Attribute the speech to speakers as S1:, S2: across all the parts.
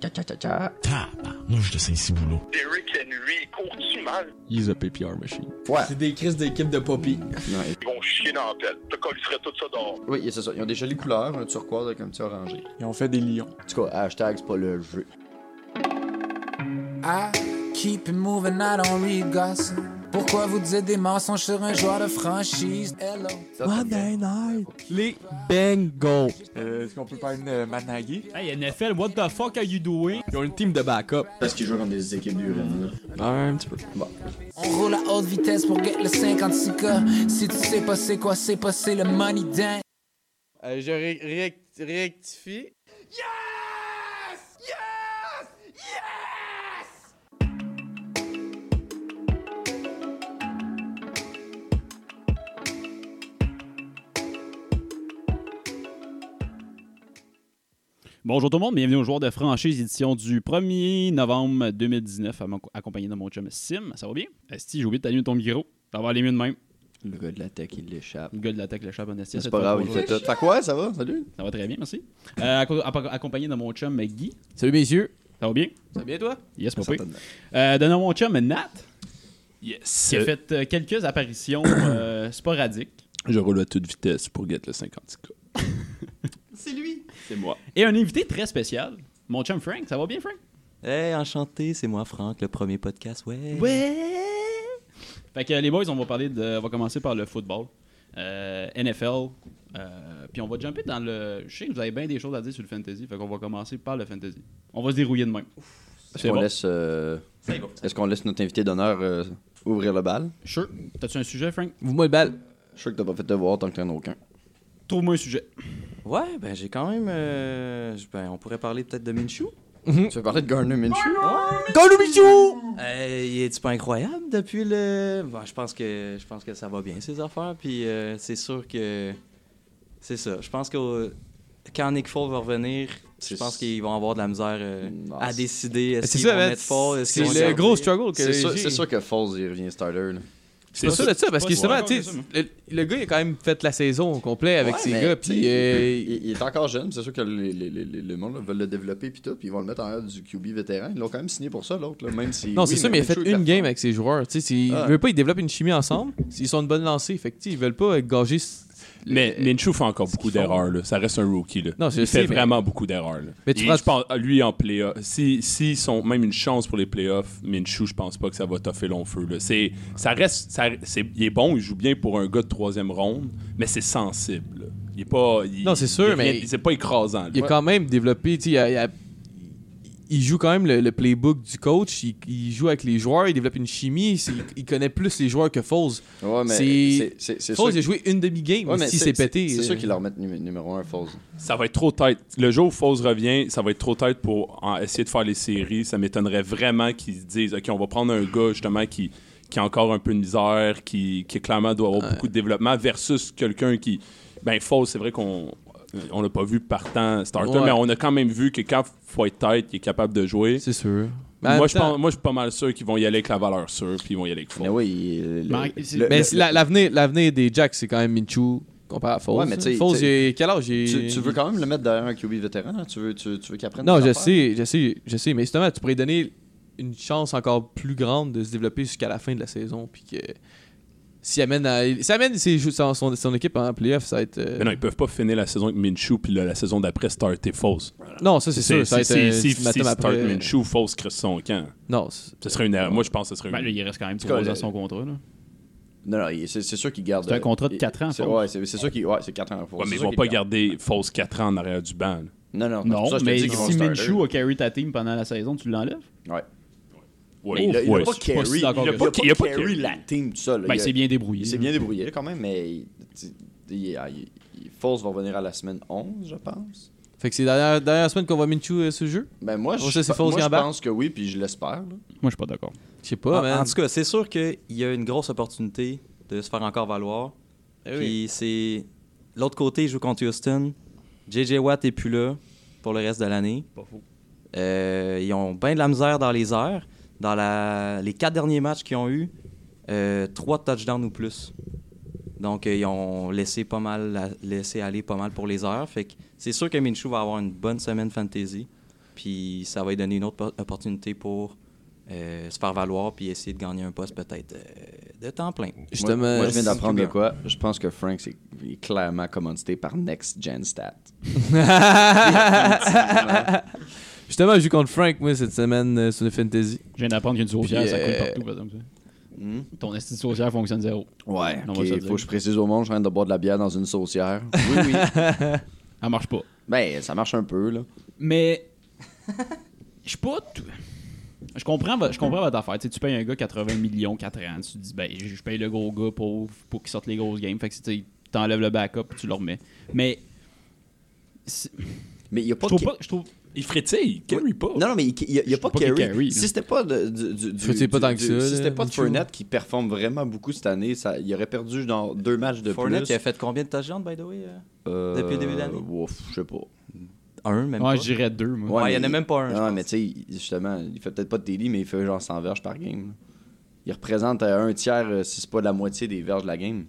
S1: Tabarnouche de Saint-Ciboulot.
S2: Derrick Henry, il court mal?
S3: He's a PPR machine.
S4: Ouais.
S5: C'est des crises d'équipe de Poppy.
S4: Ouais.
S2: Ils vont chier dans la pelle. T'as colissé tout ça dehors.
S4: Oui, c'est ça. Ils ont des jolies couleurs, un turquoise avec un petit orangé.
S5: Ils ont fait des lions.
S4: En tout cas, hashtag, c'est pas le jeu.
S6: I keep it moving, I don't read gossip. Pourquoi vous disiez des mensonges sur un joueur de franchise? Hello.
S3: Monday night. Les Bengals.
S5: Euh, Est-ce qu'on peut parler de Managui?
S7: Hey, NFL, what the fuck are you doing?
S3: Ils ont une team de backup.
S4: Parce qu'ils jouent contre des équipes d'urine.
S3: Un petit peu.
S4: Bon.
S6: On roule à haute vitesse pour get le 56K. Si tu sais pas c'est quoi, c'est pas c'est le money dang.
S8: Euh, je ré- réac- réactifie.
S7: Bonjour tout le monde, bienvenue au Joueur de franchise, édition du 1er novembre 2019, à mon- accompagné de mon chum Sim. Ça va bien? Esti, j'ai oublié de t'allumer ton micro. Ça va aller mieux de même.
S3: Le gars de la tech, il l'échappe.
S7: Le gars de l'attaque, le chat, bon esti,
S4: C'est pas grave, il fait tout. Fait quoi, ça va? Salut?
S7: Ça va très bien, merci. Euh, acco- app- accompagné de mon chum Guy.
S3: Salut, messieurs.
S7: Ça va bien?
S8: Ça va bien, toi?
S7: Yes, pas pire.
S4: Certainement.
S7: Euh, de mon chum Nat,
S3: Yes.
S7: qui a fait euh, quelques apparitions euh, sporadiques.
S3: Je roule à toute vitesse pour get le 56K.
S8: C'est lui.
S3: C'est moi.
S7: Et un invité très spécial, mon chum Frank. Ça va bien, Frank?
S9: Hey, Eh, enchanté, c'est moi Franck, le premier podcast, ouais.
S7: Fait que euh, les boys, on va parler de. On va commencer par le football. Euh, NFL. euh, puis on va jumper dans le. Je sais que vous avez bien des choses à dire sur le fantasy. Fait qu'on va commencer par le fantasy. On va se dérouiller de même.
S4: Est-ce
S7: C'est
S4: qu'on
S7: bon.
S4: laisse, euh,
S9: Ça y va.
S4: est-ce qu'on laisse notre invité d'honneur euh, ouvrir le bal?
S7: Sure. T'as-tu un sujet, Frank
S3: Vous-moi le balle.
S4: Je suis sûr que t'as pas fait de voir tant que t'en as aucun.
S7: Trouve-moi un sujet.
S4: Euh,
S9: Ouais, ben j'ai quand même. euh, j- ben, on pourrait parler peut-être de Minshew.
S4: Tu veux parler de Garner Minshew?
S9: Euh, il est pas incroyable depuis le. Bon, je pense que je pense que ça va bien ses affaires, puis euh, c'est sûr que c'est ça. Je pense que euh, quand Nick Foles va revenir, je
S4: C'est-
S9: pense qu'ils vont avoir de la misère euh,
S4: Non,
S9: à
S4: c'est-
S9: décider est-ce
S8: C'est
S9: qu'ils vont
S8: ça, ben,
S9: mettre Foles, est-ce
S8: c'est
S9: qu'ils vont
S8: le
S9: garder.
S8: gros struggle que
S4: C'est sûr,
S8: j'ai.
S4: c'est sûr que Falls, il revient starter. Là.
S8: C'est pas sûr de ça, parce que
S7: pas sûr.
S8: justement, tu sais, le, le gars, il a quand même fait la saison au complet avec
S4: Ouais,
S8: ses
S4: mais,
S8: gars,
S4: tu sais,
S8: puis euh,
S4: il, il est encore jeune, c'est sûr que les, les, les, les- le monde là, veulent le développer puis tout, puis ils vont le mettre en l'air du QB vétéran. Ils l'ont quand même signé pour ça, l'autre, là, même si.
S8: Non, c'est
S4: oui,
S8: sûr, mais il a fait
S4: Minshew,
S8: une
S4: performe.
S8: game avec ses joueurs. Tu sais, s'il
S4: Ah.
S8: veut pas, ils développent une chimie ensemble. Ils sont de bonne lancée. Fait que, tu sais, ils veulent pas euh, gager. ce-
S3: Mais
S8: le-
S3: Minshew fait encore
S8: ce
S3: beaucoup
S8: qu'ils font.
S3: d'erreurs. là. Ça reste un rookie. Là.
S8: Non, je
S3: il
S8: sais,
S3: fait
S8: mais-
S3: vraiment beaucoup d'erreurs. là.
S8: Mais tu
S3: Et
S8: penses-
S3: je pense, à lui en playoff, s'ils si, sont même une chance pour les playoffs, Minshew, je pense pas que ça va toffer long feu. Là. C'est, ça reste, ça- c'est, il est bon, il joue bien pour un gars de troisième ronde, mais c'est sensible. là. Il est pas. il-
S8: Non, c'est sûr,
S3: il est rien-
S8: mais-
S3: C'est pas écrasant. là.
S8: Il a quand même développé. Tu sais, il a- il a- il joue quand même le, le playbook du coach. Il, il joue avec les joueurs. Il développe une chimie. c'est- Il connaît plus les joueurs que Foles.
S4: Ouais, mais
S8: C'est-
S4: c'est- c'est- c'est sûr
S8: Foles, il a
S4: que-
S8: joué une demi-game.
S4: Ouais, mais
S8: si c'est pété.
S4: C'est sûr
S8: euh,
S4: qu'ils leur remettent numé- numéro 1 Falls.
S3: Ça va être trop tête. Le jour où Foles revient, ça va être trop tête pour en- essayer de faire les séries. Ça m'étonnerait vraiment qu'ils se disent OK, on va prendre un gars justement qui, qui a encore un peu de misère, qui, qui clairement doit avoir beaucoup de développement, versus quelqu'un qui. Ben, Foles, c'est vrai qu'on on l'a pas vu partant starter,
S8: Ouais.
S3: mais on a quand même vu que quand faut être tête, il est capable de jouer.
S8: C'est sûr. Mais en
S3: Moi
S8: même
S3: je,
S8: temps-
S3: pense, moi, je suis pas mal sûr qu'ils vont y aller avec la valeur sûre, puis ils vont y aller avec Foles.
S4: Mais oui, le-
S7: Ben,
S4: le-
S7: c'est-
S4: le-
S8: Mais
S4: le-
S8: c'est la- l'avenir l'avenir des Jacks, c'est quand même Minshew comparé à Foles.
S4: Ouais, mais tu sais-
S8: Foles,
S4: tu sais-
S8: il a- quel âge il-
S4: tu, tu veux quand même le mettre derrière un QB vétéran? hein? Tu veux, tu, tu veux qu'il apprenne
S8: Non,
S4: des
S8: je
S4: affaires?
S8: sais, je sais, je sais, mais justement, tu pourrais donner une chance encore plus grande de se développer jusqu'à la fin de la saison, puis que s'il amène, à- s'il amène ses jou- son, son- son équipe en playoff, ça va être... euh,
S3: Mais non, ils peuvent pas finir la saison avec Minshew, puis là, la saison d'après starter Foles.
S8: non, ça c'est sûr, ça va être... euh,
S3: si
S8: du matin
S3: si start
S8: après-
S3: Minshew, Foles crisse son camp.
S8: Non, c'est-
S3: Ce serait une erreur. Moi, je pense que ce serait une
S7: Ben, là, il reste quand même
S4: tout cas,
S7: trois ans
S4: le-
S7: son contrat. Là.
S4: Non, non, il- c'est c'est sûr qu'ils gardent.
S7: C'est un contrat de
S4: il-
S7: quatre ans,
S4: c'est-
S7: Foles.
S4: Ouais, c'est c'est sûr qu'ils. Ouais, c'est 4 ans. Foles.
S3: Ouais, mais
S4: C'est
S3: ils
S4: sûr
S3: vont
S4: qu'ils
S3: pas
S4: gardent.
S3: garder Fausse 4 ans en arrière du banc. là.
S4: Non, non,
S7: Non,
S4: c'est pour ça que je te
S7: mais
S4: dis qu'ils vont
S7: si
S4: starter.
S7: Minshew a carry ta team pendant la saison, tu l'enlèves
S4: Ouais.
S3: Ouais.
S4: Mais il a- il a
S3: Ouais.
S4: pas
S7: je suis pas
S4: carry.
S7: si
S4: Il a
S7: d'accord
S4: pas,
S7: avec
S3: ça. Il a pas
S4: carry
S3: carry.
S4: la team tout seul. là.
S7: Ben,
S4: Il
S7: il
S4: a-
S7: s'est bien débrouillé.
S4: Il s'est bien débrouillé là, quand même, mais il- tu- il- ah, il- il- Foles va revenir à la semaine 11, je pense.
S8: Fait que c'est la dernière, dernière semaine qu'on voit Minshew euh, sur le jeu?
S4: Ben moi, je,
S8: Oh, ça, c'est
S4: pa-
S8: Foles
S4: moi,
S8: qui
S4: je
S8: embarque?
S4: pense que oui, puis je l'espère. là.
S7: Moi, je suis pas d'accord.
S8: Je sais
S4: Ah,
S8: pas,
S9: Ah, En-
S8: man.
S9: En tout cas, c'est sûr qu'il y a une grosse opportunité de se faire encore valoir.
S8: Eh
S9: Puis c'est. L'autre côté, il joue contre Houston. JJ Watt est plus là pour le reste de l'année.
S7: Pas faux.
S9: Euh, ils ont bien de la misère dans les airs. Dans la- les quatre derniers matchs qu'ils ont eu, euh, trois touchdowns ou plus. Donc, euh, ils ont laissé, pas mal, la- laissé aller pas mal pour les heures. Fait que c'est sûr que Minshew va avoir une bonne semaine fantasy. Puis ça va lui donner une autre po- opportunité pour euh, se faire valoir puis essayer de gagner un poste peut-être euh, de temps plein.
S8: Justement,
S4: moi, moi, je viens
S8: c'est-
S4: d'apprendre de quoi. Je pense que Frank, c'est il est clairement commandité par Next Gen Stat.
S8: Justement, je joue contre Frank, moi, cette semaine euh, sur le Fantasy.
S7: Je viens d'apprendre qu'une saucière,
S8: Puis,
S7: ça coule
S8: euh,
S7: partout, par exemple.
S4: hmm?
S7: Ton esti de saucière fonctionne zéro.
S4: Ouais,
S7: On
S4: ok,
S7: va se le
S4: faut
S7: dire.
S4: que je précise au monde, je viens de boire de la bière dans une saucière. Oui, oui.
S7: Elle marche pas.
S4: ben, ça marche un peu, là.
S7: Mais. Je suis pas. tout- Je comprends, vo- je comprends votre affaire. Tu sais, tu payes un gars 80 millions 4 ans. Tu te dis, ben, je je paye le gros gars pour, pour qu'il sorte les grosses games. Fait que tu sais, t'enlèves le backup puis tu le remets. Mais. c'est-
S4: Mais il y a pas
S7: Je
S4: de-
S7: trouve pas. Je trouve.
S3: Il frétille, carry pas.
S4: Non, non, mais il n'y a, il y a
S7: Je
S4: pas
S7: sais pas qui
S4: Carey.
S7: carry,
S4: si
S7: là.
S4: c'était pas de, du, du- du-
S8: Je sais pas
S4: du-
S8: tant que
S4: du-
S8: ça,
S4: Si c'était
S8: là,
S4: pas de
S8: Mitchell.
S4: Fournette qui performe vraiment beaucoup cette année, ça, il aurait perdu dans deux matchs de
S9: Fournette,
S4: plus.
S9: il a fait combien de touchdowns, by the way euh?
S4: Euh,
S9: depuis le début de l'année?
S4: Ouf, je sais pas.
S9: Un, même
S7: Ouais,
S9: pas.
S7: je dirais deux, moi.
S9: Ouais, il y en a même pas un, je
S4: Non,
S9: pense.
S4: mais tu sais, justement, il fait peut-être pas de daily, mais il fait genre 100 verges par game. là. Il représente euh, un tiers, euh, si c'est pas la moitié des verges de la game.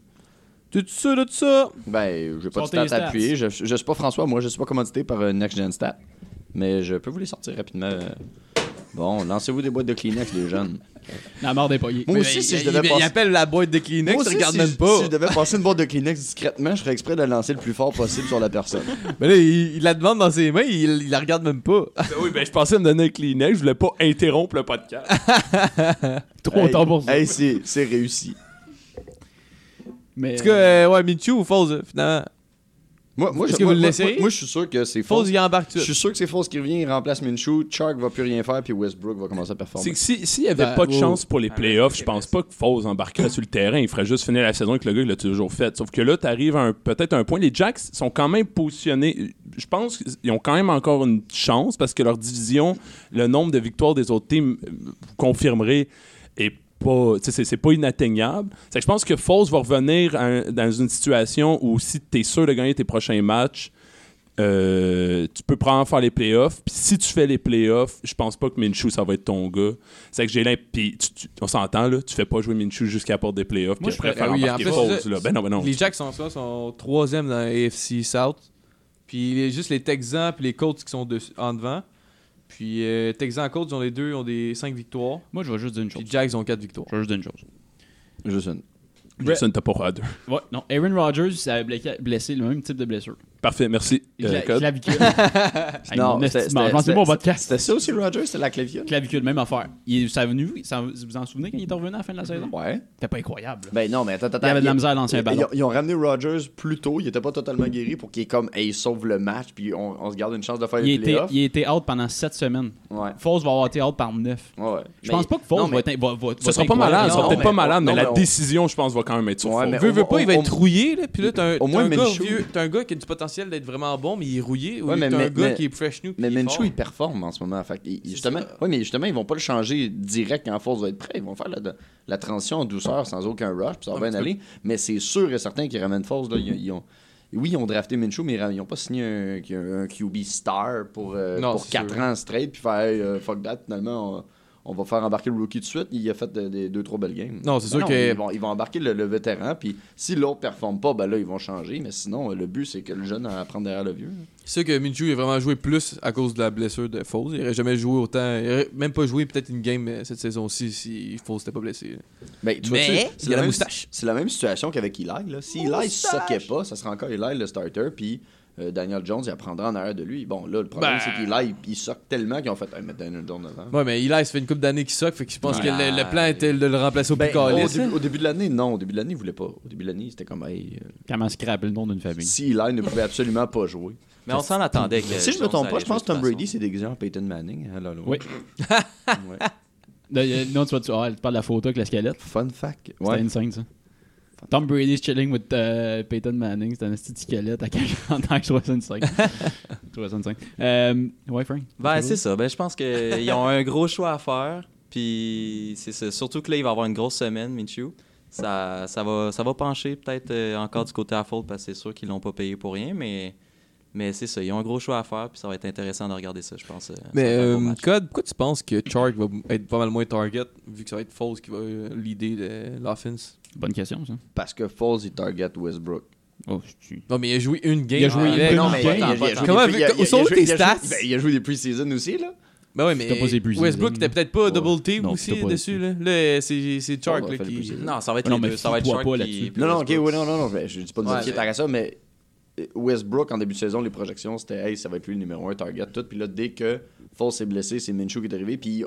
S8: Tout ça, tout ça.
S4: Ben, je vais pas de
S7: Sortez
S4: stats
S7: les
S4: à
S7: stats.
S4: appuyer. Je, je suis pas François, moi, je suis pas commandité par euh, Next Gen Stat. Mais je peux vous les sortir rapidement. euh. Bon, lancez-vous des boîtes de Kleenex, les jeunes.
S7: La mort des poignets.
S4: Moi
S8: Mais
S4: aussi,
S8: il-
S4: si je
S8: il-
S4: devais
S8: il,
S4: passer-
S8: il appelle la boîte de Kleenex,
S4: Moi
S8: il
S4: aussi,
S8: regarde
S4: si
S8: même
S4: je-
S8: pas.
S4: Si je devais passer une boîte de Kleenex discrètement, je ferais exprès de la lancer le plus fort possible sur la personne.
S8: Mais là, il, il la demande dans ses mains, il, il la regarde même pas.
S3: oui, ben je pensais me donner un Kleenex, je voulais pas interrompre le podcast.
S7: Trop
S4: Hey,
S7: tard pour ça.
S4: hey, c'est c'est réussi.
S7: Mais,
S8: En tout cas, euh, ouais, Minshew ou Foles, euh, finalement.
S4: Moi, moi,
S8: Est-ce
S4: je,
S8: que
S4: moi,
S8: vous
S4: moi-
S8: l'essayez?
S4: moi- moi, je suis sûr que c'est faux.
S8: Foles, il embarque tout.
S4: Je suis sûr que c'est faux qui revient, il remplace Minshew, Chark va plus rien faire, puis Westbrook va commencer à performer.
S3: C'est que si- s'il n'y avait
S8: Ben,
S3: pas de
S8: wow.
S3: chance pour les playoffs, je pense pas que Foz embarquerait sur le terrain. Il ferait juste finir la saison avec le gars qui l'a toujours fait. Sauf que là, tu arrives à un- peut-être un point. Les Jacks sont quand même positionnés. Je pense qu'ils ont quand même encore une chance parce que leur division, le nombre de victoires des autres teams, euh, vous confirmerez, est pas, tu sais, c'est- c'est pas inatteignable. C'est que je pense que Foz va revenir à un- dans une situation où si tu es sûr de gagner tes prochains matchs, euh, tu peux probablement faire les playoffs. Puis si tu fais les playoffs, je pense pas que Minshew, ça va être ton gars. C'est que j'ai l'impression. Puis tu- tu- on s'entend, là. Tu fais pas jouer Minshew jusqu'à la porte des playoffs.
S7: Moi,
S3: Puis
S7: je
S3: après,
S8: Ah
S3: faire
S8: oui, en
S3: embarquer
S8: fait,
S3: Foles,
S8: c'est ça.
S3: là. Ben non, ben non.
S8: Les Jacks sont, sont, sont troisième dans la AFC South. Puis les- juste les Texans puis les Colts qui sont de- en devant. Puis euh, Texans et Colts, ils ont les deux, ils ont des 5 victoires.
S7: moi, je vais juste dire une chose.
S8: Puis Jacks ils ont 4 victoires.
S7: Je vais juste dire une chose.
S4: Juste une.
S3: Jason, t'as pas à deux.
S7: Ouais, non. Aaron Rodgers, il avait blessé- blessé le même type de blessure.
S3: Parfait, merci. euh,
S7: Cla-
S3: Code.
S7: Clavicule. Hey,
S4: Non,
S7: mon esti
S4: c'était-
S7: de mangement,
S4: c'était-
S7: C'est mon podcast.
S4: C'était ça aussi, Rogers, c'était la clavicule?
S7: Clavicule, même affaire. Il est ça venu, ça- vous vous en souvenez quand il est revenu à la fin de la saison?
S4: Ouais.
S7: C'était pas incroyable. là.
S4: Ben non, mais attends, attends.
S7: Il avait de la
S4: ils-
S7: misère à lancer un
S4: ils-
S7: ballon.
S4: Ils ont, ils ont ramené Rogers plus tôt, il était pas totalement guéri pour qu'il est comme, hey, sauve le match, puis on, on se garde une chance de faire les
S7: il, était,
S4: playoffs.
S7: il était out pendant 7 semaines.
S4: Ouais.
S7: Foles va avoir été out par 9.
S4: Ouais, ouais.
S7: Je pense
S4: Mais-
S7: pas que Foles
S4: non,
S7: va
S4: mais-
S7: être. Va, va-
S3: Ce
S7: va
S3: sera
S7: être
S3: pas malade, ce
S7: incroyable.
S3: sera
S4: non,
S3: peut-être
S4: mais-
S3: pas malade, mais
S4: non,
S3: la
S4: mais on-
S3: décision, je pense, va quand même être sur
S4: Ouais,
S3: Foles.
S4: mais-
S8: Veux,
S4: au-
S8: veux pas, il va
S4: au-
S8: être rouillé. Là. Puis là, t'as un,
S4: au
S8: t'as
S4: moins,
S8: un gars
S4: Minshew-
S8: vieux, t'as un gars qui a du potentiel d'être vraiment bon, mais il est rouillé. Ou
S4: Ouais, mais-
S8: t'as un
S4: mais-
S8: gars
S4: mais-
S8: qui est fresh new. puis
S4: Mais
S8: il est
S4: Minshew,
S8: fort.
S4: il performe en ce moment. Fait, que, il-
S8: C'est
S4: justement,
S8: ça.
S4: ouais, mais justement, ils vont pas le changer direct quand Foles va être prêt. Ils vont faire la, la transition en douceur sans aucun rush, puis ça va
S8: Ouais,
S4: bien
S8: mais
S4: aller. Mais c'est sûr et certain qu'ils ramènent Foles. Là,
S8: Mm-hmm.
S4: ils, ils ont, oui, ils ont drafté Minshew, mais ils ra- ils n'ont pas signé un, un QB star pour, euh,
S8: Non,
S4: pour
S8: c'est
S4: 4
S8: sûr.
S4: ans straight, puis faire hey, euh, fuck that, finalement, on, on va faire embarquer le rookie tout de suite. Il a fait euh, des 2 deux, trois belles games.
S8: Non, c'est
S4: Ben
S8: sûr que-
S4: Ils vont, ils vont embarquer le, le vétéran, puis si l'autre performe pas, ben là, ils vont changer. Mais sinon, euh, le but, c'est que le jeune apprend derrière le vieux.
S8: C'est sûr que Minshew a vraiment joué plus à cause de la blessure de Foles. Il aurait jamais joué autant. Il aurait même pas joué peut-être une game euh, cette saison-ci si Foles n'était pas blessé.
S4: Ben, tu vois,
S8: Mais,
S4: tu sais,
S8: il a la
S4: même-
S8: moustache.
S4: C'est la même situation qu'avec Eli. Là. Si Eli ne soquait pas, ça serait encore Eli le starter, puis euh, Daniel Jones, il apprendra en arrière de lui. Bon, là, le problème,
S8: Ben.
S4: c'est qu'Eli, il, il soque tellement qu'ils ont fait hey, mettre Daniel Jones avant.
S8: Ouais, mais Eli, ça fait une coupe d'années qu'il soque. Fait que je pense
S4: Ouais.
S8: que le, le plan était de le remplacer au
S4: Ben,
S8: plus
S4: au,
S8: caliste.
S4: début, au début de l'année, non. Au début de l'année, il voulait pas. Au début de l'année, c'était comme, hey, euh,
S7: Comment scraper le nom d'une famille?
S4: si Eli ne pouvait absolument pas jouer.
S9: Mais on s'en attendait. Que
S4: si je me
S9: Jones
S4: trompe pas,
S9: allait
S4: je pense que
S9: jouer de
S4: Tom
S9: toute
S4: Brady
S9: façon.
S4: s'est déguisé en Peyton Manning. hein, à l'Halloween.
S7: Oui.
S4: Ouais.
S7: Non, euh, non, tu, vas, tu, ah, tu parles de la photo avec la squelette.
S4: Fun fact.
S7: C'était
S4: Ouais.
S7: insane, ça. Tom Brady's chilling with euh, Peyton Manning. C'était un petit squelette à 40 ans que 65. 65. Euh, ouais, Frank.
S9: Ben, c'est ça. Ben, je pense qu'ils ont un gros choix à faire. Puis, c'est ça. Surtout que là, il va avoir une grosse semaine, Minshew. Ça, ça, va, ça va pencher peut-être euh, encore du côté à faute parce que c'est sûr qu'ils l'ont pas payé pour rien. Mais, mais c'est ça. Ils ont un gros choix à faire. Puis, ça va être intéressant de regarder ça, je pense. euh, ça va
S8: Mais
S9: être un beau
S8: euh,
S9: match.
S8: Code, pourquoi tu penses que Chark va être pas mal moins target vu que ça va être Foles qui va euh, leader de l'offense
S7: Bonne question, ça.
S4: Parce que Falls, il target Westbrook.
S7: Oh, je suis-
S8: Non, mais il a joué une game.
S7: Il a joué
S8: Ah,
S7: une
S8: mais
S7: game.
S8: non,
S7: mais
S4: attends,
S7: il a
S4: attends,
S7: joué-
S4: attends.
S8: Comment-
S4: Il a joué-
S8: où sont
S4: il a joué- il
S8: tes
S4: a joué-
S8: stats?
S4: ben, Il a joué des pre-season aussi, là.
S8: Ben ouais,
S7: T'as pas ses
S8: mais
S7: buts,
S8: Westbrook
S7: Zidane.
S8: était peut-être pas
S7: Ouais.
S8: double team
S7: Non,
S8: aussi
S7: t'as pas
S8: dessus là. Là, c'est c'est Chark
S4: Oh,
S8: là,
S4: fallait plus
S8: qui.
S4: dire.
S9: Non, ça va être
S7: Non,
S9: les
S7: mais
S9: deux. Ça va être
S7: fie-toi
S9: Shark
S7: pas
S9: puis-
S7: là-dessus.
S9: puis
S4: Non, non, ok,
S9: Westbrook.
S4: ouais, non, non, non, ben, je dis pas de
S8: Ouais,
S4: dire qui
S8: mais-
S4: est à ça, mais euh, Westbrook, en début de saison, les projections, c'était, hey, ça va être lui le numéro un target, tout. Puis là, dès que Falls s'est blessé, c'est Minshew qui est arrivé, puis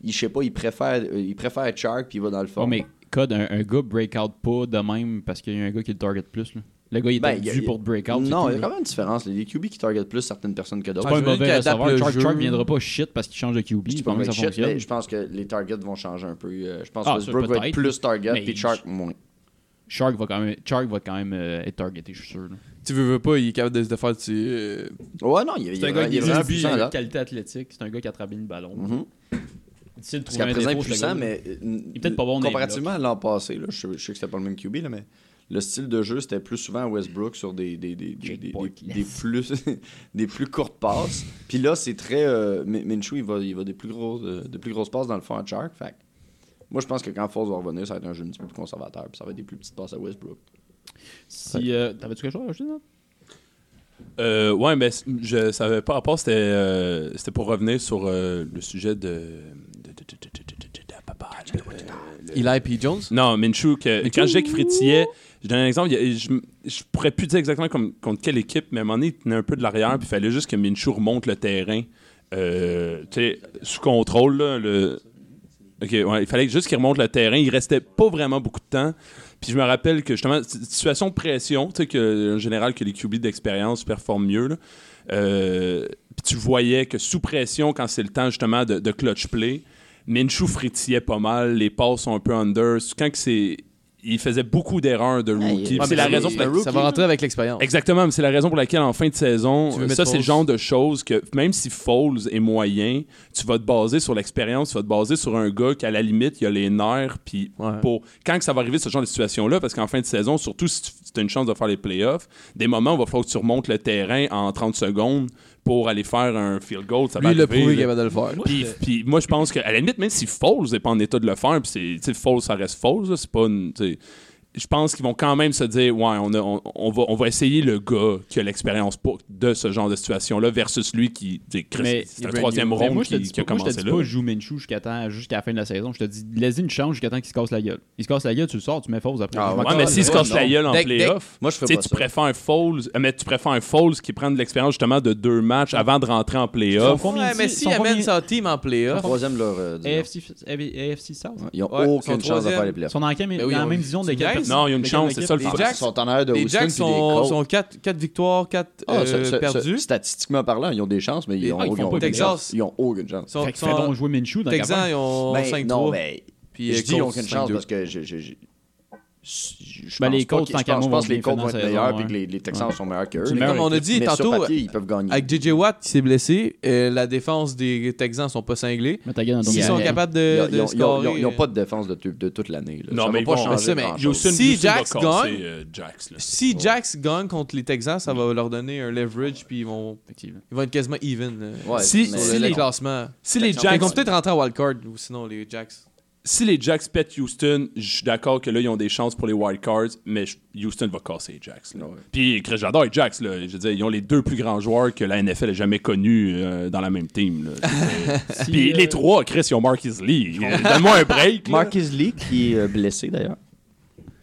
S4: il, je sais pas, il préfère, euh, il préfère Chark, puis il va dans le fond.
S7: Oh, mais Code, un, un gars breakout pas de même parce qu'il y a un gars qui le target plus. Là. Le gars, il est
S4: Ben, il y a-
S7: dû pour le breakout. c'est
S4: Non,
S7: tout,
S4: il y a
S7: là.
S4: quand même une différence. là. Les QB qui targetent plus certaines personnes que
S7: C'est
S4: d'autres.
S7: pas un
S8: Ah, je me dis
S7: mauvais
S8: qu'elle adapte
S7: receveur.
S8: le
S7: Chark
S8: jeu.
S7: Chark viendra pas shit parce qu'il change de QB.
S4: Je dis
S7: Je
S4: pas
S7: pense
S4: que
S7: que ça
S4: shit, mais
S7: fonctionne.
S4: je pense que les targets vont changer un peu. Euh, Je pense
S7: Ah,
S4: que
S7: ça,
S4: Westbrook va être
S7: peut-être.
S4: plus target,
S7: Mais
S4: puis
S7: il-
S4: Chark moins.
S7: Chark va quand même, Chark va quand même euh, être targeté, je suis sûr. là.
S8: Tu veux, veux pas, il est capable de se défaire. tu sais, euh,
S4: Ouais, non, il, il,
S7: C'est un
S4: il
S7: gars qui euh,
S4: est vraiment
S7: est
S4: puissant, là.
S7: qualité athlétique. C'est un gars qui attrape bien le ballon.
S4: Mhm.
S7: Difficile de
S4: Jusqu'à
S7: trouver un
S4: présent, il est
S7: défaut, ce
S4: puissant,
S7: gars-là.
S4: mais euh,
S7: est peut-être pas bon dans les
S4: comparativement à l'an passé, là, je, sais- je sais que c'était pas le même QB, là, mais le style de jeu, c'était plus souvent Westbrook sur des, des, des, des,
S7: Jake
S4: des-
S7: Boyd,
S4: des-
S7: yes.
S4: des plus, des plus courtes passes. Puis là, c'est très. euh, Min- Minshew, il va, il va des, plus grosses, euh, des plus grosses passes dans le fond à Chark. Fait que moi, je pense que quand Foles va revenir, ça va être un jeu un petit peu plus conservateur, puis ça va être des plus petites passes à Westbrook.
S7: Si, euh, T'avais-tu quelque chose à ajouter, Nat?
S3: Euh, ouais, mais c- je savais pas. À part, c'était euh, c'était pour revenir sur euh, le sujet de. de- de- de- de- de- de- de- de- de- de- de-
S8: Eli P. Jones.
S3: Non, Minshew, que, quand Jake frétillait, je donne un exemple, il y a- je, je pourrais plus dire exactement comme- contre quelle équipe, mais à un moment donné, il tenait un peu de l'arrière, puis il fallait juste que Minshew remonte le terrain, euh, tu sais, sous contrôle. là, le... Ok, ouais, il fallait juste qu'il remonte le terrain. Il restait pas vraiment beaucoup de temps. Puis je me rappelle que justement, c'est une situation de pression, tu sais, que, en général, que les QB d'expérience performent mieux. là. Euh, puis tu voyais que sous pression, quand c'est le temps justement de, de clutch play, Minshew frétillait pas mal, les passes sont un peu under. Quand que c'est. Il faisait beaucoup d'erreurs de
S4: il-
S3: rookie.
S4: Ouais,
S3: Puis c'est la
S8: mais
S3: raison
S8: ça-
S3: pour laquelle.
S8: Ça va rentrer avec l'expérience.
S3: Exactement, mais c'est la raison pour laquelle en fin de
S8: Tu
S3: saison, euh,
S8: veux
S3: ça
S8: mettre
S3: c'est
S8: Foles.
S3: le genre de choses que même si Foles est moyen, tu vas te baser sur l'expérience, tu vas te baser sur un gars qui à la limite il a les nerfs puis
S8: Ouais.
S3: pour quand que ça va arriver ce genre de situation là parce qu'en fin de saison, surtout si tu as une chance de faire les playoffs, des moments où il va falloir que tu remontes le terrain en 30 secondes pour aller faire un field goal, ça
S8: Lui,
S3: va
S8: il a
S3: arriver,
S8: prouvé qu'il est
S3: là.
S8: capable de le faire.
S3: Puis, puis moi, je pense qu'à la limite, même si Foles n'est pas en état de le faire, puis c'est- tu sais, Foles, ça reste Foles, là, c'est pas une- tu sais, Je pense qu'ils vont quand même se dire, ouais, on, a- on, on va, on va essayer le gars qui a l'expérience pour- de ce genre de situation-là versus lui qui, tu sais, Chris,
S7: Mais
S3: c'est un troisième
S7: Mais
S3: round
S7: moi, je te
S3: qui,
S7: dis
S3: qui a
S7: pas- moi, je te
S3: commencé
S7: dis
S3: là.
S7: pas, joue Minshew jusqu'à jusqu'à la fin de la saison. Je te dis, laisse-y une chance jusqu'à temps qu'il se casse la gueule. Il se casse la gueule, tu le sors, tu mets fausse après.
S4: Ah,
S7: Je m'en
S4: ouais,
S3: Ouais,
S7: calme.
S3: mais s'il se casse
S4: non.
S3: la gueule en
S8: Dès- dès-
S3: playoff,
S4: Moi, je ferais
S3: tu sais,
S4: pas
S3: tu
S4: ça.
S3: préfères un Foles, euh, mais tu préfères un Foles qui prend de l'expérience justement de deux matchs avant de rentrer en
S7: Son
S3: playoff.
S7: combien
S8: Ouais,
S7: de-
S8: mais
S7: son
S8: s'il amène
S7: combien-
S8: sa team en playoff,
S4: Troisième leur. euh, division.
S7: AFC, f- AFC South.
S4: Ils n'ont
S8: Ouais,
S4: aucune
S8: son
S4: chance de
S8: troisième.
S4: faire les playoffs.
S7: Ils sont dans la, même-
S8: Ben oui,
S7: dans la
S8: on-
S7: même division de
S8: c'est
S7: l'équipe.
S8: nice.
S3: Non, il y a une chance, c'est ça le
S8: Les
S4: Ah,
S3: fun.
S8: Jacks-
S4: ils sont en arrière de
S8: les
S4: Houston,
S8: Jacks
S4: puis des
S8: sont,
S4: Colts.
S8: sont 4, victoires, euh, 4
S4: Ah, ça- ça-
S8: perdues.
S4: ça- statistiquement parlant, ils ont des chances, mais ils
S8: Les-
S4: ont
S8: ah, ils font
S4: ils ont
S8: pas
S4: aucune
S8: Texas.
S4: chance. Ils ont aucune chance.
S8: Sont-
S7: Fait que
S8: sont-
S7: fais donc jouer Minshew dans la
S8: Texans, ils ont
S4: Ben,
S8: 5-3.
S4: non, mais
S8: Puis,
S4: je
S8: euh,
S4: dis ils ont
S8: Colts,
S4: aucune chance
S8: 5-2.
S4: parce que je, je, je, je- je
S7: Ben,
S4: pense
S7: les
S4: pas
S7: Colts,
S4: que-
S7: tant
S4: je
S7: qu'à
S4: pense,
S7: moi,
S4: je pense que
S7: vont
S4: les
S7: bien
S4: Colts
S7: finir
S4: vont être
S7: la
S4: meilleurs
S7: saison,
S4: puis que
S7: ouais.
S4: les, les Texans sont meilleurs qu'eux.
S7: C'est
S4: Mais
S7: une meilleure
S4: comme-
S8: équipe.
S4: mais
S8: tantôt,
S4: sur papier, ils peuvent gagner.
S8: Avec JJ Watt qui s'est blessé, euh, la défense des Texans sont pas cinglés.
S7: Mets ta gueule dans ton
S8: S'ils sont
S7: carré.
S8: capables
S4: Ils
S8: de,
S4: ont- ils
S8: de
S4: ont- ils ont-
S8: scorer,
S4: ils n'ont pas de défense de, tout- de toute l'année. là.
S3: Non,
S4: Ça
S3: mais
S4: va
S3: ils
S4: pas
S3: vont-
S4: changer
S8: ça, mais
S4: grand-chose.
S3: Houston,
S8: Si
S3: Houston va
S8: Jacks
S3: casser,
S8: gagne-
S3: euh, Jacks, là.
S8: Si Jax gagne contre les Texans, ça va leur donner un leverage puis ils vont,
S7: Effectivement.
S8: ils vont être quasiment even euh,
S4: Ouais,
S3: Si-
S4: mais-
S8: sur
S3: si
S8: le- le
S3: les-
S8: classement.
S3: Si les
S8: Ils
S3: Jacks
S8: vont peut-être rentrer en wildcard ou sinon les Jacks.
S3: si les Jacks pètent Houston, je suis d'accord que là, ils ont des chances pour les wildcards, mais je- Houston va casser les Jacks. là.
S4: Ouais.
S3: Puis, Chris, j'adore les Jacks. Là. Je veux dire, ils ont les deux plus grands joueurs que la NFL ait jamais connus euh, dans la même team. là.
S7: Si,
S3: Puis,
S7: euh,
S3: les trois, Chris, ils ont Marcus Lee. Euh, Donne-moi un break. là.
S4: Marcus Lee qui est euh, blessé d'ailleurs.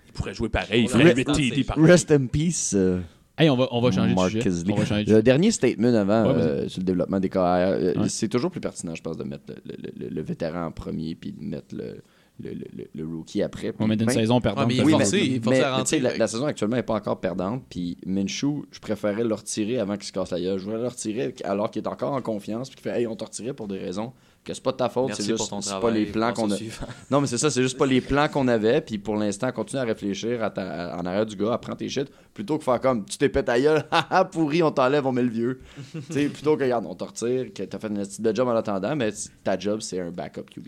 S3: Ils pourraient jouer pareil. Ils
S9: On a
S3: feraient
S9: resté
S3: 8
S9: dans
S3: TD
S9: ces-
S3: par
S4: Rest in peace. euh,
S7: Hey, on va, on va changer de
S4: Marcus
S7: sujet.
S4: Lee.
S7: On va changer de
S4: Le dernier statement avant
S7: Ouais, vas-y.
S4: euh, sur le développement des carrières, euh,
S7: Ouais.
S4: c'est toujours plus pertinent, je pense, de mettre le, le- le- le vétéran en premier puis de mettre le, le- le- le- le rookie après.
S7: On va mettre une
S4: Même-
S7: saison
S8: Ouais,
S7: perdante.
S8: Ah, mais il est
S7: Oui,
S8: forcé,
S4: mais-
S8: il est forcé
S4: mais-
S8: à
S4: mais tu sais,
S8: rentrer.
S4: La, la saison actuellement n'est pas encore perdante. Puis Minshew, je préférais le retirer avant qu'il se casse la gueule. Je voulais le retirer alors qu'il est encore en confiance. Puis qu'il fait, hey, on te retirait pour des raisons que c'est pas de ta faute. C'est
S9: Merci pour
S4: juste
S9: ton
S4: c'est
S9: travail.
S4: pas les plans
S9: Passe au
S4: qu'on a.
S9: suivant.
S4: Non, mais c'est ça, c'est juste pas les plans qu'on avait. Puis pour l'instant, continue à réfléchir à ta- à- en arrière du gars, apprends tes shit. Plutôt que faire comme tu t'es pété à gueule, haha, pourri, on t'enlève, on met le vieux. tu sais, plutôt que, regarde, on te retire, que t'as fait une petite de job en attendant, mais ta job, c'est un backup QB.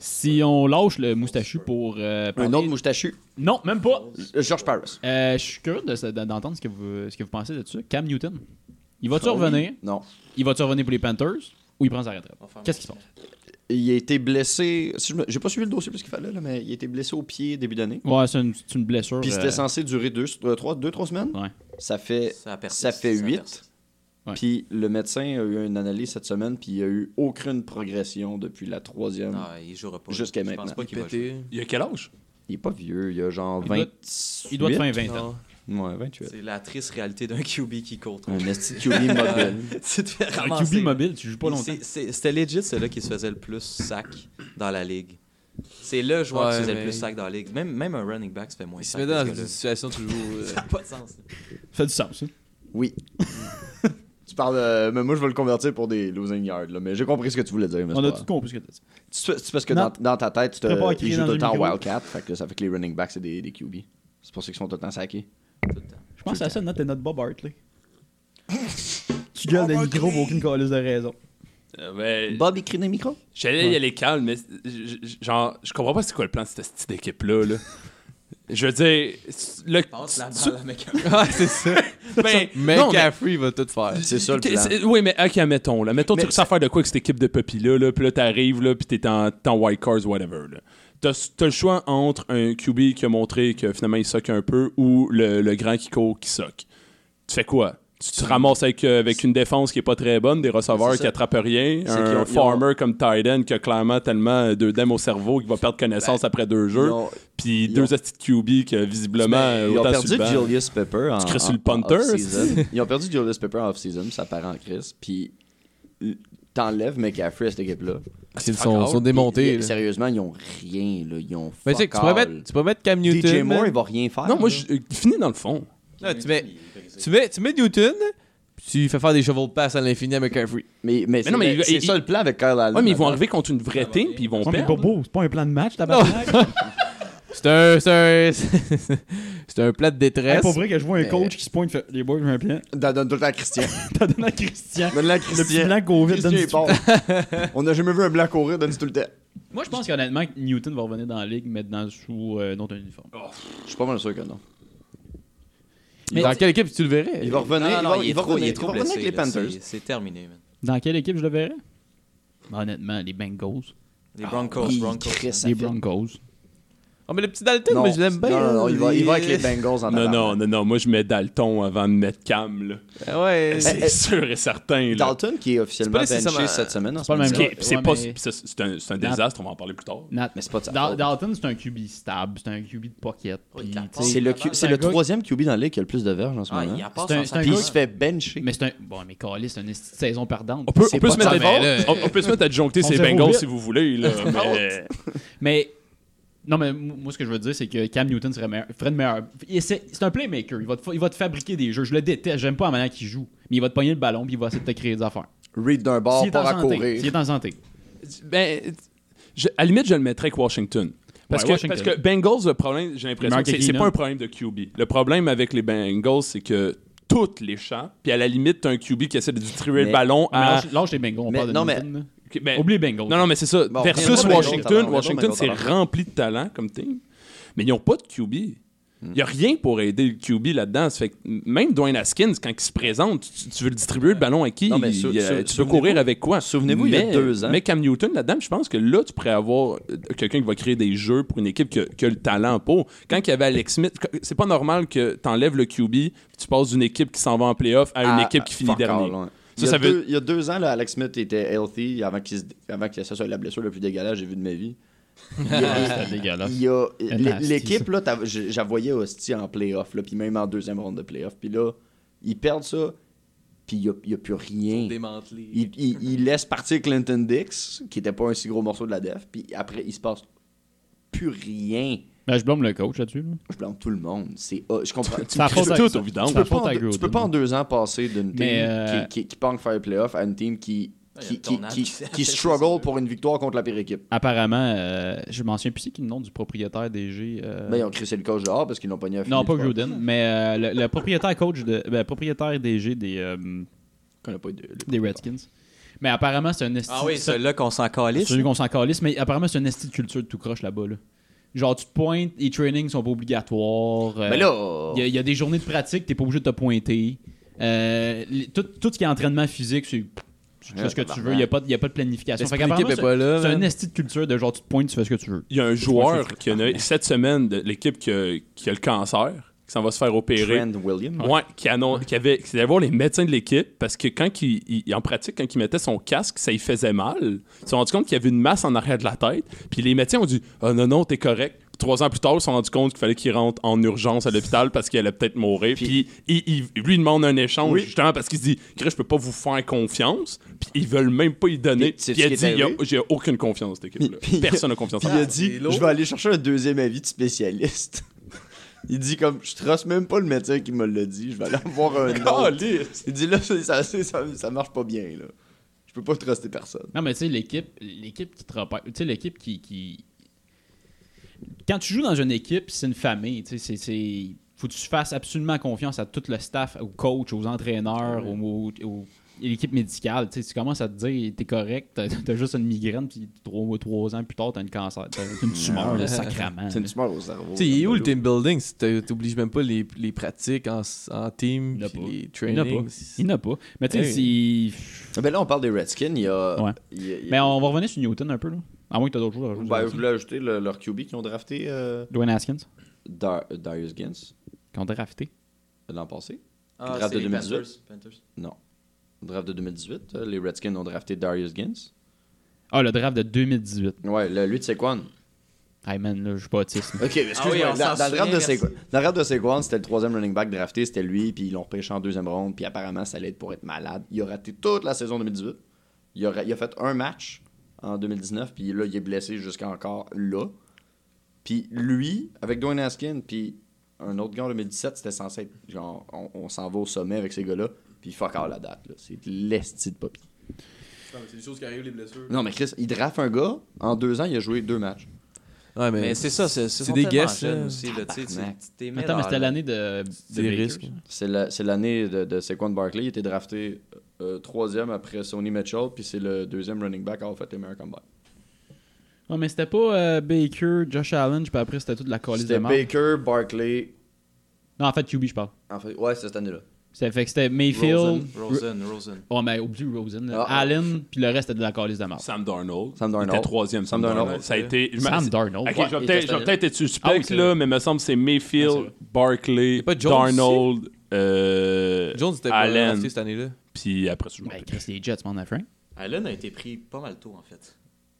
S7: Si on lâche le moustachu pour. euh, parler-
S4: Un autre moustachu,
S7: Non, même pas.
S4: Ah, George Paris.
S7: Euh, je suis curieux de ce- d'entendre ce, que vous- ce que vous pensez de ça. Cam Newton. Il va-tu revenir
S8: Ah
S4: Non.
S7: Il va-tu revenir pour les Panthers ou il prend sa retraite Qu'est-ce qui se passe
S4: il a été blessé. si je me- J'ai pas suivi le dossier plus qu'il fallait, là, mais il a été blessé au pied début d'année.
S7: Ouais, c'est une, c'est une blessure.
S4: Puis
S7: euh,
S4: c'était censé durer 2 deux, euh, trois, deux, trois semaines.
S7: Ouais.
S4: Ça fait
S9: Ça, persiste,
S4: ça fait huit.
S9: persiste.
S7: Ouais.
S4: Puis le médecin a eu une analyse cette semaine, puis il n'y a eu aucune progression depuis la troisième.
S9: Ah, il jouera pas.
S4: Jusqu'à
S9: Je pense
S4: maintenant.
S9: pas qu'il va jouer.
S3: Il y a quel âge
S4: Il est pas vieux, il a genre
S7: Il doit-
S4: 28.
S7: Il doit être fin 20 ans.
S8: Non.
S4: Ouais, 28.
S9: C'est la triste réalité d'un QB qui court trop.
S4: Un esti de QB modèle.
S9: C'est de
S8: Ah.
S9: faire
S7: Un
S9: ramasser.
S7: QB mobile, tu joues pas longtemps.
S9: C'est- c'est- C'était legit celui qui se faisait le plus sac dans la ligue. C'est le joueur qui
S8: Ouais,
S9: se faisait
S8: mais-
S9: le plus sac dans la ligue. Même, même un running back se fait moins
S8: Il se
S9: sac
S8: met
S9: que
S8: dans
S9: ce
S8: une
S9: gars-là.
S8: situation toujours. euh,
S9: Ça n'a pas de sens.
S7: Fait du sens, ça.
S4: Oui. tu parles. euh, mais moi, je vais le convertir pour des losing yards, là, mais j'ai compris ce que tu voulais dire. mais
S7: On
S4: c'est
S7: a
S4: pas
S7: tout compris ce que t'as dit.
S4: Tu fais- c'est parce que
S7: Non.
S4: dans, dans ta tête, tu te,
S7: Prépare à
S4: ils
S7: crier
S4: jouent
S7: dans
S4: tout le
S7: un
S4: temps
S7: micro.
S4: Wildcat, fait que ça fait que les running backs, c'est des, des QB. C'est pour ça qu'ils sont tout le temps sackés.
S9: Tout le temps.
S7: Je pense à ça, notre et notre Bob Hartley. tu gueules des micros pour aucune calice de raison.
S3: Euh, ben,
S4: Bob, il crie dans le micro?
S3: J'allais y aller calme, mais j- j- genre, je comprends pas c'est quoi le plan de cette petite équipe-là. là. Je veux dire, le.
S9: Passe la
S3: tu-
S9: balle à mec.
S8: ah, c'est ça.
S3: ben,
S8: Mais
S3: non, mais-
S8: McCaffrey va tout faire.
S4: C'est ça, le
S3: T'es-
S4: plan.
S3: c'est- Oui, mais ok, mettons. Là. Mettons,
S4: Mais
S3: tu réussis à faire de quoi avec cette équipe de pupilles-là, là, puis là, t'arrives, là, puis t'es en, t'es en wild cards, whatever. Là. T'as, t'as le choix entre un QB qui a montré que finalement il soque un peu ou le, le grand qui court qui soque. Tu fais quoi? Tu te ramasses avec, euh, avec une défense qui est pas très bonne, des receveurs
S4: C'est ça.
S3: qui attrapent rien,
S4: C'est qu'ils
S3: un
S4: ont-
S3: farmer comme Tyden qui a clairement tellement de dèmes au cerveau qu'il va perdre connaissance après deux
S4: Ben, Ils
S3: jeux,
S4: ont,
S3: puis
S4: ils
S3: deux
S4: ont- Ben,
S3: astuces QB que visiblement
S4: ils ont
S3: autant
S4: perdu
S3: sur le banc.
S4: Julius Pepper en,
S3: Tu cries sur
S4: en-
S3: le
S4: en
S3: punter,
S4: off-season. Ils ont perdu Julius Pepper en off-season, ça part en crise, puis euh, t'enlèves McCaffrey à cette équipe-là.
S8: Ils sont, sont démontés.
S4: Ils-
S8: là.
S4: Sérieusement, ils ont rien, là. Ils ont
S8: Mais tu sais,
S4: fuck
S8: que tu pourrais
S4: all.
S8: mettre, tu pourrais mettre Cam Newton.
S4: DJ
S8: man.
S4: Moore, il va rien faire.
S3: Non, moi,
S4: là.
S3: je, euh, finis dans le fond.
S8: Non, tu mets, tu mets, tu mets Newton, puis tu fais faire des shovel pass à l'infini à McCaffrey.
S4: Mais, mais, c'est-
S3: non, mais
S4: mais
S3: il-
S4: c'est
S3: il-
S4: ça le plan avec Kyle Allen.
S3: Ouais, mais ils vont
S4: maintenant.
S3: arriver contre une vraie team, puis ils vont
S7: C'est
S3: perdre.
S7: pas beau, c'est pas un plan de match, tabarnak.
S8: C'est un, c'est un, c'est un plat de
S7: C'est
S8: détresse.
S7: pas vrai que je vois un coach qui se pointe, fait Les boys, j'ai un plan.
S4: Donne donne tout le temps à Christian.
S7: T'as donné à Christian.
S4: Donne-le à
S7: Le petit
S4: Christian.
S7: blanc Covid
S4: Christian
S7: donne
S4: est bon. On n'a jamais vu un blanc courir, donne tout le temps.
S7: Moi, je pense qu'honnêtement, que Newton va revenir dans la ligue, mais dans sous euh, notre uniforme.
S4: Je suis pas mal sûr que non.
S7: Mais-
S8: Dans quelle équipe tu le verrais
S4: Il va revenir,
S9: Non,
S4: il va-
S9: non, non,
S4: il va
S9: trop-
S4: revenir- il
S9: trop
S4: va revenir
S9: blessé,
S4: avec les
S9: là.
S4: Panthers.
S9: C'est- C'est terminé, man.
S7: Dans quelle équipe je le verrais Ben, Honnêtement, les Bengals.
S9: Les Broncos,
S4: Il
S9: Broncos.
S4: crée sa
S7: les
S4: fête.
S7: Broncos.
S8: Oh, mais le petit Dalton, moi, je l'aime bien.
S4: Non, non, non,
S8: hein.
S4: il va, il va avec les Bengals en
S3: Non,
S4: avant.
S3: non, non, non, moi je mets Dalton avant de mettre Cam. Là.
S8: Ah Ouais.
S3: C'est sûr et certain. Là.
S4: Eh, Dalton qui est officiellement
S8: C'est pas
S4: benché
S8: nécessairement-
S4: cette semaine. en
S7: C'est pas le
S4: ce
S7: même
S3: Ok,
S4: moment.
S7: gars.
S3: pis c'est
S7: Ouais,
S3: pas,
S7: mais-
S3: pis ça, c'est un, c'est un désastre, on va en parler plus tard.
S7: Nat-
S4: Mais c'est pas de sa
S7: Dal-
S4: faute.
S7: Dalton, c'est un QB stable, c'est un QB de pocket.
S9: Oui,
S7: puis,
S9: il apporte.
S7: tu sais,
S4: C'est le, Q- c'est
S7: un
S4: le
S7: gars-
S4: troisième QB dans la ligue qui a le plus de verges en ce
S9: Ah, il
S4: moment. hein.
S9: y a pas
S7: C'est un-
S9: sans
S7: c'est un
S4: Puis
S9: sac.
S4: il se fait bencher.
S7: Mais c'est un. Bon, mais Calais, c'est une esti de saison perdante.
S3: On peut,
S4: C'est
S3: on peut
S4: pas
S3: se mettre
S4: de sa
S8: faute.
S3: à, on, on peut se mettre à joncter
S7: On
S3: ces
S7: s'est
S3: Bengals
S7: rouvert.
S3: si vous voulez. Là, mais...
S7: Mais. Non, mais m- moi, ce que je veux dire, c'est que Cam Newton serait meilleur, ferait de meilleur. il essaie- C'est un playmaker. Il va, te, fa- il va te fabriquer des jeux. Je le déteste. J'aime pas la manière qu'il joue. Mais il va te pogner le ballon puis il va essayer de te créer des affaires.
S4: Reed d'un bord,
S7: S'il est, en
S4: part Oh, à
S7: santé,
S4: courir.
S7: s'il est en santé.
S3: ben, je- à la limite, je le mettrais avec Washington. Parce,
S7: Ouais,
S3: que,
S7: Washington.
S3: parce que Bengals, le problème, j'ai l'impression
S7: Mark
S3: que c'est- c'est
S7: Keenum.
S3: pas un problème de QB. Le problème avec les Bengals, c'est que toutes les champs, puis à la limite, t'as un QB qui essaie de distribuer
S4: Mais-
S3: le ballon
S7: Ah, Mais
S3: à.
S7: lâche, lâche les Bengals. On
S4: Ah. mais-
S7: parle de
S4: non,
S7: Newton, là.
S3: Ok, ben,
S7: Oublie les Bengals.
S3: Non, non, mais c'est ça.
S4: Bon,
S3: Versus
S4: reviendrons,
S3: Washington,
S4: reviendrons,
S3: Washington,
S4: reviendrons,
S3: c'est
S4: reviendrons.
S3: rempli de talent comme team. Mais ils n'ont pas de QB.
S4: Hmm.
S3: Il n'y a rien pour aider le QB là-dedans. Ça fait que même Dwayne Haskins, quand il se présente, tu, tu veux le distribuer le ballon à qui
S4: Non, mais
S3: Il-
S4: sou-
S3: il-
S4: sou-
S3: Tu peux
S4: souvenez-vous-
S3: courir avec quoi
S4: souvenez-vous, il y a
S3: Mais-
S4: deux ans.
S3: Mais Cam Newton, là-dedans, je pense que là, tu pourrais avoir euh, quelqu'un qui va créer des jeux pour une équipe qui a, qui a le talent pour. Quand il y avait Alex Smith, qu- c'est pas normal que tu enlèves le QB puis tu passes d'une équipe qui s'en va en playoff à une
S4: Ah,
S3: équipe qui
S4: ah,
S3: finit
S4: fuck all,
S3: dernier.
S4: ouais.
S3: Ça,
S4: il, y a
S3: ça veut-
S4: deux, il y a deux ans, là, Alex Smith était healthy avant qu'il se- avant que ça soit la blessure la plus dégueulasse que j'ai vue de ma vie. Il y a-
S7: Ah, C'est dégueulasse.
S4: il y a-
S7: Nasty,
S4: l'équipe là, t'av- je- je la voyais hostie en playoff là, puis même en deuxième ronde de playoff, puis là ils perdent ça, puis il y a, il y a plus rien.
S8: démantelé.
S4: Il, il- il laisse partir Clinton Dix, qui était pas un si gros morceau de la def, puis après il se passe plus rien.
S7: Ben, je blâme le coach là-dessus. là.
S4: Je blâme tout le monde. C'est ah, je comprends.
S3: Tu
S7: Ça
S3: me crisses
S7: apporte-
S3: tout
S7: ça-
S3: au vidange.
S4: Tu peux,
S7: Ça
S4: pas
S7: compte
S4: en,
S7: à
S4: deux- tu peux
S7: Gruden.
S4: pas en deux ans passer d'une team
S7: Mais, euh,
S4: qui, qui, qui pogne faire les playoffs à une team qui,
S9: Il y a
S4: qui, qui,
S9: le tournage
S4: qui-
S9: qui s'est
S4: qui
S9: fait,
S4: struggle
S9: c'est
S4: pour une victoire contre la pire équipe.
S7: Apparemment, euh, je m'en souviens plus c'est qui le nom du propriétaire DG. euh,
S4: Ben, ils ont crissé le coach dehors parce qu'ils n'ont pas ni à
S7: non,
S4: finir
S7: pas
S4: de faire.
S7: Gruden, mais euh, le, le propriétaire coach de, ben, propriétaire DG des, euh,
S4: Qu'on a pas eu de- le-
S7: des Redskins. Mais apparemment, c'est un esti.
S9: Ah oui,
S7: c'est
S9: celui-là qu'on s'en
S7: c'est
S9: calisse.
S7: celui qu'on s'en calisse, mais apparemment, c'est un esti de culture de tout croche là-bas. Là. Genre, tu te pointes, les trainings sont pas obligatoires. euh,
S4: Mais Ben là,
S7: Il y a- il y, a des journées de pratique, t'es pas obligé de te pointer. Euh, les- tout, tout ce qui est entraînement physique, c'est Tu fais ce que tu veux, il n'y a, pas de- y a pas de planification.
S8: L'esprit
S7: Fait qu'apparemment,
S8: d'équipe est
S7: c'est-
S8: pas là,
S7: C'est un
S8: man.
S7: esti de culture de genre, tu te pointes, tu fais ce que tu veux.
S3: Il y a un joueur qui en a-
S7: Ah, merde.
S3: cette semaine, de l'équipe qui, a- qui a le cancer, qui s'en va se faire opérer.
S4: Trent Williams.
S3: Ouais, qui, annon- qui avait, qui allait voir les médecins de l'équipe parce que quand il, il- en pratique, quand il mettait son casque, ça lui faisait mal. Ils se sont rendus compte qu'il y avait une masse en arrière de la tête. Puis les médecins ont dit Ah non, non, t'es correct. Trois ans plus tard, ils se sont rendus compte qu'il fallait qu'il rentre en urgence à l'hôpital parce qu'il allait peut-être mourir. Puis, il- il- lui, il demande un échange, justement, parce qu'il se dit Chris, je peux pas vous faire confiance. Puis ils veulent même pas y donner.
S4: Puis, tu sais
S3: Puis il a
S4: ce qui
S3: dit
S4: est
S3: Il y a-
S4: arrivé?
S3: J'ai aucune confiance, cette équipe-là.
S4: Puis- puis-
S3: Personne n'a confiance en
S4: Puis il a dit Je vais aller chercher un deuxième avis de spécialiste. Il dit comme je trace même pas le médecin qui me l'a dit, je vais aller en voir un autre. Il dit là c'est- ça, c'est- ça, ça marche pas bien là. Je peux pas truster personne.
S7: Non, mais tu sais, l'équipe, l'équipe qui te repère- tu sais, l'équipe qui, qui- Quand tu joues dans une équipe, c'est une famille, tu sais, c'est- c'est... Faut que tu fasses absolument confiance à tout le staff, au coach, aux entraîneurs, aux, aux- aux- et l'équipe médicale. Tu sais, tu commences à te dire, t'es correct, t'as, t'as juste une migraine, puis trois, trois ans plus tard, t'as une cancer, t'as une tumeur, là, sacrament.
S4: C'est une tumeur au cerveau.
S8: Tu sais, il est où le
S4: Comme
S8: team building si t'as- t'obliges même pas les, les pratiques en, en team,
S7: Il n'a
S8: puis
S7: pas.
S8: les
S7: Il n'a pas.
S8: trainings?
S7: Il n'a pas. Mais tu sais,
S8: Hey.
S7: si-
S4: Ah, Ben là on parle des Redskins, il y a.
S7: Ouais.
S4: il y a- il y a-
S7: Mais on va revenir sur Newton un peu, là. À moins que t'as d'autres choses à rajouter.
S4: Ben, je voulais ajouter le- leur QB qui ont drafté euh,
S7: Dwayne Haskins,
S4: Dar- Darius Gins
S7: qu'on a drafté.
S4: l'an passé.
S9: Ah,
S4: Draft de
S9: c'est les
S4: 2018.
S9: Panthers. Panthers.
S4: Non. Draft de 2018, euh, les Redskins ont drafté Darius Gins.
S7: Ah, le draft de 2018.
S4: Ouais, le, lui de Saquon.
S7: Hey man, là, je suis pas autiste. là.
S4: Ok, excuse-moi.
S9: Ah oui, on
S4: dans,
S9: s'en
S4: dans le draft de
S9: souvient,
S4: Saquon- dans le draft de Saquon, c'était le troisième running back drafté, c'était lui, puis ils l'ont pêché en deuxième ronde, puis apparemment, ça allait être pour être malade. Il a raté toute la saison 2018. Il a, ra- il a fait un match en 2019, puis là, il est blessé jusqu'à encore là. Puis lui, avec Dwayne Haskins, puis un autre gars en 2017, c'était censé être genre, on, on s'en va au sommet avec ces gars-là, puis fuck all la date, là. C'est de l'esti de papy.
S8: C'est des choses qui arrivent, les blessures.
S4: Non, mais Chris, il draft un gars, en deux ans, il a joué deux matchs.
S8: Ouais, mais,
S9: Mais c'est ça, c'est
S8: c'est des guests. là.
S9: aussi. Là, tu sais,
S4: Tabarnak.
S9: tu- tu t'es mis
S7: Attends, mais
S9: dans-
S7: c'était l'année de, de
S8: C'est des
S7: Baker,
S8: risques.
S7: ça.
S4: C'est la- c'est l'année de, de Saquon Barkley. Il était drafté euh, troisième après Sony Mitchell, puis c'est le deuxième running back à avoir fait les meilleurs comebacks.
S7: Ouais, mais c'était pas euh, Baker, Josh Allen, puis après c'était toute la colise de
S4: C'était
S7: mort.
S4: Baker, Barkley.
S7: Non, en fait, QB, je parle.
S4: En fait, ouais, c'est cette année-là.
S7: C'était, fait que c'était Mayfield.
S9: Rosen, Rosen.
S7: Oh, mais oublie Rosen. là.
S4: Ah, ah.
S7: Allen, puis le reste c'était de la colise de mort.
S3: Sam Darnold.
S4: Sam
S3: Il
S4: Darnold.
S3: était troisième, Sam,
S4: Sam
S3: Darnold.
S4: Darnold.
S3: Ça a été... je me-
S7: Sam Darnold.
S3: Ok,
S7: Ouais.
S3: je vais
S4: il
S3: peut-être
S4: était
S3: je vais
S4: solide.
S3: peut-être être
S7: Ah
S3: suspect,
S7: oui, c'est
S3: là,
S7: vrai.
S3: mais me semble que c'est
S7: Ouais, c'est
S3: Mayfield,
S7: vrai.
S3: Barkley,
S8: pas Jones
S3: Darnold, euh,
S8: Jones était pas
S3: Allen,
S8: drafté cette année-là.
S3: puis après ça, je m'en
S7: Ben,
S3: rappelle.
S7: Chris, les Jets, mon affaire.
S9: Allen a été pris pas mal tôt, en fait.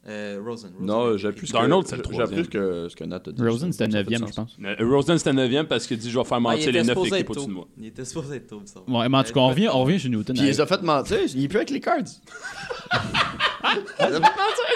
S9: Euh, Rosen, Rosen.
S4: Non,
S9: j'appuie
S4: j'appuie
S3: ce
S4: ce
S3: que- Darnold, c'est le
S4: que,
S3: troisième.
S4: ce que Nat a dit.
S7: Rosen, c'était
S4: Ça fait
S7: 9ème,
S4: sens.
S7: je pense.
S3: Euh, Rosen, c'était 9e parce qu'il dit Je vais faire mentir les 9 équipes au-dessus de moi.
S9: Il était supposé être tôt, ça.
S7: Ouais, mais en tout cas, on revient, on revient chez Newton.
S4: Puis il les a fait mentir. Il est plus avec les Cards. Il les a fait mentir.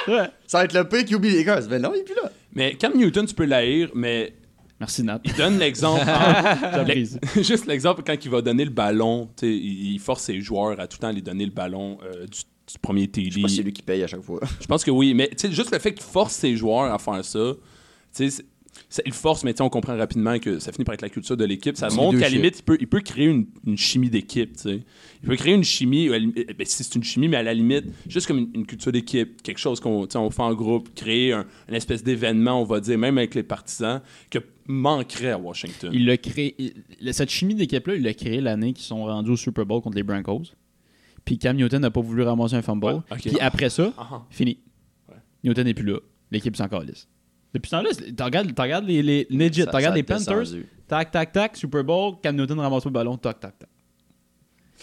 S7: Ouais.
S4: Ça va être le P qui oublie les Cards. Mais non, il est plus là.
S3: Mais Cam Newton, tu peux l'haïr, mais
S7: Merci, Nat.
S3: il donne l'exemple. en-
S7: Surprise.
S3: Juste l'exemple, quand il va donner le ballon, tu sais, il il force ses joueurs à tout le temps les donner le ballon euh, du, du premier TD.
S4: Je sais pas si c'est lui qui paye à chaque fois.
S3: Je pense que oui, mais tu sais, juste le fait qu'il force ses joueurs à faire ça, tu sais, c'est- ça- il force, mais tu sais, on comprend rapidement que ça finit par être la culture de l'équipe. Ça
S8: C'est
S3: montre qu'à la
S8: leadership.
S3: limite, il peut, il peut créer une, une chimie d'équipe, tu sais. Il peut créer une chimie, ou à la limi- eh ben, si c'est une chimie, mais à la limite, juste comme une, une culture d'équipe, quelque chose qu'on tu sais, on fait en groupe, créer un, une espèce d'événement, on va dire, même avec les partisans, que manquerait à Washington.
S7: Il l'a créé. il- Cette chimie d'équipe-là, il l'a créé l'année qu'ils sont rendus au Super Bowl contre les Broncos. Puis Cam Newton n'a pas voulu ramasser un fumble.
S3: Ouais, ok.
S7: Puis après ça,
S3: Ah,
S7: fini. Newton n'est plus là. L'équipe s'en calisse. Depuis ce temps-là, c'est- t'en regardes, t'en regardes les, les legit,
S4: Ça-
S7: t'en
S4: ça
S7: regardes
S4: a
S7: les Panthers,
S4: descendu.
S7: tac, tac, tac, Super Bowl, Cam Newton ramasse pas le ballon, tac, tac, tac.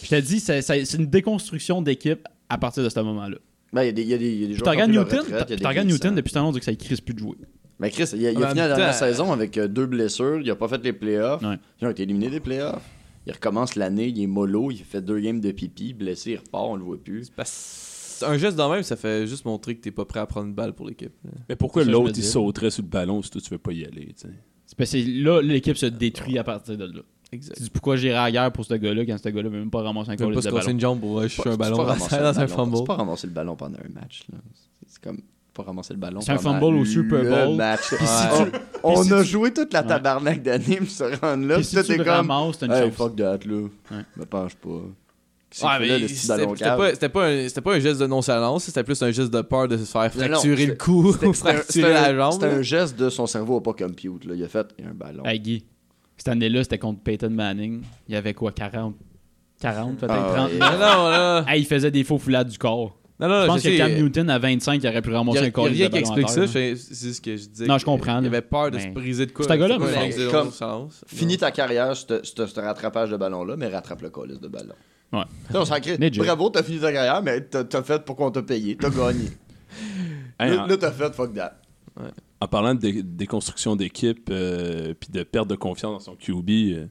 S7: Je te dis, c'est c'est- c'est une déconstruction d'équipe à partir de ce moment-là.
S4: Ben, il y a des, il y a des, il y a des
S7: Puis
S4: joueurs
S7: t'en
S4: qui ont
S7: regardes
S4: pris leur
S7: Newton,
S4: retraite, il y a
S7: t'en
S4: des
S7: regardes Newton
S4: vieillissants.
S7: depuis ce temps, on dit que ça ne crise plus de jouer.
S4: Mais Chris, il a, il a
S8: En
S4: fini la
S8: même
S4: dernière
S8: temps-
S4: saison avec euh, deux blessures. Il n'a pas fait les playoffs.
S7: Ouais.
S4: Ils ont été éliminés des playoffs. Il recommence l'année, il est mollo, il fait deux games de pipi, blessé, il repart, on le voit plus.
S8: Parce- Un geste dans même, ça fait juste montrer que t'es pas prêt à prendre une balle pour l'équipe.
S3: Mais pourquoi
S7: C'est ça que je
S3: l'autre,
S7: me
S3: il
S7: dis.
S3: sauterait sur le ballon si toi, tu veux pas y aller, tu sais?
S7: C'est parce que là, l'équipe se détruit à partir de là. Tu
S8: Exact.
S7: dis pourquoi j'irai à la guerre pour ce gars-là quand ce gars-là veut même pas ramasser un
S8: Tu veux
S7: call
S8: pas se
S7: de
S8: casser
S7: ballon.
S8: une jambe pour euh,
S4: Tu
S8: chuter
S4: peux
S8: un
S4: pas
S8: ballon dans
S4: ramasser le
S8: dans un
S4: ballon. Tu peux
S8: fumble.
S4: pas ramasser le ballon pendant un match. là. C'est- C'est comme pas ramasser le ballon.
S7: C'est un
S4: pendant
S7: fumble au
S4: le
S7: Super Bowl.
S4: match.
S7: si tu-
S4: on
S7: puis si
S4: on a
S7: tu-
S4: joué toute la
S7: Ouais.
S4: tabarnak d'anime se rendre là.
S7: Puis
S4: Puis
S7: si
S4: toi,
S7: tu
S4: t'es
S7: le
S4: comme.
S7: ramasses, t'as une
S4: Hey,
S7: chance.
S4: fuck that, là.
S7: Ouais.
S4: Me penche pas. Qu'est-ce qu'il fait
S8: Ouais,
S4: là,
S8: mais
S4: le
S8: c'était-
S4: style ballon
S8: c'était
S4: cave?
S8: pas, c'était pas un- c'était pas un geste de nonchalance, c'était plus un geste de peur de se faire
S4: Non, non,
S8: fracturer le
S4: c'était-
S8: cou,
S4: C'était- c'était un-
S8: fracturer
S4: c'était
S8: la
S4: un,
S8: jambe.
S4: c'était un
S8: là.
S4: geste de son cerveau a pas compute. Là. Il a fait il y a un ballon.
S7: Hey Guy, cette année-là, c'était contre Peyton Manning. Il y avait quoi, 40 40, peut-être
S4: Ah,
S7: 30.
S4: ouais.
S8: Non, là.
S7: Hey, il faisait des faux foulades du corps.
S8: Non, non,
S7: Je pense
S8: sais,
S7: que Cam
S8: euh,
S7: Newton, à 25, il aurait pu
S8: Il y
S7: ramasser
S8: a,
S7: un
S8: il y a
S7: corps
S8: rien
S7: de
S8: qui
S7: ballon hein. à
S8: explique ça,
S7: terre, là.
S8: je- c'est ce que je disais.
S7: Non, je
S8: que-
S7: comprends,
S8: Il
S7: là.
S8: avait peur de se
S7: Mais-
S8: briser de quoi.
S7: C'est un gars-là,
S8: Fait que
S4: mais-
S8: c'est zéro
S4: comme-
S8: sens.
S4: Finis ta carrière, ce ce- ce rattrapage de ballon-là, mais rattrape le colis de ballon.
S7: Ouais.
S4: Tu sais, on s'en crie.
S7: Legit.
S4: Bravo, t'as fini ta carrière, mais t'as t'as fait pour qu'on t'a payé. T'as gagné. là,
S3: Hey, Hein,
S7: hein.
S3: en-
S4: là, t'as fait, fuck that.
S3: En parlant de dé- déconstruction d'équipe euh, puis de perte de confiance dans son QB, euh,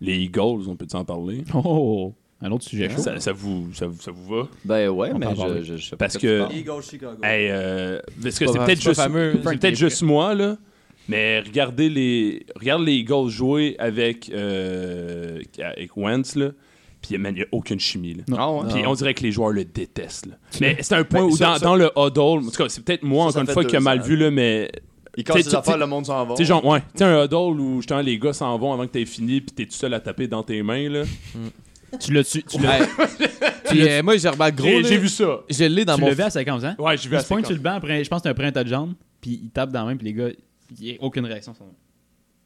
S3: les Eagles, on peut en parler.
S7: Oh, un autre sujet chaud.
S3: Ça, ça vous, ça, vous- ça vous va?
S4: Ben ouais,
S7: On peut en
S4: mais je,
S7: parler.
S4: je, je sais
S3: Parce
S4: pas de quoi
S3: que-
S4: tu
S9: Eagles Chicago.
S3: Hey, euh, parce que
S8: pas
S3: c'est
S8: fa-
S3: peut-être
S8: c'est pas
S3: juste,
S8: fameux.
S3: c'est
S7: Frank
S3: peut-être
S7: est prêt.
S3: juste moi, là. Mais regardez les, regardez les Eagles jouer avec, euh, avec Wentz, là. Puis, man, il n'y a aucune chimie, là.
S4: parles. Ah ouais.
S3: Puis on dirait que les joueurs le détestent. là. Mais c'est un point
S4: Ben,
S3: où
S4: ça-
S3: dans,
S4: ça-
S3: dans le huddle, en tout cas, c'est peut-être moi,
S4: Ça, ça
S3: encore une
S4: fait
S3: fois, qui a
S4: deux
S3: mal
S4: ans.
S3: vu, là, mais
S4: Ils
S3: T'sais,
S4: cassent
S3: t'sais,
S4: les affaires,
S3: t'sais,
S4: le monde s'en va.
S3: Tu sais, genre, ouais, tu sais, un huddle où justement les gars s'en vont avant que t'aies fini, puis t'es tout seul à taper dans tes mains, là.
S7: Tu l'as tu, tu l'as-
S8: Hey. Puis, euh, moi, j'ai remarqué gros.
S3: J'ai
S8: là,
S3: j'ai vu ça.
S8: Je l'ai dans
S7: tu
S8: mon.
S7: l'as vu à 50 ans?
S3: Ouais, j'ai vu
S7: Il
S3: à
S7: se pointe sur
S3: 50.
S7: le banc, après, je pense que c'est un prêt à tas de jambes, puis il tape dans la main, puis les gars, il n'y a aucune réaction. sur le-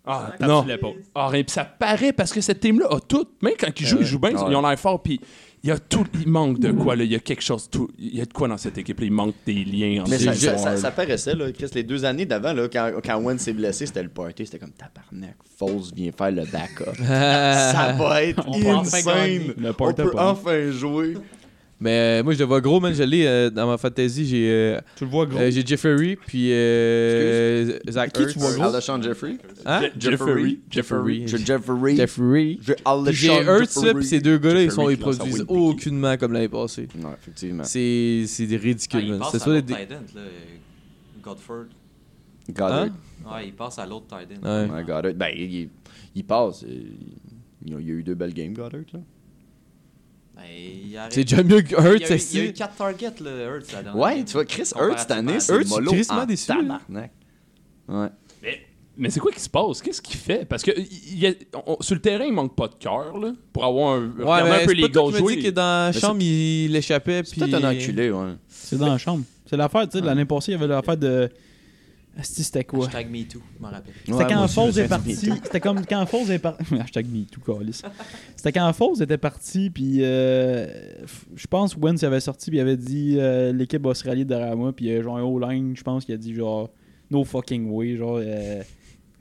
S3: Ah,
S7: Tape
S3: non.
S7: sur l'épaule.
S3: Ah, rien. Puis ça paraît parce que cette team-là a tout. Même quand ils jouent, ils jouent bien, ils ont l'air forts, puis il y a tout. Il manque de quoi, là. Il y a quelque chose. tout- Il y a de quoi dans cette équipe-là. Il manque des liens entre
S4: Mais ça,
S3: les
S4: ça,
S3: joueurs.
S4: ça- ça paraissait, là, Chris, les deux années d'avant, là, quand, quand Wentz s'est blessé, c'était le party, c'était comme tabarnak. Foles vient faire le backup. ça va être
S7: On peut enfin
S4: insane.
S7: gagner. Le
S4: On
S7: party
S4: peut
S7: pas.
S4: enfin jouer.
S8: Mais euh, moi, je le vois gros, man. Je l'ai euh, dans ma fantasy. J'ai euh,
S7: Tu le vois gros.
S8: euh, j'ai Jeffery, puis euh, Zach Ertz.
S4: Alshon Jeffrey.
S8: Hein?
S3: Jeffery.
S8: Jeffery.
S4: J'ai Jeffrey.
S8: Jeffery.
S4: J'ai
S8: Puis J'ai
S4: Alshon
S8: Hurts, là, puis ces deux gars-là, ils,
S3: Jeffery
S8: sont, ils
S3: qui lance à
S8: produisent
S3: Wayne Gretzky.
S8: aucunement comme l'année passée.
S4: Non, effectivement.
S8: C'est c'est
S9: Ah,
S8: ridicule,
S9: il
S8: man.
S9: passe
S8: C'est
S9: à
S8: soit
S9: l'autre
S8: des.
S9: tight end, là, euh, Godford.
S4: Goddard.
S8: Hein?
S9: Ouais, il passe à l'autre tight end.
S8: Ouais.
S4: Ouais, Goddard. Ben, il, il- il passe. Il, il y a eu deux belles games, Goddard. Là.
S9: Ben, il arrête-
S8: C'est déjà mieux que
S9: Il y
S8: Hurts,
S9: a eu- il y a eu
S8: esti.
S9: 4 targets, le Hurts, la dernière
S4: Ouais,
S9: game.
S4: tu vois, Chris Hurts,
S9: Comparativement
S4: cette année,
S9: à-
S4: c'est
S8: Hurts,
S4: mollo
S8: crissement
S4: en
S8: déçu, là.
S4: tabarnak. Ouais.
S3: Mais, mais c'est quoi qui se passe? Qu'est-ce qu'il fait? Parce que il- il y a- on- sur le terrain, il manque pas de cœur, là. Pour avoir un.
S8: Ouais,
S3: regarder
S8: mais
S3: un peu les
S8: c'est pas toi
S3: Eagles
S8: qui me
S3: jouer.
S8: dit que dans la
S4: c'est-
S8: chambre, il l'échappait,
S4: C'est
S8: puis...
S4: peut-être un enculé, ouais.
S7: C'est dans la chambre. C'est l'affaire, tu sais, l'année passée, il y avait l'affaire de. Asti, c'était quoi?
S9: Hashtag MeToo, je m'en rappelle.
S7: C'était
S4: Ouais, moi
S7: quand
S4: aussi,
S7: Foles
S4: je
S7: est
S4: sais
S7: parti.
S4: du MeToo.
S7: C'était comme quand Foles est parti. Hashtag MeToo, câlisse. C'était quand Foles était parti, puis euh, f- je pense Wentz avait sorti, puis il avait dit euh, l'équipe va se rallier derrière moi, puis euh, genre un O-line, je pense qu'il a dit genre no fucking way, genre euh,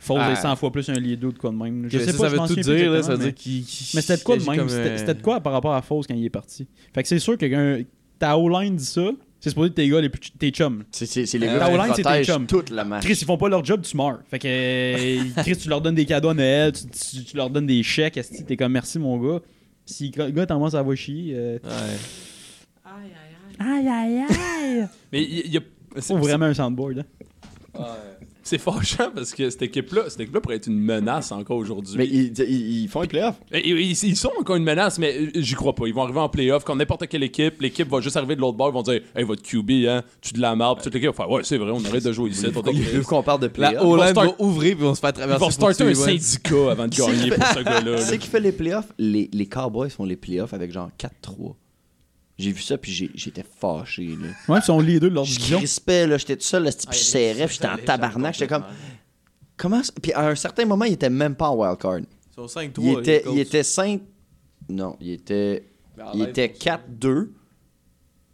S7: Foles
S8: Ah.
S7: est 100 fois plus un lié deux de quoi de même. Je
S8: Je
S7: sais
S8: ça,
S7: pas,
S8: ça
S7: je m'en
S8: veut tout
S7: souviens plus
S8: dire, là, ça
S7: exactement,
S8: veut
S7: mais-
S8: dire qu'il... qu'il-
S7: mais c'était de quoi de
S8: qu'il agit
S7: même?
S8: comme,
S7: C'était
S8: euh,
S7: c'était de quoi par rapport à Foles quand il est parti? Fait que c'est sûr que quand ta O-line dit ça, c'est supposé être tes gars, les plus ch- tes chums.
S4: C'est- C'est c'est les
S8: Euh,
S4: gars
S7: Caroline,
S4: qui
S7: c'est tes
S4: protègent
S7: chums.
S4: toute la marque.
S7: Chris, ils font pas leur job, tu meurs. Fait que euh, Chris, tu leur donnes des cadeaux à Noël, tu, tu- tu leur donnes des chèques, esti, t'es comme merci mon gars. Si le gars t'envoie ça va chier, euh,
S4: Ah.
S8: Ouais.
S3: Mais il il y a. c'est-
S7: faut vraiment un soundboard. Hein.
S3: C'est fâchant parce que cette équipe-là, cette équipe-là pourrait être une menace encore aujourd'hui.
S4: Mais ils, ils- ils font les playoffs.
S3: Et- et- Ils, ils sont encore une menace, mais euh, j'y crois pas. Ils vont arriver en playoff comme n'importe quelle équipe. L'équipe va juste arriver de l'autre bord. Ils vont dire Hey, votre QB, hein, tu de la marde. Puis Toute l'équipe va faire Ouais, c'est vrai, on arrête de jouer ici. on doit-
S4: Vu qu'on parle de
S8: La
S4: playoffs.
S3: vont
S8: O-line va
S3: start-
S8: ouvrir, puis on se fait
S3: Ils
S8: traverser.
S3: vont
S8: pour
S3: starter un
S8: tuer Wentz.
S3: syndicat avant de
S4: C'est-
S3: gagner pour ce gars-là. là.
S8: euh,
S4: C'est qui fait les playoffs? Les, les Cowboys font les playoffs avec genre 4-3. J'ai vu ça, puis j'ai- j'étais fâché. Là.
S7: Ouais, ils sont les deux de leur
S4: Je
S7: division.
S4: crispais, là, j'étais tout seul, là, puis je
S9: Ah,
S4: serrais,
S9: il-
S4: puis j'étais en
S9: il-
S4: tabarnak. J'étais comme,
S9: complètement.
S4: comment ça- Puis à un certain moment, il était même pas en wildcard.
S8: Ils sont 5-3,
S4: Il était,
S8: les Colts.
S4: il était 5. Non, il était,
S9: Ah,
S4: il
S9: ben,
S4: était 4-2,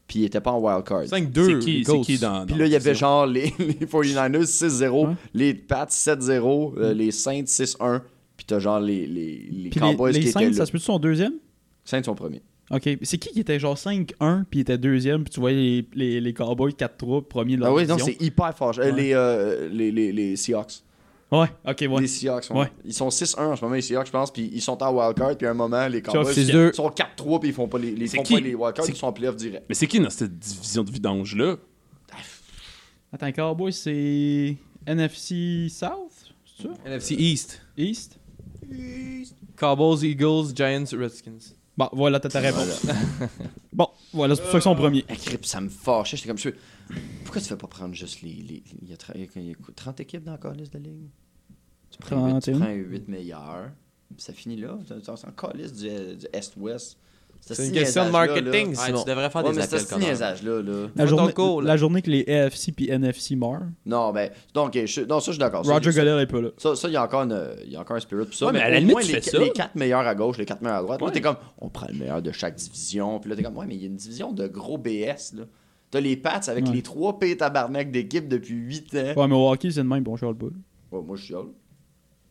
S4: puis il était pas en wildcard.
S8: 5-2,
S3: C'est qui,
S8: les
S3: c'est
S8: Colts.
S3: qui dans.
S4: Puis
S3: dans-
S4: là, il y avait genre les, les 49ers 6-0,
S7: Ouais.
S4: les Pats 7-0, euh, les Saints 6-1, puis t'as genre les, les, les
S7: Puis
S4: Cowboys
S7: les, les
S4: qui
S7: Saints,
S4: étaient là.
S7: ça se peut-tu son deuxième?
S4: Saints sont premiers.
S7: Ok, c'est qui qui était genre 5-1 puis il était deuxième puis tu voyais les, les, les Cowboys 4-3 premier de leur
S4: Ah oui, non,
S7: division?
S4: c'est hyper fort. Euh,
S7: Ouais.
S4: les, euh, les, les, les Seahawks.
S7: Ouais, ok, ouais.
S4: Les Seahawks, ouais.
S7: Ouais.
S4: ils sont 6-1 en ce moment, les Seahawks, je pense, puis ils sont en wildcard, puis à un moment, les Cowboys
S8: c'est
S4: ils
S8: eux.
S4: sont 4-3, puis ils font pas les, les,
S3: C'est
S4: font
S3: qui?
S4: pas les wildcards,
S3: C'est-
S4: ils sont en playoff direct.
S3: Mais c'est qui dans cette division de vidange-là
S7: Attends, Cowboys c'est NFC South? c'est ça?
S8: NFC East.
S7: East?
S8: Cowboys, Eagles, Giants, Redskins.
S7: Bon, voilà, t'as ta réponse. bon, voilà, c'est pour ça qu'ils sont premiers.
S4: Ah, crip, ça me fâchait, j'étais comme, je- pourquoi tu fais pas prendre juste les... les- Il y a tra- il y a- il y a 30 équipes dans la colise de ligue. Tu prends, huit- tu
S7: 31.
S4: prends 8 meilleurs, puis ça finit là. Tu- tu- C'est en colise du, du Est-Ouest.
S8: C'est une question de marketing,
S9: Ouais,
S8: Simon.
S9: tu devrais faire
S4: Ouais,
S9: des
S4: mais c'est
S9: appels
S4: ce
S9: comme ça.
S4: niaisage-là, là.
S9: Pas
S7: La
S9: ton
S7: journée,
S9: cours, là.
S7: la journée que les AFC puis NFC meurent,
S4: Non, ben, donc, je, suis- non, ça, je suis d'accord. Ah, Ça,
S7: Roger
S4: ça-
S7: Goodell est pas là.
S4: Ça, ça, il y a encore une- il y a encore un spirit pour ça.
S3: Ouais, mais à
S4: au
S3: la limite,
S4: moins,
S3: tu
S4: les,
S3: fais ça.
S4: les quatre meilleurs à gauche, les quatre meilleurs à droite. Là,
S3: Ouais.
S4: t'es comme, on prend le meilleur de chaque division. Puis là, t'es comme, ouais, mais il y a une division de gros BS, là. T'as les Pats avec
S7: Ouais.
S4: les trois P tabarnak d'équipe depuis 8 ans.
S7: Ouais, mais au hockey, c'est le même, bon, Charles Bull.
S4: Ouais, moi, je suis Ben, hâte.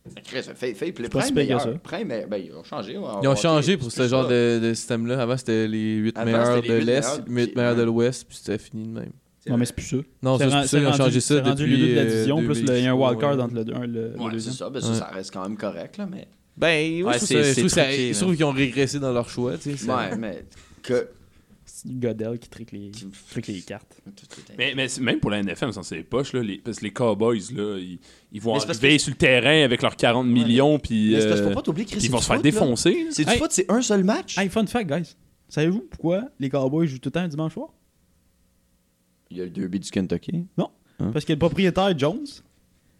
S4: Ça crée ça. Fais, fais,
S7: pas
S4: prends le
S7: si pire que
S4: meilleur.
S7: ça.
S4: Prends le meilleur. Ben, ils ont changé. ouais,
S8: Ils ont
S4: ok,
S8: changé pour ce
S4: c'est
S8: genre
S4: ça.
S8: de, de système-là. Avant, c'était les 8
S4: Avant,
S8: meilleurs
S4: c'était
S8: de
S4: les huit
S8: l'Est,
S4: meilleurs,
S8: 8
S4: puis-
S8: meilleurs de l'Ouest, puis c'était fini de même.
S7: Non, mais c'est plus ça.
S8: Non, ça, c'est
S7: C'est ren-
S8: pour
S7: c'est
S8: ça qu'ils ont
S7: rendu-
S8: changé
S7: c'est
S8: ça
S7: rendu
S8: depuis...
S7: les deux de la
S8: euh,
S7: division, plus le- il y a un
S8: 2008,
S7: wildcard
S8: ouais.
S7: entre le, deux- un- le- le
S4: Ouais, c'est
S7: deuxième.
S4: ça. Ben, ça, ça reste quand même correct, là, mais.
S8: Ben, oui,
S9: Ouais,
S8: je trouve
S9: c'est-
S8: ça- je
S9: c'est
S8: trouve ça-
S9: truqué,
S8: je trouve qu'ils ont régressé dans leur choix, tu sais. c'est-
S4: Ouais, mais. Que.
S7: C'est Goodell qui trique les, qui trique les cartes.
S3: Mais, mais c'est- même pour la NFL, ça, c'est poche, là, les, parce que les Cowboys, là, ils, ils vont
S4: Mais c'est parce
S3: arriver sur le terrain avec leurs 40 millions, puis
S4: Mais c'est parce
S3: euh,
S4: qu'il faut pas t'oublier, Chris.
S3: puis ils vont se faire
S4: c'est du foot, là.
S3: défoncer. là.
S4: C'est du
S7: Hey.
S4: foot, c'est un seul match.
S7: Hey, fun fact, guys. Savez-vous pourquoi les Cowboys jouent tout le temps un dimanche soir?
S4: Il y a le derby du Kentucky.
S7: Parce que le propriétaire Jones,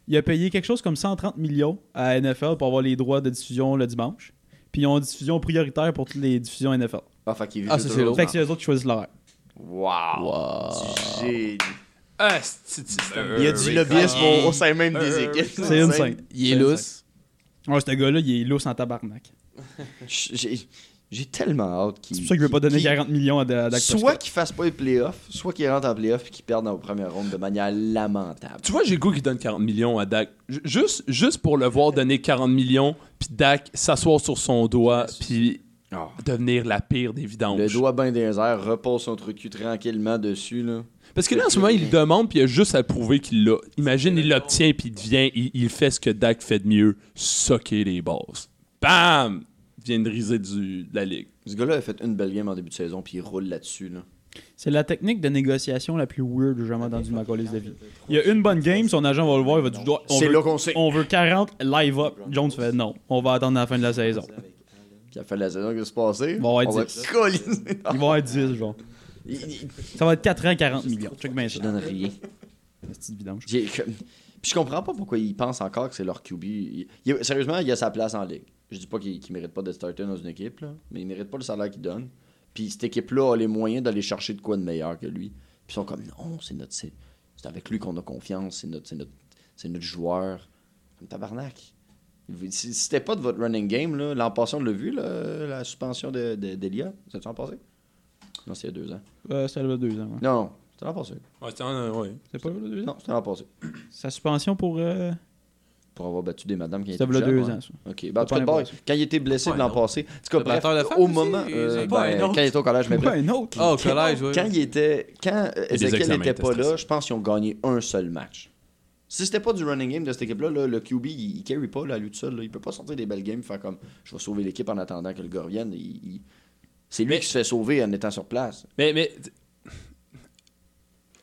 S7: il a payé quelque chose comme 130 millions à NFL pour avoir les droits de diffusion le dimanche. Puis ils ont une diffusion prioritaire pour toutes les diffusions NFL.
S4: Ah, fait qu'il
S8: Ah, ça, c'est l'autre.
S7: Fait que c'est eux autres qui choisissent l'horaire.
S4: Wow.
S3: Ah, c'est- c'est- c'est un-
S4: Il y a du lobbyisme au, au sein même des équipes.
S7: C'est une scène.
S8: Il est lousse.
S7: Ouais, ce gars-là, il est lousse en tabarnak.
S4: J'ai j'ai tellement hâte qu'il.
S7: C'est pour ça qu'il veut pas donner
S4: qu'il-
S7: 40 millions à, Da- à Dak
S4: Soit
S7: Prescott.
S4: qu'il fasse pas les playoffs, soit qu'il rentre en playoffs et qu'il perde dans la première ronde de manière lamentable.
S3: Tu vois, j'ai le goût qu'ils donnent 40 millions à Dak. Ju- Juste, juste pour le voir donner 40 millions, puis Dak s'asseoir sur son doigt, puis
S4: Ah.
S3: devenir la pire des vidanges.
S4: Le doigt bain des airs, repose son truc cul tranquillement dessus. Là.
S3: Parce que là, en ce moment, il le demande, puis il a juste à prouver qu'il l'a. Imagine, il l'obtient, puis il devient, il, il fait ce que Dak fait de mieux, socker les bases. Bam! Il vient de riser du, de la ligue.
S4: Ce gars-là a fait une belle game en début de saison puis il roule là-dessus. Là.
S7: C'est la technique de négociation la plus weird que j'ai jamais entendue de ma colise de vie. Il y a une bonne game, son agent va le voir, il va dire doigt.
S4: C'est là qu'on sait.
S7: On veut 40 live up. Jones fait non, on va attendre la fin de la saison.
S4: Puis à la fin de la saison, qu'est-ce qui s'est passé?
S7: Bon, ouais,
S4: on va
S7: dix.
S4: coller.
S7: Il va être 10, genre.
S4: Il- il-
S7: Ça va être 4 ans, 40 millions. Check bien
S4: Je
S7: ça.
S4: donne rien.
S7: Petite vidange.
S4: J'ai- que- Puis je comprends pas pourquoi il pense encore que c'est leur QB. Il- il- Sérieusement, il a sa place en ligue. Je dis pas qu'il qu'il mérite pas de starter dans une équipe, là, mais il mérite pas le salaire qu'il donne. Puis cette équipe-là a les moyens d'aller chercher de quoi de meilleur que lui. Puis ils sont comme non, c'est notre c'est c'est avec lui qu'on a confiance, c'est notre c'est notre c'est notre joueur. Comme tabarnak. Vous- Si si c'était pas de votre running game là, l'an passé on l'a vu là, la suspension de de- d'Elliott, c'est l'an passé Non, c'est il y a deux ans.
S7: Euh, ça le 2 ans. ouais.
S4: Non, non, c'était l'an passé.
S3: Ouais, c'est un- ouais.
S7: C'est pas le 2 ans.
S4: Non, c'était l'an passé.
S7: Sa suspension pour. Euh...
S4: Pour avoir battu des madames qui étaient
S7: Ça le
S4: plus jeunes,
S7: 2
S4: ouais.
S7: ans, ça.
S4: OK. Ben, en tout
S7: pas
S4: cas, bon,
S7: l'impression.
S4: quand il était blessé de l'an passé, en tout cas, bref,
S8: batteur de femmes
S4: au
S8: aussi,
S4: moment,
S8: ils
S4: euh,
S8: ont
S4: ben,
S8: pas un autre.
S4: quand il était au collège, mais
S7: Pas
S4: bref,
S7: un autre.
S8: Ah, au collège, oui.
S4: quand il était, quand euh,
S3: Et des
S4: Ezekiel
S3: examens
S4: n'était pas
S3: étaient
S4: là,
S3: stressants.
S4: je pense qu'ils ont gagné un seul match. Si c'était pas du running game de cette équipe-là, là, le QB, il, il carry pas là, à lui tout seul. là. Il peut pas sortir des belles games, faire comme je vais sauver l'équipe en attendant que le gars revienne. Il- il- C'est lui
S3: Mais-
S4: qui se fait sauver en étant sur place.
S3: Mais, mais t-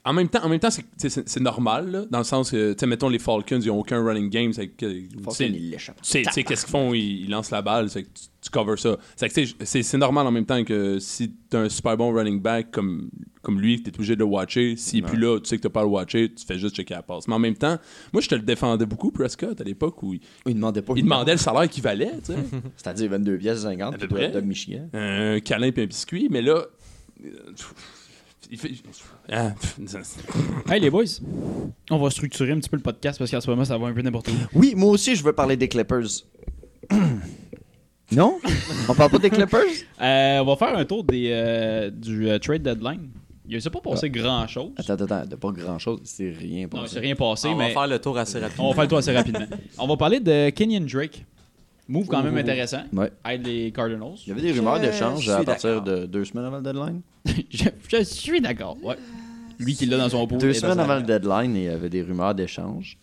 S3: en même temps, en même temps, c'est- c'est- c'est c'est normal, là, dans le sens que, tu sais, mettons les Falcons, ils ont aucun running game, c'est que- tu
S4: Falcon,
S3: sais, tu
S4: il l'échappe.
S3: sais, tu sais qu'est-ce qu'ils font, ils, ils lancent la balle, c'est que tu, tu covers ça. C'est que, tu sais, C'est c'est normal en même temps que si t'as un super bon running back comme comme lui, que t'es obligé de le watcher, s'il est plus là, tu sais que t'as pas à le watcher, tu fais juste checker la passe. Mais en même temps, moi je te le défendais beaucoup, Prescott, à l'époque où il,
S4: Il demandait pas.
S3: il demandait le salaire qu'il valait, tu sais.
S4: C'est-à-dire 22 pièces 50
S3: À
S4: puis
S3: peu
S4: de,
S3: près.
S4: de Michigan.
S3: un câlin puis un biscuit, mais là, euh, il fait... Ah,
S7: Hey, les boys, on va structurer un petit peu le podcast parce qu'en ce moment, ça va un peu n'importe où.
S4: Oui, moi aussi, je veux parler des Clippers. non? On parle pas des Clippers?
S7: Euh, on va faire un tour des, euh, du euh, trade deadline. Il ne s'est pas passé grand-chose.
S4: Ah. Attends, Ah, attends, attends, de pas grand chose, c'est rien pour
S7: Non, il s'est rien passé,
S9: On va
S7: mais
S9: faire le tour assez rapidement.
S7: on va faire le tour assez rapidement. on va parler de Kenyon Drake. Move quand même intéressant.
S4: Ouais.
S7: Aide les Cardinals.
S4: Il y avait des rumeurs d'échange
S9: suis
S4: à partir
S9: d'accord.
S4: de deux semaines avant le deadline.
S7: je, je suis d'accord. Ouais. Lui qui l'a dans son pot.
S4: Deux
S7: est
S4: semaines
S7: dans sa-
S4: avant le deadline, il y avait des rumeurs d'échange.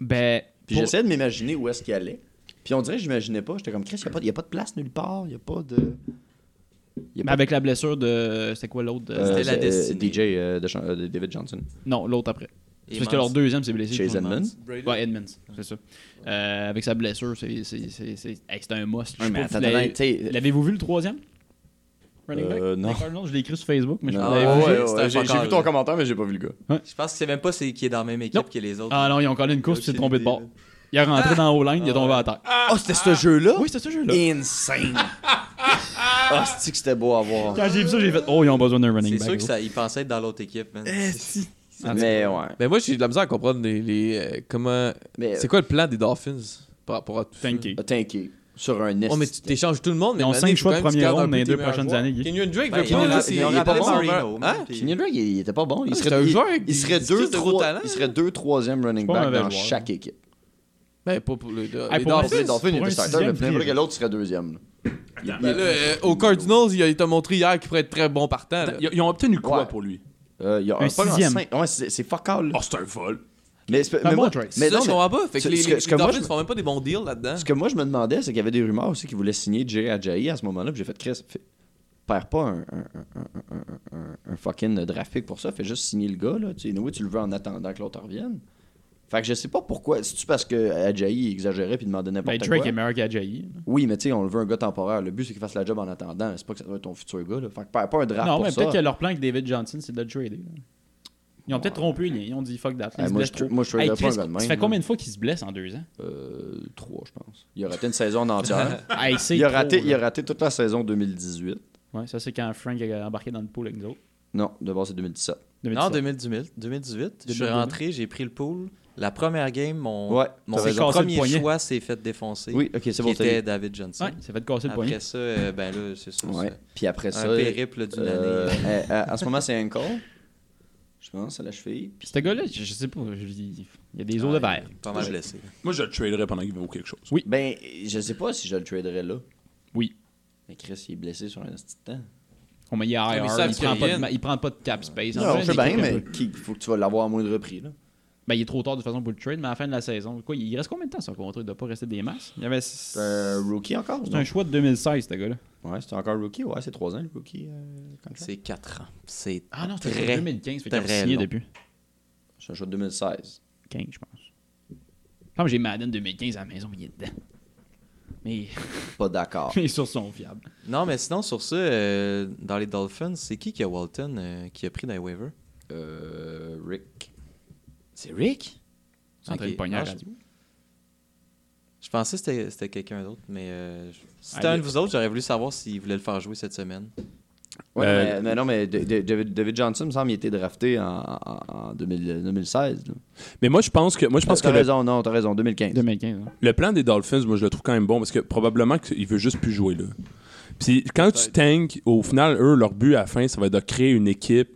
S7: Ben,
S4: Puis
S7: pour-
S4: j'essayais de m'imaginer où est-ce qu'il allait. Puis on dirait que j'imaginais pas. J'étais comme, Chris, il n'y a, pas de place nulle part. Il n'y a pas de. y a
S7: mais
S4: pas
S7: avec la blessure de. C'était quoi l'autre
S4: de-
S7: euh,
S9: c'était
S4: euh,
S9: la
S4: euh,
S9: destinée.
S4: DJ euh, de, Chan- euh, de David Johnson.
S7: Non, l'autre après. C'est
S9: Et
S7: parce que leur
S9: Mans.
S7: deuxième s'est blessé.
S4: Chase
S7: je pense.
S4: Edmonds.
S7: Ouais, Edmonds, c'est ça. Euh, avec sa blessure, c'est c'est- c'est- c'est- hey, c'est un must. Je sais
S4: mais
S7: pas
S4: attends,
S7: si vous l'avez-
S4: attends, tu sais-
S7: L'avez-vous vu le troisième Running back
S4: Euh, non.
S7: Les Cardinals, je l'ai écrit sur Facebook, mais je
S4: Non.
S7: pense que
S9: Ah
S7: vous l'avez
S9: ouais,
S7: vu.
S9: ouais, ouais, j'ai- j'ai vu ton
S4: commentaire, mais j'ai pas vu le gars.
S9: Je pense que c'est même pas c'est qui est dans la même équipe
S7: Non.
S9: que les autres.
S7: Ah non, ils ont collé une course, il s'est trompé de bord. Il est rentré dans la O-line, il est tombé à terre.
S4: Ah, c'était ce jeu-là?
S7: Oui, c'était ce jeu-là.
S4: Insane! Ah, c'est que c'était beau à voir.
S7: Quand j'ai vu ça, j'ai fait Oh, ils ont besoin d'un running
S9: C'est
S7: back.
S9: sûr
S7: gros.
S9: qu'ils pensaient être dans l'autre équipe, man.
S7: Eh,
S4: Mais ouais.
S8: Mais moi, j'ai de la misère à comprendre les, les, euh, comment.
S4: Mais
S8: C'est quoi le plan des Dolphins par rapport à tout ça?
S7: Tanké.
S4: euh, t'inquiète. Sur un nest.
S8: Oh, mais tu t'échanges tout le monde, mais
S7: Ils ont
S8: maintenant,
S7: cinq
S8: il faut
S7: choix de
S8: quand même que tu
S7: première
S8: gardes un
S7: ronde
S8: peu
S7: dans les
S8: tes
S7: deux
S8: meilleurs
S7: prochaines
S8: joueurs.
S7: années, Guy.
S8: Kenyon Drake
S9: Ben,
S8: veut
S9: il
S8: pas, là,
S9: est là-
S8: c'est-
S9: il est
S8: il est
S9: rappelé
S8: pas bon.
S9: par
S8: Hein?
S9: Reno, man, puis-
S4: Kenyon Drake, il il était pas bon. Il
S8: Ah,
S4: serait,
S8: c'est un
S4: il-
S8: joueur avec
S4: il serait
S8: des
S4: deux,
S8: skills de
S4: trois-
S8: gros talent.
S4: il serait deux, troisième running
S7: pas un
S4: back
S7: mauvais
S4: dans
S7: joueur.
S4: chaque équipe.
S8: Ben, pas pour le-
S7: Ah,
S8: les
S7: pour moi,
S8: Dolphins.
S7: c'est-
S4: Les Dolphins, il
S7: pour un
S4: était starter, mais
S7: sixième
S4: n'importe
S7: prix,
S4: quel autre serait deuxième. là.
S8: Ben là, euh, au Cardinals, il a- il t'a montré hier qu'il pourrait être très bon partant. là.
S3: Ils, ils ont obtenu quoi
S4: Ouais.
S3: pour lui?
S4: Euh, il y a pas
S7: Un
S4: grand
S7: sixième.
S4: cinq. Ouais, c'est c'est fuck all. là.
S8: Ah,
S3: Oh, c'est un vol.
S4: Mais c'est-
S7: Un
S4: mais
S7: bon
S4: moi-
S7: trace.
S8: Mais
S4: mais
S8: ça,
S4: non,
S8: je
S4: mais-
S8: comprends pas. Fait que
S4: ce-
S8: les,
S4: ce que-
S8: les-
S4: ce
S8: les
S4: que moi,
S8: Dolphins
S4: je-
S8: font même pas des bons deals là-dedans.
S4: Ce que moi, je me demandais, c'est qu'il y avait des rumeurs aussi qui voulaient signer Jay Ajayi à ce moment-là. Puis j'ai fait, Chris, fais- perds pas un, un- un- un- un- un fucking draft pick pour ça. Fais juste signer le gars. Là. Tu, sais, anyway, tu le veux en attendant que l'autre revienne. Fait que je sais pas pourquoi. C'est-tu parce que Ajayi exagérait puis demandait n'importe
S7: Ben,
S4: quoi?
S7: Drake est meilleur qu'Ajayi.
S4: Oui, mais tu sais, on le veut un gars temporaire. Le but, c'est qu'il fasse la job en attendant. C'est pas que ça doit être ton futur gars. Là. Fait que perds pas un draft
S7: Non,
S4: pour
S7: mais
S4: ça.
S7: peut-être que leur plan avec David Johnson, c'est de le trader. là. Ils ont peut-être trompé les Ils ont dit fuck that.
S4: Eh,
S7: Ils se
S4: moi,
S7: blessent
S4: je tra-
S7: trop.
S4: moi, je traderais pas un
S7: Chris,
S4: gars de
S7: Ça
S4: même,
S7: fait
S4: là.
S7: combien de fois qu'ils se blessent en deux ans
S4: Euh, trois, je pense. Il a raté une saison en entière.
S7: Hey, c'est
S4: il, a
S7: trop,
S4: raté,
S7: là.
S4: il a raté toute la saison 2018.
S7: Ouais, ça, c'est quand Frank a embarqué dans le pool avec nous autres.
S4: Non, de base, c'est 2017.
S9: Non,
S7: 2017.
S9: 2018, 2018 je suis
S7: 2018.
S9: rentré, j'ai pris le pool. La première game, mon,
S4: Ouais,
S9: mon
S4: t'as
S7: raison. Cassé le
S9: premier
S7: poignet.
S9: choix s'est fait défoncer.
S4: Oui, ok, c'est
S9: qui
S4: bon. t'as eu.
S9: était David Johnson.
S7: Ouais, ça fait de casser le poignet.
S9: Après ça, euh, ben là, c'est sûr.
S4: Ouais.
S9: c'est
S4: Puis après ça.
S9: Un périple d'une
S4: euh,
S9: année.
S4: euh, euh, à ce moment, c'est ankle. Je pense, à la cheville.
S7: Puis ce gars-là, je, je sais pas, je dis, il y a des os de
S9: Ouais,
S7: verre.
S9: Pas mal blessé.
S3: Moi, je le traderais pendant qu'il vaut quelque chose.
S7: Oui.
S4: Ben, je sais pas si je le traderais là.
S7: Oui.
S4: Mais Chris, il est blessé sur un petit temps.
S7: On met IR,
S8: mais
S7: il,
S8: ils savent
S7: prend
S8: qu'il
S7: pas
S8: y a
S7: de,
S8: une.
S7: ma- il prend pas de cap space. En
S4: Non,
S7: fait,
S4: je
S7: il
S4: sais bien,
S7: est-
S4: mais il faut que tu vas l'avoir à moindre prix. Là.
S7: Ben, il est trop tard de toute façon pour le trade, mais à la fin de la saison, quoi, il reste combien de temps son contrat Il doit pas rester des masses. Il y avait.
S4: C'est
S7: C'est
S4: un rookie encore ou non?
S7: un choix de 2016, ce gars-là.
S4: Ouais, c'est encore rookie. Ouais, c'est 3 ans le rookie. euh, contract.
S9: C'est 4 ans. C'est
S7: Ah non, c'était
S9: très.
S7: 2015, fait qu'il a
S9: très
S7: signé
S9: long.
S7: depuis.
S4: C'est un choix de 2016.
S7: 15, je pense. Comme j'ai Madden 2015 à la maison, il est dedans. Mais
S4: Pas d'accord.
S7: mes sources sont fiables.
S9: Non, mais sinon, sur ça, euh, dans les Dolphins, c'est qui qui a Walton euh, qui a pris dans les waivers
S4: euh, Rick.
S9: C'est Rick
S7: Ils sont en train de
S9: Ok.
S7: pogner à la
S9: Ah,
S7: radio.
S9: Je pensais que c'était- c'était quelqu'un d'autre, mais euh, je- si c'était
S7: Ah,
S9: un
S7: il-
S9: de vous autres, j'aurais voulu savoir s'il voulait le faire jouer cette semaine.
S4: Ouais,
S3: Euh,
S4: mais, mais non, mais D- D- David, David Johnson, il me semble, il a été drafté en, en, en 2000 2016. là.
S3: Mais moi, je pense que, moi, je pense que
S4: T'as
S3: le,
S4: raison, non, t'as raison, 2015.
S7: 2015, hein.
S3: le plan des Dolphins, moi, je le trouve quand même bon parce que probablement qu'il veut juste plus jouer là. Puis quand tu tanks, au final, eux, leur but à la fin, ça va être de créer une équipe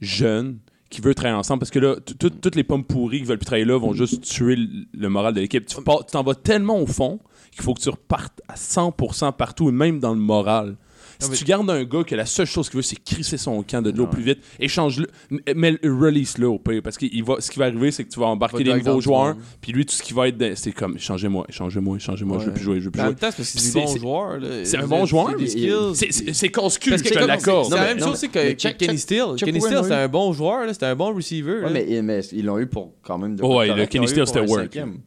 S3: jeune qui veut travailler ensemble parce que là, tout- tout- toutes les pommes pourries qui veulent plus travailler là vont juste tuer le, le moral de l'équipe. Tu pars- tu t'en vas tellement au fond qu'il faut que tu repartes à 100% partout et même dans le moral. Si tu gardes un gars que la seule chose qu'il veut, c'est crisser son camp de l'eau plus vite, échange-le, m- mais release-le au pire. Parce que ce qui va arriver, c'est que tu vas embarquer
S8: Va
S3: des
S8: drag down
S3: nouveaux
S8: tout le
S3: joueurs,
S8: monde.
S3: puis lui, tout ce qui va être, de- c'est comme, changez-moi, changez-moi, changez-moi, je veux plus jouer, je veux plus
S8: Mais en
S3: jouer.
S8: même temps, c'est parce que
S3: Puis
S8: c'est des bons
S3: c'est- c'est-
S8: joueurs. là.
S3: C'est un
S8: Je
S3: bon
S8: veux dire,
S3: joueur,
S8: Bah, c'est
S3: mais-
S8: des skills.
S3: C'est- C'est c'est casse-cul,
S8: Parce
S3: je
S8: que
S3: te
S8: comme-
S3: l'accorde.
S8: C'est la
S4: Non, mais-
S8: même
S4: non,
S8: chose, c'est
S4: mais
S8: que
S4: check- check-
S8: Kenny Steele.
S4: check
S8: Kenny
S4: Warren
S8: Steele, c'est
S4: Moon.
S8: un bon joueur, là, c'est un bon receiver.
S4: Ouais,
S8: là.
S4: mais, mais ils l'ont eu pour quand même. de-
S3: Ouais,
S4: correct,
S3: le
S4: ils l'ont
S3: Kenny
S4: eu
S3: Steele,
S4: pour
S3: c'était
S4: un
S3: work.
S4: cinquième.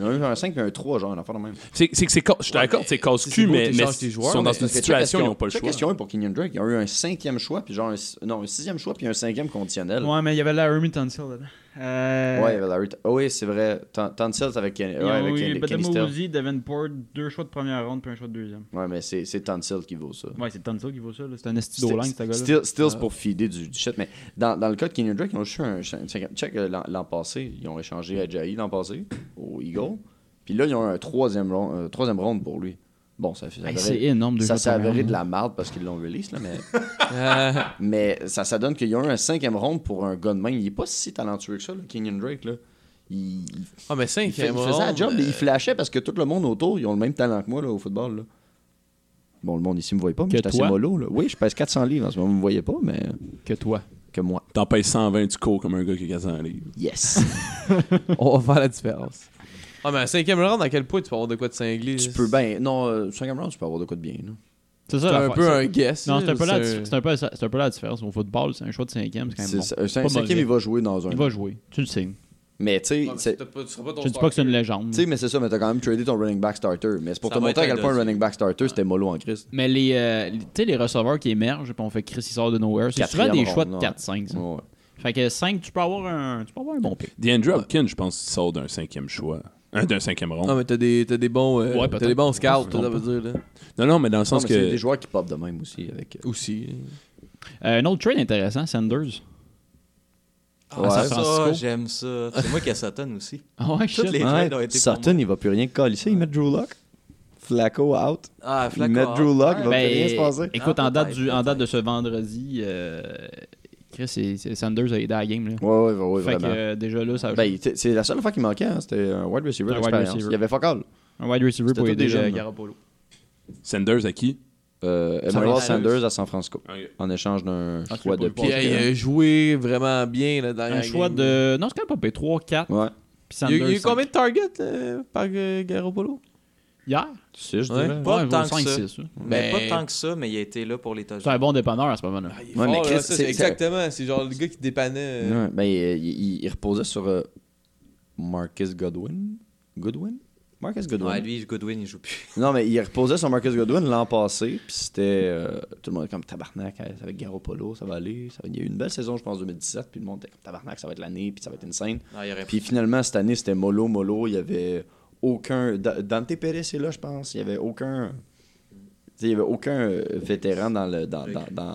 S4: Ils l'ont eu un 5 et un 3, genre, une affaire de même.
S3: C'est c'est que c'est ca- je te l'accorde,
S8: mais
S3: c'est
S8: c'est
S3: casse-cul,
S8: beau,
S3: mais mais
S8: t'échanges tes
S3: ils
S8: joueurs,
S3: sont
S8: mais
S3: dans une
S4: Parce que check
S3: situation,
S4: la
S3: ils n'ont pas le
S4: check
S3: choix.
S4: qu'est-ce qu'ils ont eu pour Kenyon Drake. Ils ont eu un cinquième choix, puis genre un, si- non, un sixième choix, puis un cinquième conditionnel. Ouais,
S7: Ouais, mais il y avait la Hermie Tunsil dedans. Euh,
S4: il y avait Larry. Ah oui, c'est vrai. Tan- Tansil, c'est avec Kenny,
S7: Ils
S4: ouais,
S7: ont
S4: avec
S7: eu
S4: Kenny, Kenny
S7: Badamour
S4: Steele.
S7: Uzi, Davenport, deux choix de première ronde puis un choix de deuxième.
S4: Ouais, mais c'est c'est Tansil qui vaut ça.
S7: Ouais, c'est Tunsil qui vaut ça. là. C'est un esti
S4: Steele,
S7: d'O-line, ce gars-là.
S4: Steele- Steele, c'est pour feeder du, du shit. Mais dans, dans le cas de Kenyon Drake, ils ont juste eu un ch- check- check euh, l'an l'an passé. Ils ont échangé Ajayi l'an passé au Eagle. Puis là, ils ont eu un troisième, round- euh, troisième round pour lui. Bon, ça fait. ça
S7: Hey,
S4: devrait-
S7: c'est énorme, deux
S4: Ça
S7: choix
S4: s'est
S7: de première
S4: avéré
S7: ronde.
S4: de la marde parce qu'ils l'ont release, là, mais,
S8: Euh,
S4: mais ça, ça donne qu'ils ont eu un cinquième round pour un gars de main. Il est pas si talentueux que ça, le Kenyon Drake. Là. Il, il
S8: Ah, mais
S4: fait-
S8: 5
S4: il faisait la
S9: euh,
S4: job, mais il flashait parce que tout le monde autour, ils ont le même talent que moi là, au football. là. Bon, le monde ici me voit pas, mais
S7: Que
S4: j'étais assez
S7: toi?
S4: mollo. là. Oui, je pèse 400 livres en ce moment, vous me voyez pas, mais
S7: Que toi.
S4: que moi.
S3: T'en payes 120 du co comme un gars qui est cassé en livres.
S4: Yes.
S8: On va faire la différence. Ah, mais un cinquième round, à quel point tu peux avoir de quoi de cinglé?
S4: tu
S8: là?
S4: peux ben non, euh, cinquième round, tu peux avoir de quoi de bien. là.
S7: C'est
S8: C'est
S7: ça,
S8: un
S7: l'affaire,
S8: peu
S7: ça.
S8: un guess.
S7: Non,
S8: là,
S7: c'est un peu la-
S8: c'est un-
S7: c'est un peu la- c'est un peu la différence. Au football, c'est un choix de cinquième, c'est quand même
S4: C'est-
S7: bon.
S4: c'est- Un cin-
S7: Pas
S4: cinquième,
S7: mauvais.
S4: il va jouer dans un.
S7: Il va jouer. Tu le signes.
S4: Mais tu sais,
S8: Ouais, mais
S4: c'est-
S8: t'as pas- tu seras pas ton
S7: Je te dis pas que c'est une légende.
S4: tu sais, mais c'est ça, mais t'as quand même tradé ton running back starter. Mais c'est pour
S9: Ça
S4: te
S9: va
S4: montrer à
S9: être un
S4: quel point le
S9: dossier.
S4: running back starter c'était mollo en crise.
S7: Mais les, euh, les- tu sais, les receveurs qui émergent, puis on fait Chris, il sort de nowhere. C'est souvent
S4: Quatrième
S7: des choix
S4: ronde,
S7: de
S4: ouais.
S7: 4-5. ça.
S4: Ouais.
S7: Fait que 5, tu peux avoir un, tu peux avoir un bon pick.
S3: DeAndre Hopkins, je pense qu'il sort d'un cinquième choix. Un d'un cinquième rond.
S8: Non, mais t'as des, t'as des bons, euh,
S3: Ouais,
S8: t'as
S3: peut-être.
S8: des bons scouts,
S3: On
S8: ça veut
S3: peut.
S8: dire. Là.
S3: Non, non, mais dans le sens
S4: mais c'est
S3: que.
S4: des joueurs qui pop de même aussi. Avec...
S8: Aussi.
S7: Euh, un autre trade intéressant, Sanders.
S9: Ah,
S4: Ouais.
S9: ça,
S7: Francisco.
S9: j'aime ça. C'est moi qui ai Sutton aussi.
S7: Ah ouais,
S9: Toutes les
S4: Ouais,
S9: trades ont été pour
S4: Sutton, il va plus rien coller. Ils mettent Drew Lock. Flacco out.
S9: moi. Ah,
S4: Ils
S9: Flacco.
S4: mettent Drew Lock. Il va
S7: Ben,
S4: plus rien se passer.
S7: Écoute,
S9: Ah,
S7: en date,
S9: peut-être,
S7: du, en date
S9: peut-être.
S7: de ce vendredi, euh, Chris et, et Sanders a aidé à la game. Là.
S4: Ouais, ouais, ouais, ouais,
S7: fait que
S4: vraiment.
S7: euh, déjà là, ça a
S4: Ben, t'sais, c'est la seule fois qui manquait. hein, C'était un wide receiver
S7: Un wide
S4: d'expérience.
S7: receiver.
S4: Il y avait fuck all.
S7: un wide receiver
S4: c'était
S7: pour
S4: tous
S7: aider
S4: des jeunes,
S7: euh,
S4: là.
S7: Garoppolo.
S3: Sanders à qui
S4: Euh,
S3: San
S4: Emmanuel
S3: Francisco.
S4: Sanders à San Francisco.
S3: Ok.
S4: En échange d'un
S7: Ah, tu
S4: choix
S7: l'as pas
S4: de
S7: vu
S8: Puis
S4: pick.
S7: passer.
S8: hey, il a joué vraiment bien là, dans
S7: Un choix de. Non, c'est quand même pas payé. 3, 4.
S4: euh, Ouais.
S7: Puis
S8: Il y a- il
S7: Sanders.
S8: y a eu
S7: cinq.
S8: combien de targets euh, par euh, Garoppolo
S7: Hier
S4: Tu sais, je
S8: Ouais.
S4: dirais.
S9: Pas
S7: Ouais, il
S9: tant
S7: vaut
S9: que
S7: 5,
S9: ça.
S7: 6, hein.
S9: Mais
S8: Ben-
S9: pas tant que ça, mais il a été là pour les touchdowns.
S7: C'est un bon dépanneur à ce moment-là.
S8: Ah, Il est
S4: Ouais, mais
S8: fort,
S4: Chris,
S8: là, ça,
S4: c'est-
S8: c'est exactement. C'est genre le gars qui dépannait. euh,
S4: Ouais, ben, il, il- il reposait sur euh, Marcus Godwin. Goodwin? Marcus Goodwin.
S9: Ouais, lui, Goodwin, il joue plus.
S4: Non, mais il reposait sur Marcus Godwin l'an passé, puis c'était euh, tout le monde était comme tabarnak hein, avec Garoppolo, ça va aller. Ça va... Il y a eu une belle saison, je pense, 2017, puis le monde était comme tabarnak, ça va être l'année, puis ça va être insane.
S9: Non, Ah, il aurait
S4: Puis finalement, cette année, c'était mollo, mollo. Il y avait aucun. Da- Dante Pérez est là, je pense. Il y avait aucun. tu sais, Il y avait aucun euh, vétéran dans le, dans, dans, dans,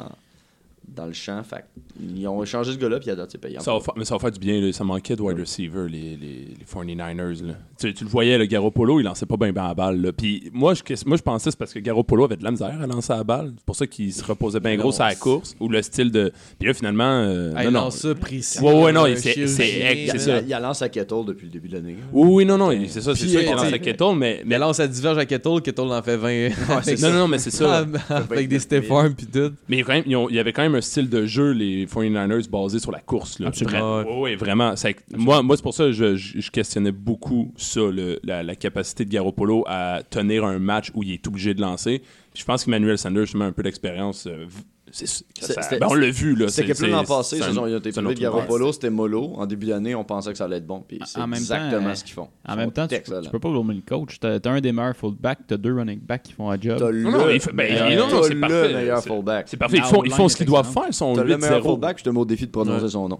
S4: dans le champ. Fait que ils ont échangé ce gars-là, puis il a d'autres payants.
S3: Ça va faire- mais ça va faire du bien, là. ça manquait de wide receiver, les, les, les 49ers. là. Tu, tu le voyais, le Garoppolo, il lançait pas bien bien la balle. là. Puis moi, je, moi, je pensais que c'est parce que Garoppolo avait de la misère à lancer la balle. C'est pour ça qu'il se reposait bien gros sur la course ou le style de. Puis là, finalement. euh,
S8: hey,
S3: non,
S8: non,
S3: non.
S8: ça, précis.
S3: Ouais, ouais, non,
S8: euh,
S3: c'est- c'est-
S8: chirurgien,
S4: Il,
S3: c'est
S4: a-
S8: là.
S4: il
S3: ça.
S4: a- il a lancé à Kettle depuis le début de l'année.
S3: Oui, oui, non, non, il- c'est ça, c'est
S8: Puis,
S3: sûr
S8: euh,
S3: qu'il lance
S8: t'sais-
S3: à Kettle, mais.
S8: Mais
S3: mais
S8: là, on s'est diverge à Kettle, Kettle en fait 20. avec-
S3: non, non, non, mais c'est ça.
S8: avec des step arms pis tout.
S3: Mais il y a quand même- ils ont- il y avait quand même un style de jeu, les 49ers, basé sur la course. Là.
S8: Absolument.
S3: Vra- ouais, ouais, vraiment. Ça- moi, moi c'est pour ça que je, je- je questionnais beaucoup ça, le- la, la capacité de Garoppolo à tenir un match où il est obligé de lancer. Puis je pense qu'Emmanuel Sanders, justement, un peu d'expérience. euh, v- c'est- ça-
S4: c'était-
S3: ben, on l'a vu. là.
S4: C'était
S3: C'est-
S4: que plus
S3: c'est-
S4: l'an passé,
S3: c'est un-
S4: ils ont été
S3: c'est un
S4: privés
S3: autre
S4: de
S3: monde.
S4: Garoppolo, c'était mollo. En début d'année, on pensait que ça allait être bon. Puis c'est
S7: En même temps,
S4: exactement
S7: euh,
S4: ce qu'ils font.
S7: En même temps, tu,
S4: excellent.
S7: tu peux pas blâmer le coach. T'as t'as un des meilleurs fullbacks, t'as deux running backs qui font un job.
S4: T'as
S3: Non, non,
S4: le,
S3: il fait- ben,
S4: t'as
S3: il- non, non,
S4: le
S3: c'est parfait.
S4: meilleur
S3: C'est-
S4: fullback.
S3: C'est parfait. Ils
S7: La
S3: font, ils font
S7: O-line
S3: ce qu'ils
S7: est
S3: doivent
S7: excellente.
S3: faire. Ils sont
S4: T'as le meilleur
S3: 8-0.
S4: fullback, je te mets au défi de prononcer son nom.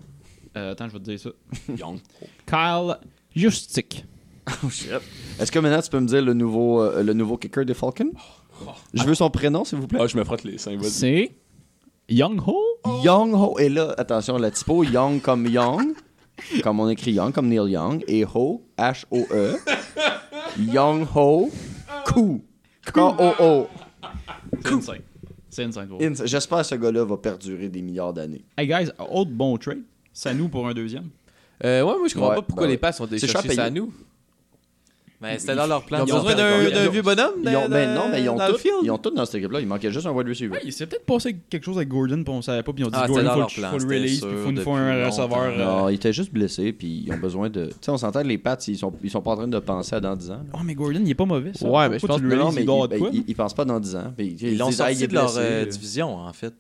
S7: Euh, attends, je vais te dire ça.
S3: Young.
S7: Kyle Justic.
S4: Est-ce que maintenant tu peux me dire le nouveau, euh, le nouveau kicker des Falcons Je veux son prénom, s'il vous plaît.
S3: Ah, je me frotte les seins. vas-y.
S7: C'est Young Ho.
S4: Young Ho. Et là, attention, la typo, Young comme Young, comme on écrit Young, comme Neil Young, et Ho, H-O-E. Young Ho, Ku. K-O-O.
S7: C'est insane. C'est insane. pour
S4: Ins- J'espère que ce gars-là va perdurer des milliards d'années.
S7: Hey guys, autre bon trade. Ça nous pour un deuxième.
S8: Euh, ouais, moi, je comprends
S4: Ouais,
S8: pas pourquoi
S4: ben
S8: les
S4: ouais.
S8: passes ont été
S4: C'est cher à
S8: cherchées
S4: payer.
S8: ça à nous.
S9: Mais c'était dans leur
S8: Ils
S9: plan.
S8: ont
S9: de
S8: besoin
S9: faire
S8: d'un
S4: perdu.
S8: d'un
S4: Ils ont-
S8: vieux bonhomme
S4: Ils ont,
S8: dans-
S4: ben non, mais ils ont,
S8: dans le
S4: tous-
S8: field.
S4: ils ont tous dans cette équipe-là. Il manquait juste un wide receiver.
S7: il s'est peut-être passé quelque chose avec Gordon, puis on savait pas, puis on dit
S9: Ah, c'était dans
S7: Gordon,
S9: leur
S7: faut,
S9: plan,
S7: faut le
S9: c'était
S7: release,
S9: sûr,
S7: puis faut une
S9: depuis
S7: fois un
S9: longtemps.
S7: receveur. euh,
S4: Non, il était juste blessé, puis ils ont besoin de. Tu sais, on s'entend que les Pats, ils sont, ils sont pas en train de penser à dans 10 ans. là.
S7: Oh, mais Gordon, il est pas mauvais, ça.
S8: Ouais, mais je
S7: Pourquoi
S8: pense
S7: tu
S8: que
S7: le
S4: Non,
S7: releases,
S4: mais
S7: il
S4: ils,
S7: doit avoir de quoi?
S4: ben, ils- ils pensent pas dans 10 ans. mais
S9: Ils l'ont
S4: disent, Ah, il
S9: sorti
S4: est
S9: de leur
S4: blessé.
S9: euh, division, en fait.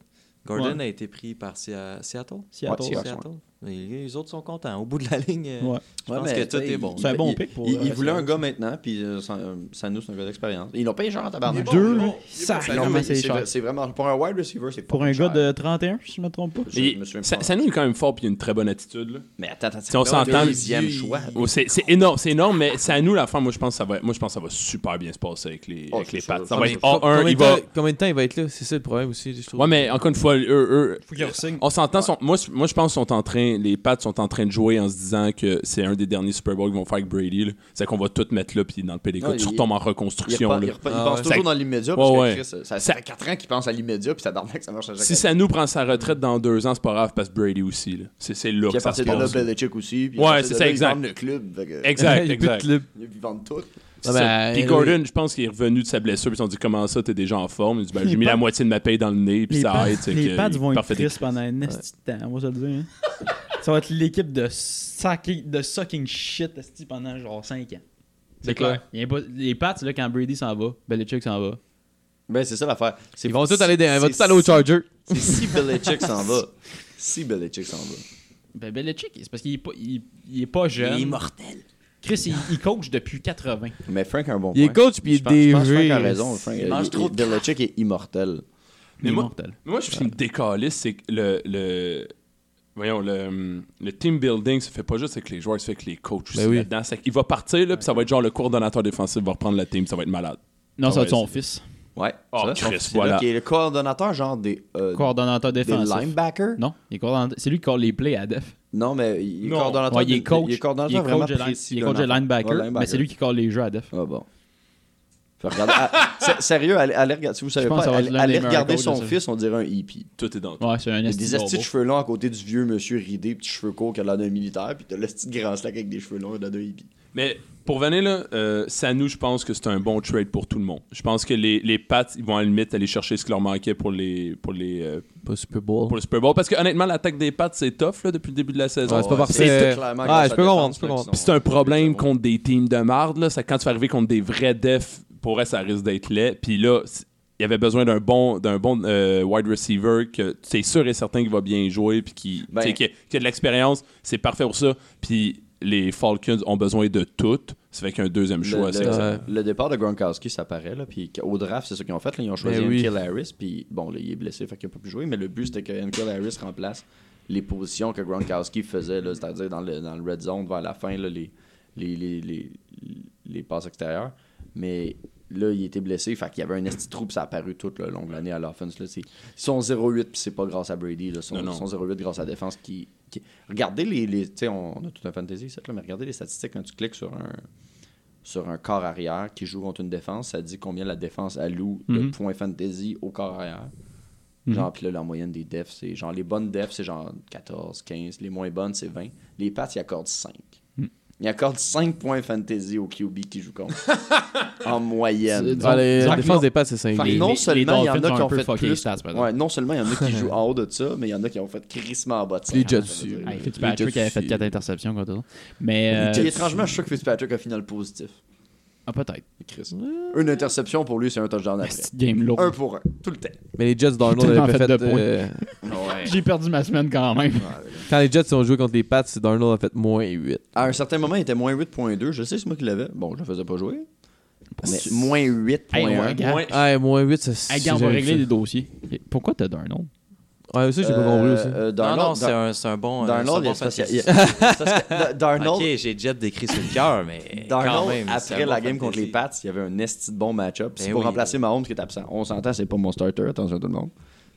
S9: Gordon
S7: Ouais.
S9: a été pris par Sea- Seattle.
S7: Seattle.
S4: Ouais,
S9: Seattle. Mais les autres sont contents. Au bout de la ligne,
S7: Ouais.
S9: euh, je
S4: Ouais,
S9: pense
S4: mais,
S9: que
S4: tu
S9: tout
S4: sais,
S9: est bon.
S4: il-
S7: C'est un bon
S4: il-
S7: pick pour,
S4: Il,
S7: euh,
S4: il voulait un
S7: Seattle.
S4: gars maintenant, puis euh, San- euh, Sanu, c'est un gars d'expérience. Ils l'ont payé cher en tabarnak.
S7: Deux, là,
S4: Mais non,
S7: sacrément,
S4: mais
S7: c'est
S4: c'est
S7: cher.
S4: vrai- c'est vraiment. Pour un wide receiver, c'est pas
S7: Pour un
S4: cher.
S7: gars de 31, si je me trompe pas.
S4: Je
S3: Mais
S4: me souviens
S3: Sa-
S4: pas.
S3: Sanu est quand même fort puis il a une très bonne attitude. là.
S4: Mais attends, attends.
S3: Si on s'entend-
S4: Ben Deuxième choix.
S3: Oh, c'est c'est énorme, c'est énorme, mais c'est à nous la fin. Moi, je pense que ça va, moi, je pense que ça va super bien se passer avec les,
S4: Oh,
S3: avec
S4: c'est
S3: les
S4: sûr.
S3: Pats.
S4: Ah,
S3: Ça va
S4: mais
S3: être
S8: Com-
S3: A1,
S8: combien
S3: il
S8: de
S3: va.
S8: temps- Combien de temps il va être là C'est ça le problème aussi, je trouve.
S3: Ouais, mais encore une fois, eux, eux-
S7: Faut qu'il re-signe.
S3: on s'entend. sont- Moi, je- moi, je pense qu'ils sont en train, les Pats sont en train de jouer en se disant que c'est un des derniers Super Bowl qu'ils vont faire avec Brady. là. C'est qu'on va tout mettre là, puis dans le PDK,
S4: Ouais,
S3: tu
S4: il-
S3: retombes en
S4: Il,
S3: reconstruction.
S4: repen-
S3: là.
S4: il repen- il
S8: Ah,
S4: pense
S8: ouais.
S4: toujours
S3: Ça-
S4: dans l'immédiat.
S3: Ouais,
S4: parce que
S3: ouais.
S4: Chris, ça, ça, fait 4 ans qu'il pense à l'immédiat, puis ça dormait que ça marche à chaque
S3: Si ça nous prend sa retraite dans deux ans, c'est pas grave, parce que Brady aussi. là. C'est c'est là
S4: Puis
S3: que
S4: à
S3: ça se
S4: partir de là,
S3: passe.
S4: Belichick aussi. puis à
S3: Ouais,
S4: partir
S3: c'est
S4: de
S3: ça,
S4: là,
S3: exact.
S4: Ils vendent le club. fait que-
S3: Exact,
S8: Il
S3: exact.
S8: bute le-
S4: Ils vendent tout.
S3: C'est
S8: Ah,
S3: ça.
S8: ben,
S3: Puis
S8: euh,
S3: Gordon, je pense qu'il est revenu de sa blessure. Puis ils ont dit Comment ça, t'es déjà en forme Il dit ben, J'ai mis
S7: Pats-
S3: la moitié de ma paye dans le nez, puis
S7: Les
S3: ça
S7: Pats-
S3: aide. c'est
S7: Les
S3: que-
S7: Pats vont être
S3: parfait.
S7: tristes pendant un esti de temps, on va se le dire. hein. Ça va être l'équipe de, sacking- de sucking shit esti, pendant genre 5 ans. C'est
S8: clair.
S7: Il y a pas- les Pats, là, quand Brady s'en va, Belichick s'en va.
S4: Ben, c'est ça l'affaire. C'est-
S8: Ils vont tous aller, des- ils vont
S4: c'est-
S8: tous aller au Charger.
S4: C'est si Belichick s'en va. Si Belichick s'en va.
S7: Ben Belichick, c'est parce qu'il est pas, il, il est pas jeune.
S9: Il est immortel.
S7: Chris, il, il coach depuis 80.
S4: Mais Frank a un bon
S8: Il est
S4: point.
S8: coach puis il
S4: Je pense- je pense que
S8: est
S4: Frank a
S8: DG.
S4: raison. Frank, il-
S9: mange
S4: il-
S9: trop de
S4: Belichick est immortel.
S7: il
S3: Mais
S7: est
S3: moi-
S4: Ah
S7: mortel.
S3: Mais Moi, je suis une décaliste, c'est que le, le, voyons, le, le team building se fait pas juste avec les joueurs, se fait avec les coachs aussi
S8: Ben oui.
S3: là-dedans. C'est qu'il va partir, là, puis ça va être genre le coordonnateur défensif va reprendre la team, ça va être malade.
S7: Non, ça va être
S3: Ouais,
S7: son fils.
S4: Ouais.
S3: Oh,
S4: ça.
S3: Chris,
S4: C'est
S3: voilà.
S4: là Qui est le coordonnateur, genre des, euh,
S7: Coordonnateur
S4: des
S7: défensif.
S4: linebackers.
S7: Non, il est coordonnateur- c'est lui qui colle les plays à def.
S4: Non, mais il est
S3: Non.
S4: coordonnateur.
S7: Ouais, il est
S4: de-
S7: coach.
S4: Il est coordonnateur
S7: coach
S4: vraiment
S7: de line-
S4: précis
S7: il est
S4: d'un
S7: coach de
S4: enfant.
S7: linebacker,
S4: Ouais,
S7: mais c'est lui qui colle les jeux à def.
S4: Ah bon. Fait regarder- ah, sé- sérieux, allez, allez regarder- si vous savez
S7: Je pense
S4: pas,
S7: que ça va
S4: allez,
S7: être l'un
S4: allez
S7: des meilleurs
S4: regarder
S7: coachs
S4: son
S7: de ça.
S4: fils, on dirait un hippie.
S3: Tout est dans tout.
S7: Ouais, c'est un
S4: Il y a des
S7: esti
S4: astis
S7: de
S4: de cheveux longs à côté du vieux monsieur ridé, petits cheveux courts qui a l'air d'un militaire, puis t'as l'asti de grand slack avec des cheveux longs, il a l'air d'un hippie.
S3: Mais pour venir là, euh, Sanu, je pense que c'est un bon trade pour tout le monde. Je pense que les, les Pats, ils vont à la limite aller chercher ce qui leur manquait pour les pour les euh,
S8: Pas Super Bowl.
S3: pour le Super Bowl parce que honnêtement l'attaque des Pats c'est tough là, depuis le début de la saison.
S8: Ouais, c'est pas parfait.
S4: C'est
S8: C'est-
S4: clairement
S8: Ouais,
S4: grâce
S8: je
S4: à
S8: peux
S4: la
S8: comprendre,
S4: défense,
S8: je peux
S4: là,
S8: comprendre.
S4: qui
S3: Puis c'est un
S4: sont-
S3: problème
S4: c'est bon.
S3: contre des teams de marde. Là. C'est quand tu vas arriver contre des vrais defs, pour vrai, ça risque d'être laid. Puis là, c- il y avait besoin d'un bon, d'un bon euh, wide receiver que tu es sûr et certain qu'il va bien jouer, puis qui,
S4: Ben.
S3: tu sais, qui, a, qui a de l'expérience. C'est parfait pour ça. Puis les Falcons ont besoin de tout. Ça fait qu'un deuxième choix,
S4: le,
S3: c'est
S4: le-
S3: ça.
S8: excellent.
S4: le départ de Gronkowski, ça paraît. Là, puis au draft, c'est ce qu'ils ont fait. là, ils ont choisi
S8: Ben oui.
S4: Ankel Harris. Puis bon, là, il est blessé, fait qu'il n'a pas pu jouer. Mais le but, c'était que Ankel Harris remplace les positions que Gronkowski faisait, là, c'est-à-dire dans le, dans le red zone vers la fin, là, les, les, les, les, les passes extérieures. Mais là, il était blessé. Fait qu'il y avait un esti de trou, puis ça a apparu tout le long de l'année à l'offense. Là, c'est, ils sont 0-8, puis c'est pas grâce à Brady. Là, ils sont,
S3: Non, non.
S4: ils sont 0-8 grâce à la défense qui. qui- Regardez les. les tu sais, on, on a tout un fantasy, ici, là, mais regardez les statistiques quand tu cliques sur un, sur un corps arrière qui joue contre une défense, ça dit combien la défense alloue de
S7: Mhm.
S4: points fantasy au corps arrière. Genre, puis là, la moyenne des defs, c'est genre les bonnes defs, c'est genre 14, 15, les moins bonnes, c'est 20. Les Pats, ils accordent 5.
S7: Mhm.
S4: Ils accordent 5 points fantasy au QB qui joue contre. en moyenne.
S8: Ah, les-
S7: Disons
S8: la
S7: que
S8: défense
S7: non.
S8: des Pats, c'est 5
S4: Fait que
S7: les-
S4: non
S7: les-
S4: seulement
S7: les
S4: il y en
S7: Dolphins
S4: a qui
S7: ont
S4: ont
S7: un peu
S4: fait
S7: fucké les
S4: plus.
S7: stats, par exemple.
S4: ouais, non seulement il y en a qui jouent en haut de ça, mais il y en a qui ont fait crissement en bas de ça.
S8: Les Jets aussi.
S7: Hey,
S8: Les Jets
S7: Fitzpatrick qui avait fait
S8: aussi.
S7: 4 interceptions contre eux. Mais.
S4: Puis
S7: euh,
S4: étrangement, je suis sûr que Fitzpatrick a final positif.
S7: Ah, peut-être.
S4: Chris. Une interception pour lui, c'est un touchdown après.
S7: Petite game lourde.
S4: Un pour un, tout le temps.
S8: Mais les Jets
S7: Tout
S8: d'Arnold
S7: le temps
S8: avaient fait.
S7: fait de points.
S8: euh,
S4: Ouais.
S7: J'ai perdu ma semaine quand même.
S8: quand les Jets ont joué contre les Pats, Darnold a fait moins 8.
S4: À un certain moment, il était moins 8.2. Je sais, c'est moi qui l'avais. Bon, je le faisais pas jouer. Mais moins 8.1.
S7: Hey, on regarde.
S8: Ah, moins 8, ça c'est.
S7: Hey, gars, on va régler les dossiers. Pourquoi t'as Darnold
S8: Ouais, ça, j'ai pas compris aussi.
S9: Non, non,
S4: Euh, Darnold,
S9: c'est un, c'est un bon. euh,
S4: Darnold,
S9: c'est un bon
S4: c'est parce
S9: fantasy.
S4: qu'il y a- c'est parce que Da- Darnold,
S9: Ok, j'ai Jet décrit sur le cœur, mais. quand
S4: Darnold,
S9: même, c'est un
S4: après
S9: bon
S4: la game
S9: fantasy.
S4: contre les Pats, il y avait un esti de bon match-up. C'est
S9: Ben
S4: pour
S9: oui.
S4: remplacer Mahomes qui est absent. On s'entend, c'est pas mon starter, attention tout le monde.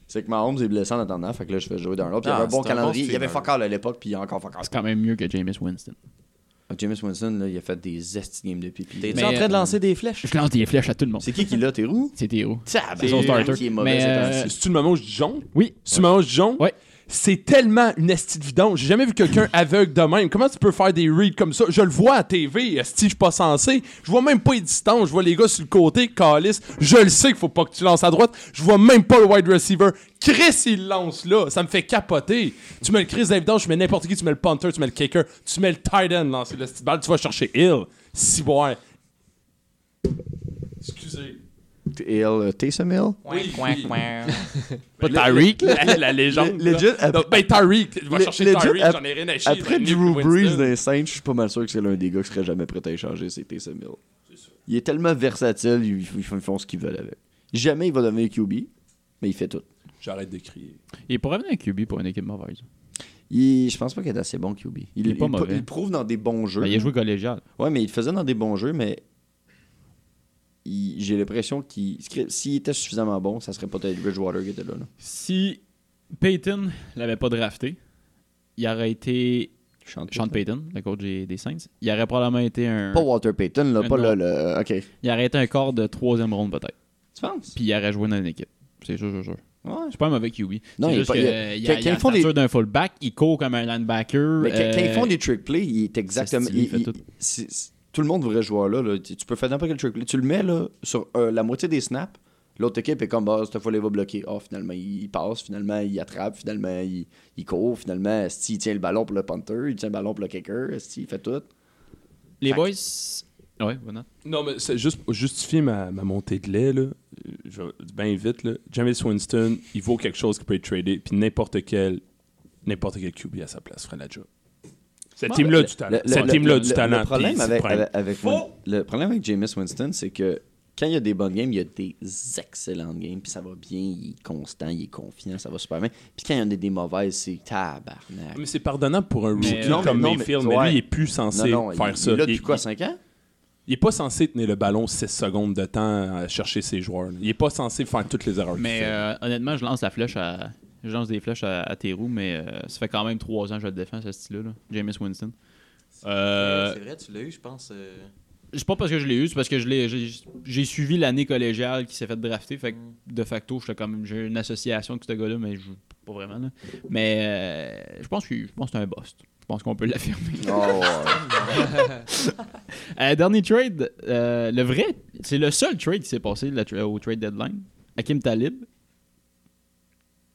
S4: C'est que Mahomes est blessé en attendant, fait que là, je fais jouer Darnold. Puis il y
S9: Ah,
S4: avait un bon
S9: c'est un bon
S4: calendrier. il y avait
S9: streamer.
S4: fuck all à l'époque, puis il y a encore fuck all.
S7: C'est quand même mieux que Jameis Winston.
S4: James Winston, là, il a fait des esti de games de pipi.
S9: T'es-tu
S7: Mais,
S9: en train de
S7: euh,
S9: lancer des flèches?
S7: Je lance des flèches à tout le monde.
S4: C'est qui qui l'a, t'es roux?
S7: ben, C'est Théo.
S4: C'est
S7: son starter.
S4: Qui est
S7: Mais,
S4: mauvais, c'est
S7: euh,
S4: un-
S3: C'est- C'est-tu le moment où je dis jaune?
S7: Oui.
S3: C'est-tu le moment où je dis jaune?
S7: Ouais.
S3: C'est tellement une esti de vidange. J'ai jamais vu quelqu'un aveugle de même. Comment tu peux faire des reads comme ça? Je le vois à TV, esti, je suis pas censé. Je vois même pas les distances. Je vois les gars sur le côté, calice. Je le sais qu'il faut pas que tu lances à droite. Je vois même pas le wide receiver. Chris, il lance là. Ça me fait capoter. Tu mets le Chris d'évidence, tu mets n'importe qui, tu mets le punter, tu mets le kicker, tu mets le tight end lancer le esti de balle, tu vas chercher Hill. Si ouais. Excusez.
S4: Et euh, Taysom Hill?
S3: Pas Tyreek, la, la légende.
S4: Le- legit,
S3: là. Non,
S4: ap-
S3: ben Tyreek, va
S4: le-
S3: chercher
S4: legit,
S3: Tyreek,
S4: ap-
S3: j'en ai rien à chier.
S4: Après
S3: ben,
S4: Drew
S3: Nick
S4: Brees hein.
S3: Winston.
S4: des Saints, je suis pas mal sûr que c'est l'un des gars qui serait jamais prêt à échanger, c'est Taysom Hill. Il est tellement versatile, ils, ils font- ils font ce qu'ils veulent avec. Jamais il va devenir QB, mais il fait tout.
S3: J'arrête de crier.
S7: Il pourrait venir un QB pour une équipe mauvaise.
S4: Il- je pense pas qu'il est assez bon QB.
S7: Il est pas mauvais.
S4: Il prouve dans des bons jeux.
S7: Ben, il a joué collégial.
S4: Ouais, mais il le faisait dans des bons jeux, mais il- j'ai l'impression qu'il s'il était suffisamment bon, ça serait peut-être Bridgewater qui était là. là.
S7: Si Peyton l'avait pas drafté, il aurait été.
S4: Chante-
S7: Sean Payton, le coach des, des Saints, il aurait probablement été un.
S4: Pas Walter Payton, là,
S7: Euh,
S4: pas
S7: non.
S4: le, le- OK.
S7: Il aurait été un corps de troisième ronde peut-être.
S4: Tu penses?
S7: Puis il aurait joué dans une équipe. C'est sûr, sûr, sûr.
S4: Ouais.
S7: C'est pas un mauvais QB.
S4: Non, il
S7: c'est
S4: est
S7: juste
S4: pas-
S7: que,
S4: il-
S7: euh, il
S4: quand-
S7: a,
S4: quand
S7: il a
S4: ils
S7: la
S4: font des-
S7: stature d'un fullback, il court comme un linebacker.
S4: Mais quand, quand ils
S7: euh,
S4: font des trick plays, il est exactement.
S7: c'est stylé,
S4: il-
S7: il fait
S4: il-
S7: tout.
S4: c'est- c'est- tout le monde voudrait jouer là. là. Tu tu peux faire n'importe quel trick play. Tu le mets là, sur euh, la moitié des snaps. L'autre équipe est comme, ah, cette fois, il va bloquer. Ah, finalement, il passe, finalement, il attrape, finalement, il, il court, finalement, esti, il tient le ballon pour le punter, il tient le ballon pour le kicker, esti, il fait tout.
S7: Les boys. Ouais, voilà.
S3: Non, mais c'est juste pour justifier ma, ma montée de lait, là. euh, Je vais bien vite, là. James Winston, il vaut quelque chose qui peut être tradé, puis n'importe quel, n'importe quel QB à sa place ferait la job. Cette team-là du talent.
S4: Le- le-
S3: Cette
S4: le-
S3: team-là
S4: le-
S3: du
S4: le-
S3: talent.
S4: Le problème
S3: puis
S4: avec,
S3: c'est prime.
S4: avec- avec Win- le problème avec Jameis Winston, c'est que quand il y a des bonnes games, il y a des excellentes games, puis ça va bien, il est constant, il est confiant, ça va super bien. Puis quand il y en a des mauvaises, c'est tabarnak.
S3: Mais c'est pardonnant pour un
S4: Mais,
S3: rookie
S4: non,
S3: comme
S4: mais non,
S3: Mayfield,
S4: mais-
S3: mais,
S4: ouais.
S3: lui, il est plus censé
S4: Non, non, il-
S3: faire
S4: il
S3: ça.
S4: est là depuis quoi, 5 ans?
S3: Il est pas censé tenir le ballon 6 secondes de temps à chercher ses joueurs. là. Il est pas censé faire toutes les erreurs. qu'il
S7: Mais
S3: fait.
S7: euh, honnêtement, je lance la flèche à. Je lance des flèches à, à tes roues, mais euh, ça fait quand même trois ans que je le défends, ce style-là, là. Jameis Winston. Euh,
S9: C'est vrai, tu l'as eu, je pense. euh,
S7: C'est pas parce que je l'ai eu, c'est parce que je l'ai, j'ai, j'ai suivi l'année collégiale qui s'est fait drafter. Fait que de facto, j'étais comme, j'ai une association avec ce gars-là, mais je, pas vraiment. Là. Mais euh, je pense que je pense que c'est un bust. Je pense qu'on peut l'affirmer.
S4: Oh,
S7: Euh, dernier trade, euh, le vrai, c'est le seul trade qui s'est passé la tra- au trade deadline. Hakim Talib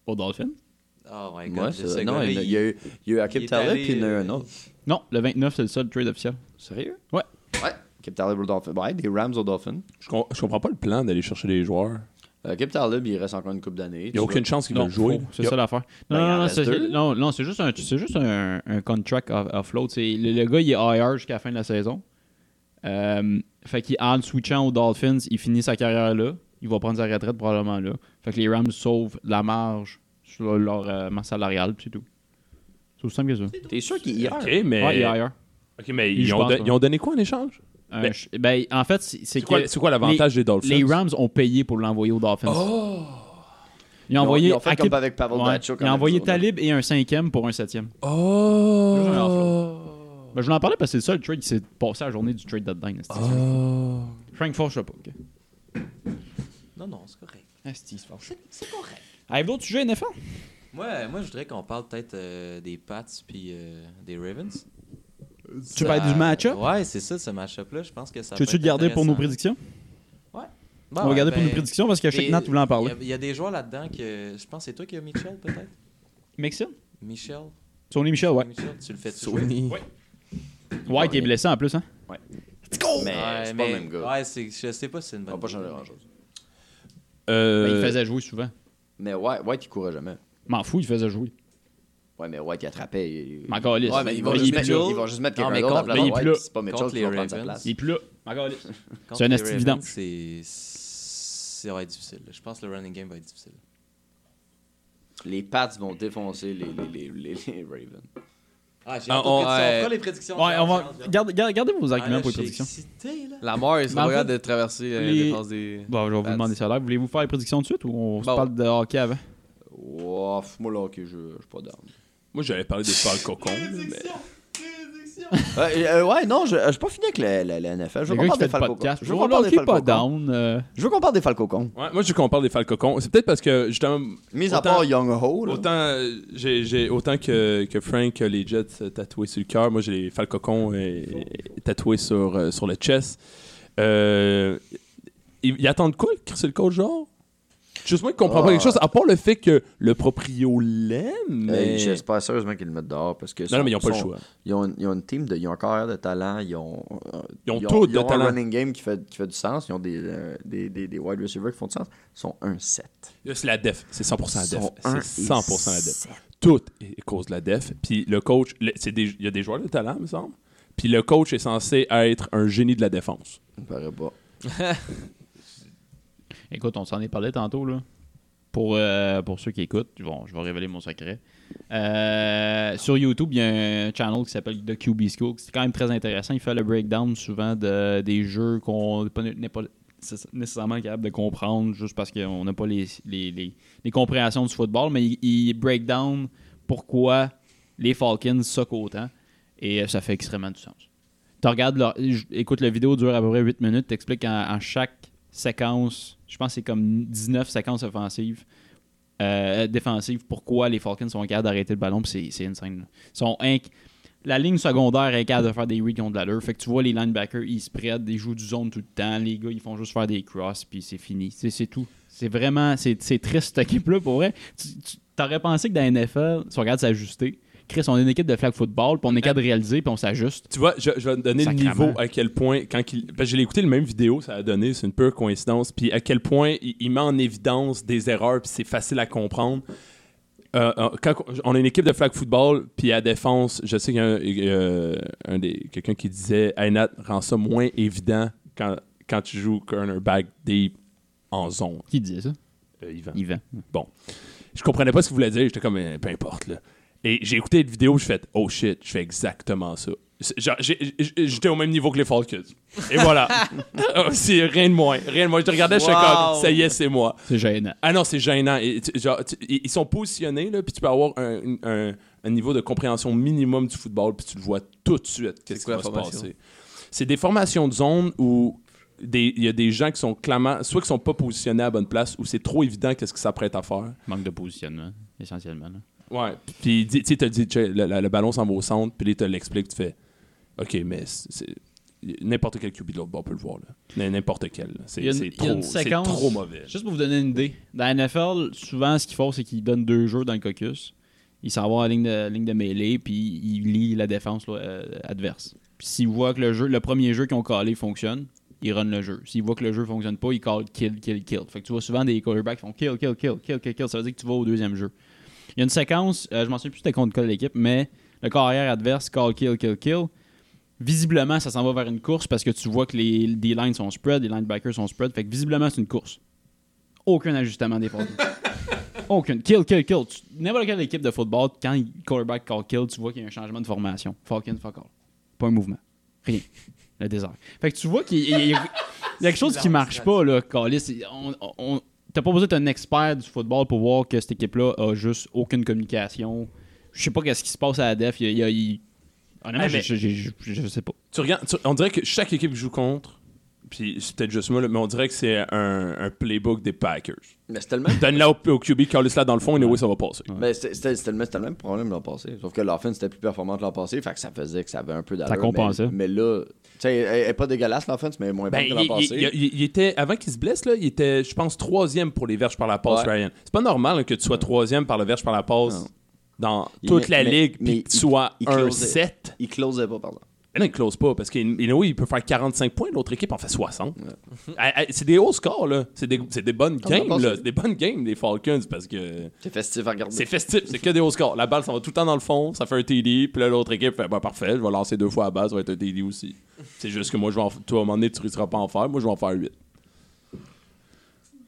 S7: au Dolphins.
S9: Oh my
S4: ouais.
S9: god.
S4: Ouais,
S9: ce
S4: c'est- non,
S9: gars-là,
S4: il y a- il y a eu- il y a eu Akib
S9: est
S4: Talib,
S9: allé,
S4: puis il y en a eu
S9: euh,
S4: un autre.
S7: Non, le 29, c'est le seul trade officiel.
S4: Sérieux?
S7: Ouais.
S4: Ouais. Akib Talib aux Dolphins. Ouais, des Rams aux Dolphins.
S7: euh,
S3: je, com- je comprends pas le plan d'aller chercher des joueurs.
S4: Euh, Akib Talib, il reste encore une coupe d'années.
S3: Il n'y a aucune chance qu'il va
S7: Non,
S3: le jouer.
S7: faux, c'est ça l'affaire.
S4: Ben,
S7: Non,
S4: il en
S7: non, non,
S4: reste
S7: c'est-
S4: deux, là.
S7: non, non, c'est juste un, c'est juste un, un contract off- offload. C'est- Le, le gars, il est IR jusqu'à la fin de la saison. Euh, fait qu'il, en le switchant aux Dolphins, il finit sa carrière là. Il va prendre sa retraite probablement là. Fait que les Rams sauvent la marge sur leur euh, masse salariale, puis c'est tout. C'est aussi simple que ça.
S4: T'es sûr qu'il y a
S3: Ok, mais,
S7: Ouais, il est IR.
S3: Ok, mais
S7: Je
S3: ils, ont
S7: pense
S3: don-
S7: pas.
S3: ils ont donné quoi en échange?
S7: Un
S3: Ben-
S7: ch- ben, en fait, c'est c'est
S3: C'est quoi,
S7: que
S3: c'est quoi l'avantage des Dolphins?
S7: les Rams ont payé pour l'envoyer aux Dolphins. Ils ont envoyé
S4: ils ont fait
S7: Akib-
S4: comme avec Pavel
S7: Ouais,
S4: Datsyuk,
S7: Ils
S4: quand
S7: ont envoyé
S4: même, ça, là.
S7: Talib et un cinquième pour un septième. Juste un
S3: Oh!
S7: offload. Ben, je voulais en parler parce que c'est ça le seul trade qui s'est passé la journée du trade deadline. esti.
S9: Oh!
S7: Frank Ford, je sais pas. ok.
S9: Non, non, c'est correct.
S7: Esti, il se fâche.
S9: C'est correct.
S7: Avez-vous d'autres sujets NFL?
S9: Moi, moi je voudrais qu'on parle peut-être euh, des Pats puis euh, des Ravens.
S10: Tu
S9: Ça-
S10: parles du match-up?
S9: Ouais, c'est ça, ce match-up-là. Je pense que ça.
S10: Tu veux-tu
S9: peut
S10: le
S9: être
S10: garder pour nos
S9: intéressant.
S10: prédictions?
S9: Bah
S10: On va
S9: ouais,
S10: garder pour
S9: ben,
S10: nos prédictions parce qu'à chaque
S9: des-
S10: Nat, tu voulais en parler.
S9: Il y a- il y, a des joueurs là-dedans que. Je pense que c'est toi qui as Mitchell, peut-être
S7: Mixon?
S9: Michel
S10: Sony Michel, ouais.
S9: Mitchell, tu le fais tu
S7: Ouais, qui est blessé en plus, hein?
S4: Mais euh, c'est pas le même gars.
S9: Ouais, c'est- je sais pas si c'est une
S4: On
S9: bonne.
S4: va pas changer
S9: idée,
S4: grand-chose.
S3: Euh,
S7: Ben, il faisait jouer souvent.
S4: Mais ouais, White, il courait jamais.
S7: M'en fous, il faisait jouer.
S4: Ouais, mais White, il attrapait. il-
S7: M'en calisse.
S4: Ouais, mais ils vont
S7: Il
S4: juste
S7: est
S4: mettre,
S7: plus là.
S4: ils vont juste mettre
S9: Non,
S4: quelqu'un
S9: mais
S4: d'autre à
S9: contre-
S4: la
S7: mais il est
S4: place de
S7: plus
S4: White,
S7: là.
S4: puis C'est pas Mitchell
S9: Contre
S4: qui va
S9: les
S4: prendre sa
S9: Ravens.
S4: place.
S7: Il est plus là. M'en calisse.
S9: mais contre
S7: C'est un
S9: les
S7: esti
S9: Ravens,
S7: vidange.
S9: C'est. c'est- Ça va être difficile. là. Je pense que le running game va être difficile.
S4: Les Pats vont défoncer les, les, les, les, les Ravens.
S9: Ah, j'ai
S8: Ah, on- ouais.
S9: les prédictions.
S10: Ouais,
S9: Jean,
S10: on va.
S9: Jean, Jean.
S10: Gardez, gardez- gardez vos
S9: Ah,
S10: arguments
S9: là,
S10: pour les
S9: je
S10: prédictions.
S9: suis excité, là.
S8: La mort, ils sont
S7: Mais en
S8: capables
S7: fait,
S8: de traverser euh,
S7: les-
S8: la défense des.
S7: Bon, je vais vous
S8: Pats.
S7: demander ça là. Voulez-vous faire les prédictions tout de suite ou on se
S8: Bon.
S7: parle de hockey avant?
S4: Ouf, moi là, ok, je je suis pas down.
S3: Euh, Moi, j'allais parler des Falcons. mais...
S4: Euh, euh, ouais, non, je je suis pas fini avec la, la, la NFL. Je veux qu'on
S7: Le gars qui
S4: parle
S7: fait
S4: des
S7: le
S4: Falcons.
S7: podcast.
S4: Je veux
S7: Oh,
S4: qu'on
S7: là,
S4: parle des
S7: ok, pas
S4: Falcons.
S7: down. euh,
S4: Je veux qu'on parle des Falcons.
S3: Ouais, moi, je veux qu'on parle des Falcons. C'est peut-être parce que, justement,
S4: Mis à
S3: Autant-
S4: part Young Ho, là.
S3: autant, euh, j'ai, j'ai- autant que, que Frank a les Jets euh, tatoués sur le cœur, moi, j'ai les Falcons euh, tatoués sur, euh, sur le chest. Euh, ils, ils attendent quoi, c'est le coach, genre? Juste moi qui comprends
S4: Ah.
S3: pas quelque chose, à part le fait que le proprio l'aime, mais...
S4: Hey, Euh, J'espère sérieusement qu'ils le mettent dehors parce que
S3: non, non, mais ils n'ont pas le
S4: sont-
S3: choix.
S4: Ils ont, une- ils ont une team de. Ils ont un carrière de talent. Ils ont. euh,
S3: Ils ont tout
S4: ils
S3: de
S4: ont
S3: talent.
S4: un running game qui fait, qui fait du sens. Ils ont des, euh, des, des, des wide receivers qui font du sens. Ils sont 1-7.
S3: Là, C'est la def. C'est 100% la
S4: Ils
S3: def.
S4: sont un et
S3: C'est 100% la def. Tout est cause de la def. Puis le coach, le- c'est des- il y a des joueurs de talent, me semble. Puis le coach est censé être un génie de la défense.
S4: Ça me paraît pas.
S7: Écoute, on s'en est parlé tantôt, là. Pour, euh, pour ceux qui écoutent, bon, je vais révéler mon secret. Euh, sur YouTube, il y a un channel qui s'appelle The QB School. C'est quand même très intéressant. Il fait le breakdown souvent de, des jeux qu'on n'est pas- n'est pas nécessairement capable de comprendre juste parce qu'on n'a pas les, les, les- les compréhensions du football. Mais il, il breakdown pourquoi les Falcons soquent autant. Et euh, ça fait extrêmement du sens. Tu regardes, leur- j- écoute, la vidéo dure à peu près 8 minutes, t'expliques en, en chaque séquence, je pense que c'est comme 19 séquences offensives, euh, défensives, pourquoi les Falcons sont capables d'arrêter le ballon, puis c'est- c'est insane. là. Ils sont inc- La ligne secondaire est capable de faire des reads contre l'allure, fait que tu vois les linebackers, ils spread, ils jouent du zone tout le temps, les gars, ils font juste faire des crosses, puis c'est fini. C'est c'est tout. C'est vraiment, c'est c'est triste cette équipe-là, pour vrai. Tu, tu- t'aurais pensé que dans la NFL, tu regardes s'ajuster. Chris, on est une équipe de flag football, puis on est capable de réaliser, puis on s'ajuste.
S3: Tu vois, je, je vais te donner le
S7: Sacrement.
S3: niveau à quel point. Quand qu'il- parce que je l'ai écouté, le même vidéo, ça a donné, c'est une pure coïncidence. Puis à quel point il, il met en évidence des erreurs, puis c'est facile à comprendre. Euh, euh, quand on a une équipe de flag football, puis à défense, je sais qu'il y a un- euh, un des- quelqu'un qui disait Hey, Nat, rend ça moins évident quand, quand tu joues cornerback deep en zone.
S7: Qui disait ça?
S3: Euh, Yvan.
S7: Yvan.
S3: Bon. Je comprenais pas ce que vous voulez dire. J'étais comme, euh, peu importe, là. Et j'ai écouté une vidéo, je fait oh shit, je fais exactement ça. C'est- genre, j'ai- j'ai- J'étais au même niveau que les Falcons. Et voilà. Oh, c'est rien de moins. Rien de moins. Je te regardais, je suis
S9: Wow.
S3: comme, ça y est, c'est moi.
S7: C'est gênant.
S3: Ah non, c'est gênant. Et tu- genre, tu- ils ils sont positionnés, là, puis tu peux avoir un, une- un- un niveau de compréhension minimum du football, puis tu le vois tout de suite. Qu'est-ce qui
S8: quoi
S3: va
S8: la
S3: se
S8: formation?
S3: passer? C'est des formations de zone où des- il y a des gens qui sont clairement, soit qui sont pas positionnés à la bonne place, ou c'est trop évident qu'est-ce qu'ils s'apprêtent à faire.
S7: Manque de positionnement, essentiellement. là.
S3: Ouais. Puis tu sais, t'as dit, tu sais, le, le- le ballon s'en va au centre, puis là, tu l'expliques, tu fais, OK, mais c'est- c'est- N'importe quel QB de l'autre bord peut le voir. là. N- N'importe quel. là. C'est
S7: Il y a une-
S3: c'est
S7: il y a une
S3: trop, c'est
S7: séquence-
S3: trop mauvais.
S7: Juste pour vous donner une idée, dans la NFL, souvent, ce qu'ils font, c'est qu'ils donnent deux jeux dans le caucus. Ils s'en vont à la ligne de, ligne de mêlée, puis ils lient la défense là, euh, adverse. Puis s'ils voient que le, jeu, le premier jeu qu'ils ont callé fonctionne, ils run le jeu. S'ils voient que le jeu fonctionne pas, ils callent kill, kill, kill. Fait que tu vois souvent des quarterbacks qui font kill, kill, kill, kill, kill, kill. Ça veut dire que tu vas au deuxième jeu. Il y a une séquence, euh, je m'en souviens plus c'était contre quelle équipe, mais le carrière adverse call, kill, kill, kill. Visiblement, ça s'en va vers une course parce que tu vois que les, des lines sont spread, les linebackers sont spread. Fait que visiblement, c'est une course aucun ajustement des produits. aucun. Kill, kill, kill. Tu- N'importe quelle équipe de football, quand il quarterback call kill, tu vois qu'il y a un changement de formation. Fuck in, fuck all. Pas un mouvement. Rien. Le désert. Fait que tu vois qu'il y a, il y a- il y a quelque chose qui marche pas, là, Calis. C'est- on- on- T'as pas besoin d'être un expert du football pour voir que cette équipe-là a juste aucune communication. Je sais pas qu'est-ce qui se passe à la def. Il y a- il y a- il- Honnêtement,
S3: Ah, mais-
S7: je- je- je- je- je sais pas.
S3: tu regardes, tu- on dirait que chaque équipe joue contre, puis c'est peut-être juste moi, là, mais on dirait que c'est un, un playbook des Packers.
S4: Mais c'est tellement.
S3: Donne-la au, au QB, call-la dans le fond, et anyway, ça va passer.
S4: Mais c'était- c'était c'était le, même- c'était le même problème l'an passé. Sauf que l'offense était plus performante l'an passé. Fait que ça faisait que ça avait un peu d'allure.
S7: Ça compensait.
S4: Mais, mais là, tu sais, elle, elle est pas dégueulasse l'offense, mais elle est moins bonne
S3: Ben,
S4: que
S3: il,
S4: l'an
S3: il-
S4: passé.
S3: il- il- il était, avant qu'il se blesse, là, il était, je pense, troisième pour les verges par la passe,
S4: Ouais.
S3: Ryan. C'est pas normal là, que tu sois troisième par le verge par la passe
S4: Non.
S3: dans
S4: Il-
S3: toute
S4: mais-
S3: la
S4: mais-
S3: ligue,
S4: mais
S3: puis que tu
S4: il-
S3: sois
S4: il
S3: un
S4: closait.
S3: 7.
S4: Il closait pas, pardon.
S3: Mais non, il close pas, parce qu'il il- oui, il peut faire 45 points, l'autre équipe en fait 60. Ah, ah, C'est des hauts scores, là. C'est des, c'est des bonnes
S4: Comme la
S3: games,
S4: passe-
S3: là. C'est des bonnes games des Falcons, parce que...
S4: C'est festif à regarder.
S3: C'est festif, c'est que des hauts scores. La balle s'en va tout le temps dans le fond, ça fait un TD, puis là, l'autre équipe fait ben, parfait, je vais lancer deux fois à base, ça va être un TD aussi. C'est juste que moi, je vais en, toi, à un moment donné, tu réussiras pas à en faire, moi, je vais en faire 8.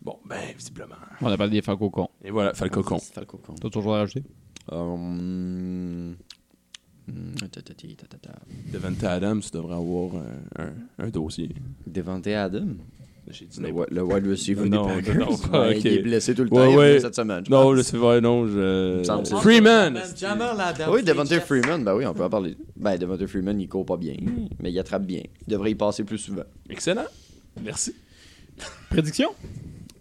S3: Bon, ben, visiblement.
S7: On a parlé des facs au con.
S3: Et voilà, fait le cocon.
S4: Fait le cocon.
S7: T'as toujours à rajouter?
S4: Hum, hum, tatati, tatata.
S3: Devante Adams, tu devrais avoir un, un- un dossier.
S4: Devante Adam.
S3: J'ai dit
S4: Le,
S3: n'importe
S4: wi- le wide receiver
S3: Non,
S4: des
S3: non,
S4: Packers.
S3: non,
S4: Ouais,
S3: ok.
S4: Il est blessé tout le temps.
S3: Ouais,
S4: il est
S3: ouais.
S4: blessé cette semaine. je
S3: Non,
S4: pense.
S3: là, c'est vrai, non,
S4: Ça me
S3: je.
S4: semble-
S3: Freeman!
S9: Jamal Adams.
S4: Oui, Devante Freeman, ben oui, on peut en parler. Ben, Devante Freeman, il court pas bien, mais il attrape bien. Il devrait y passer plus souvent.
S3: Excellent! Merci.
S7: Prédiction?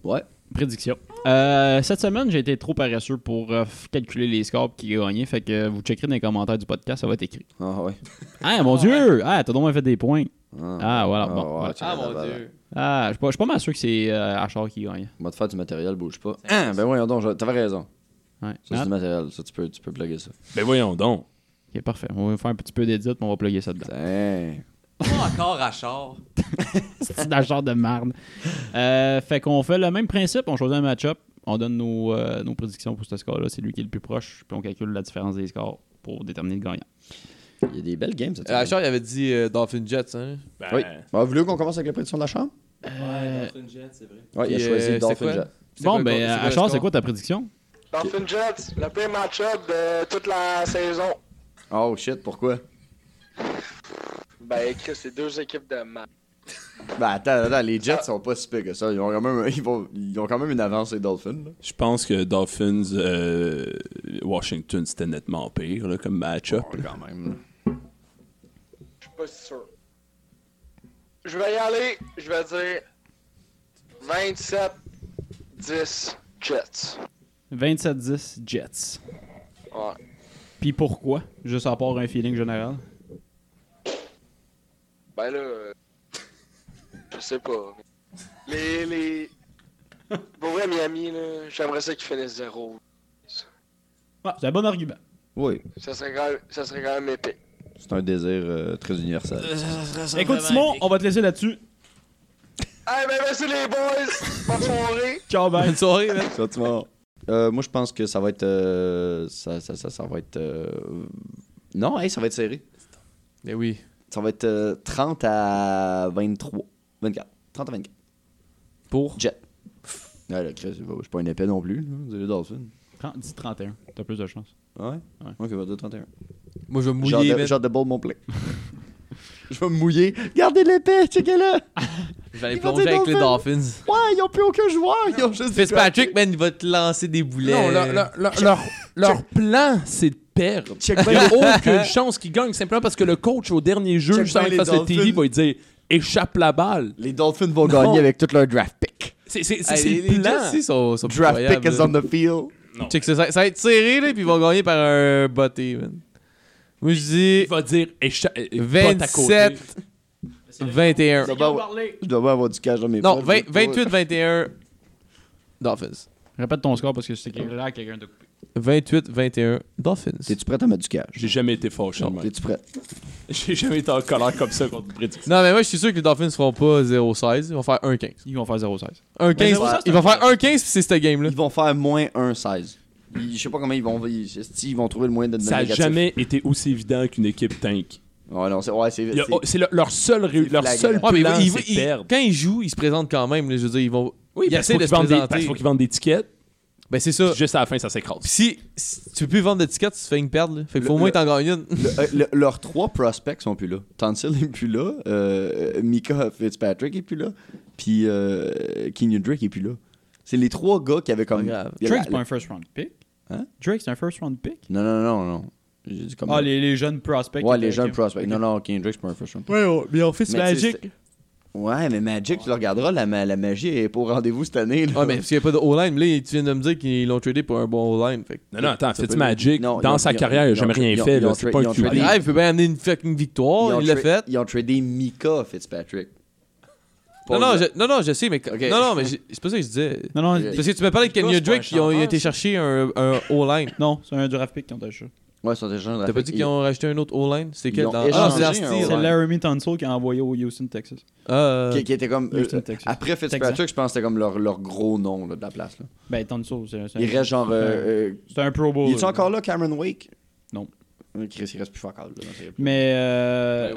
S4: Ouais.
S7: Prédiction. Euh, cette semaine, j'ai été trop paresseux pour euh, f- calculer les scores qui gagnaient. Fait que vous checkerez dans les commentaires du podcast, ça va être écrit.
S4: Ah ouais.
S7: Ah mon dieu! Ah, t'as donc bien fait des points. Ah, voilà.
S4: Ah,
S7: bon,
S4: ouais,
S7: voilà.
S4: tu l'as, voilà.
S7: Ah, je suis pas- je suis pas mal sûr que c'est euh, Achard qui gagne.
S4: On va te faire du matériel, bouge pas. Ah, ben voyons donc, je- t'avais raison.
S7: Ouais.
S4: Ça, c'est
S7: Ah,
S4: du matériel, ça, tu peux, tu peux plugger ça.
S3: Ben voyons donc.
S7: ok, parfait. On va faire un petit peu d'édit, mais on va plugger ça dedans.
S4: Putain.
S9: Pas encore à char.
S7: C'est un genre de marde. Euh, fait qu'on fait le même principe, on choisit un match-up, on donne nos, euh, nos prédictions pour ce score-là, c'est lui qui est le plus proche, puis on calcule la différence des scores pour déterminer le gagnant.
S4: Il y a des belles games cette
S8: Euh,
S4: semaine.
S8: Achard, il avait dit euh, Dolphin Jets. Hein?
S3: Ben,
S4: Oui. Bon, voulez qu'on commence avec la prédiction de la chambre
S7: Euh,
S4: Ouais, il a
S8: Puis,
S4: choisi
S8: euh,
S4: Dolphin
S8: c'est quoi?
S4: Jet.
S8: C'est
S7: bon,
S8: quoi le-
S7: ben,
S8: le
S7: Achard, c'est
S8: score?
S7: quoi ta prédiction?
S2: Dolphin Jets, le pire match-up de toute la saison.
S4: Oh shit, pourquoi
S2: Ben, Chris, c'est deux équipes de match.
S4: Ben attends, attends, les Jets sont pas si pires que ça. Ils ont quand même, ils vont- ils ont quand même une avance, les Dolphins. là.
S3: Je pense que Dolphins, euh, Washington, c'était nettement pire là, comme match-up.
S4: Ouais, quand même.
S2: Je suis pas sûr. Je vais y aller, je vais dire 27, 10 Jets.
S7: 27-10 Jets.
S2: Ouais.
S7: Puis pourquoi? Juste à part un feeling général.
S2: Ben là, euh, je sais pas. Les, les... Pour vrai, Miami, là, j'aimerais ça qu'ils finissent zéro.
S7: Ah, c'est un bon argument.
S4: Oui,
S2: Ça serait quand même, ça serait quand même épique.
S4: c'est un désir euh, très universel.
S6: Ah,
S7: Écoute,
S6: ben,
S7: Simon, on va te laisser là-dessus.
S2: Hey, ben merci les boys! Bonne soirée!
S7: Ciao, bye.
S8: Bonne soirée, man.
S4: Ça, tu m'as- Euh, moi, je pense que ça va être. euh, ça, ça, ça, ça va être. euh, Non, hey, ça va être serré.
S8: Mais Eh oui.
S4: Ça va être euh, 30 à 23. 24. 30 à 24.
S8: Pour
S4: Jet. Ouais, le Chris, je suis pas un épée non plus. hein, C'est les Dolphins.
S11: 30, dis 31. T'as plus de chance.
S4: Ouais? Ok, va dire 31.
S8: Moi, je vais
S4: Genre
S8: mouiller.
S4: de,
S8: man.
S4: genre de ball, mon play. je vais me mouiller. Gardez l'épée, checkez-le!
S8: Je vais aller
S4: Il va
S8: plonger
S4: dire
S8: avec les
S4: Dolphins.
S8: Dolphins.
S4: Ouais, ils ont plus aucun joueur! Ils ont juste.
S8: Fitzpatrick, man, il va te lancer des boulets.
S12: Non, leur, leur- leur- leur- leur plan, c'est de perdre.
S4: Check
S12: Ben, Il n'y a
S4: bien les-
S12: aucune chance qu'ils gagnent, simplement parce que le coach, au dernier jeu,
S4: Check
S12: juste avant
S4: bien
S12: qu'il
S4: les
S12: fasse le TD,
S4: Dolphins.
S12: va lui dire échappe la balle.
S4: Les Dolphins vont gagner avec tout leur draft pick.
S12: C'est c'est- c'est-
S8: Hey,
S12: c'est
S8: les- les
S12: le plan.
S8: Jets, ils sont, sont
S4: Draft pick
S8: incroyables,
S4: is on
S8: là.
S4: the field.
S8: Check ça, ça, ça va être serré, là, puis ils vont gagner par un botté, man. Moi, je
S12: Il va dire échappe.
S8: dis
S12: Pote à côté.
S8: 27. 21.
S4: Je dois, avoir, je dois avoir du cash dans mes
S8: Non,
S4: poches.
S8: 20 28-21. Dolphins.
S11: Répète ton score parce que c'est là que quelqu'un t'a coupé.
S8: 28-21. Dolphins.
S4: T'es-tu prête à mettre du cash?
S3: J'ai jamais été fâché. de même.
S4: T'es-tu prête?
S3: J'ai jamais été en colère comme ça contre une prédiction.
S8: Non, mais moi, je suis sûr que les Dolphins feront pas 0-16. Ils vont faire 1-15.
S11: Ils vont faire 0-16.
S8: 1-15. Ils vont faire 1-15, puis c'est cette game-là.
S4: Ils vont faire moins 1-16. Ils- Je sais pas comment ils vont. Ils, si ils vont trouver le moyen de
S3: Ça a
S4: négatif.
S3: jamais été aussi évident qu'une équipe tank.
S4: Ouais, non, c'est. Ouais, c'est.
S12: Il y a-
S4: c'est-
S12: oh, C'est le- leur seul, ré- leur
S4: flagrant.
S12: seul
S4: Ouais,
S12: plan,
S8: Ouais, mais ils-
S12: c'est
S8: ils- ils-
S12: perdre.
S8: quand ils jouent, ils se présentent quand même. là, je veux dire, ils vont.
S12: Oui,
S8: ils
S3: ben,
S12: parce qu'il faut
S8: essaient de
S12: qu'ils
S8: se
S12: vendent des- parce
S8: présenter.
S12: qu'il faut qu'ils vendent des tickets.
S8: Ben, c'est ça.
S12: puis Juste à la fin, ça s'écrase.
S8: Pis si, si tu peux plus vendre d'étiquettes, tu te fais une perte. Là. Fait que faut
S4: Le-
S8: au moins
S4: le-
S8: t'en gagnes une.
S4: Le- euh, le- leurs trois prospects sont plus là. Tansil est plus là. euh, euh, Mika Fitzpatrick est plus là. Puis euh, Kenyon Drake est plus là. C'est les trois gars qui avaient comme.
S8: Pas grave.
S4: il y a
S7: Drake,
S4: la-
S7: c'est pas un first round pick.
S4: Hein?
S7: Drake, c'est un first round pick.
S4: Non, non, non, non. J'ai dit comme.
S7: Ah, les, les jeunes prospects.
S4: ouais,
S7: qui
S4: les
S7: étaient-
S4: jeunes
S7: ok.
S4: prospects. Non, non, Kenyon Drake, c'est pas un first round.
S8: Ouais, mais on fait
S4: Mais tu sais, c'est- Ouais, mais Magic, tu le regarderas, la, ma- la magie est pas au rendez-vous cette année. Là.
S8: Ouais, Ah, mais parce qu'il n'y a pas de O-line. mais Là, tu viens de me dire qu'ils l'ont tradé pour un bon O-line. Fait que.
S12: Non, non, attends,
S4: Ça peut-
S12: Fitzmagic,
S4: Non, ils
S12: dans
S4: ont-
S12: sa
S4: ils ont-
S12: carrière, il
S4: ils
S12: n'a
S4: ont
S12: jamais
S4: tra- ils
S12: rien
S4: ont-
S12: fait.
S4: ils ont
S12: là. C'est
S4: tra-
S12: pas
S4: ils
S12: un
S4: ont
S12: QB.
S8: Pas grave, il peut bien amener une fucking victoire.
S4: ont
S8: Il l'a
S4: tra-
S8: fait.
S4: Ils ont tradé Mika Fitzpatrick.
S8: Non, non, je, non, non, je sais, mais.
S4: Ok.
S8: Non, non, mais j'ai- c'est pas ça que je disais.
S7: Non, non,
S8: Parce que tu me parles de Kenya
S9: c'est pas un
S8: Drake, ils ont, ils ont été chercher un, un O-line.
S7: non c'est un draft pick qui ont acheté.
S4: Ouais, ils sont des gens de
S8: T'as pas dit qu'ils ont racheté un autre O-line C'était
S4: Ils
S8: quel
S4: ont
S8: dans...
S4: échangé
S8: Ah, c'est dans
S4: un
S8: Steel.
S4: O-line.
S7: C'est Laramie Tunsil qui a envoyé au Houston, Texas.
S8: Ah,
S4: Qui, qui était comme. euh,
S7: Houston, Texas.
S4: après Fitzpatrick, je pense que c'était comme leur, leur gros nom là, de la place. Là.
S7: Ben, Tunsil, c'est c'est un.
S4: Il reste genre. euh, euh,
S7: C'est un Pro Bowl.
S4: il est encore là, Cameron Wake
S7: Non.
S4: Euh, Chris, il reste plus fort encore. là, dans ses-
S7: Mais. Euh...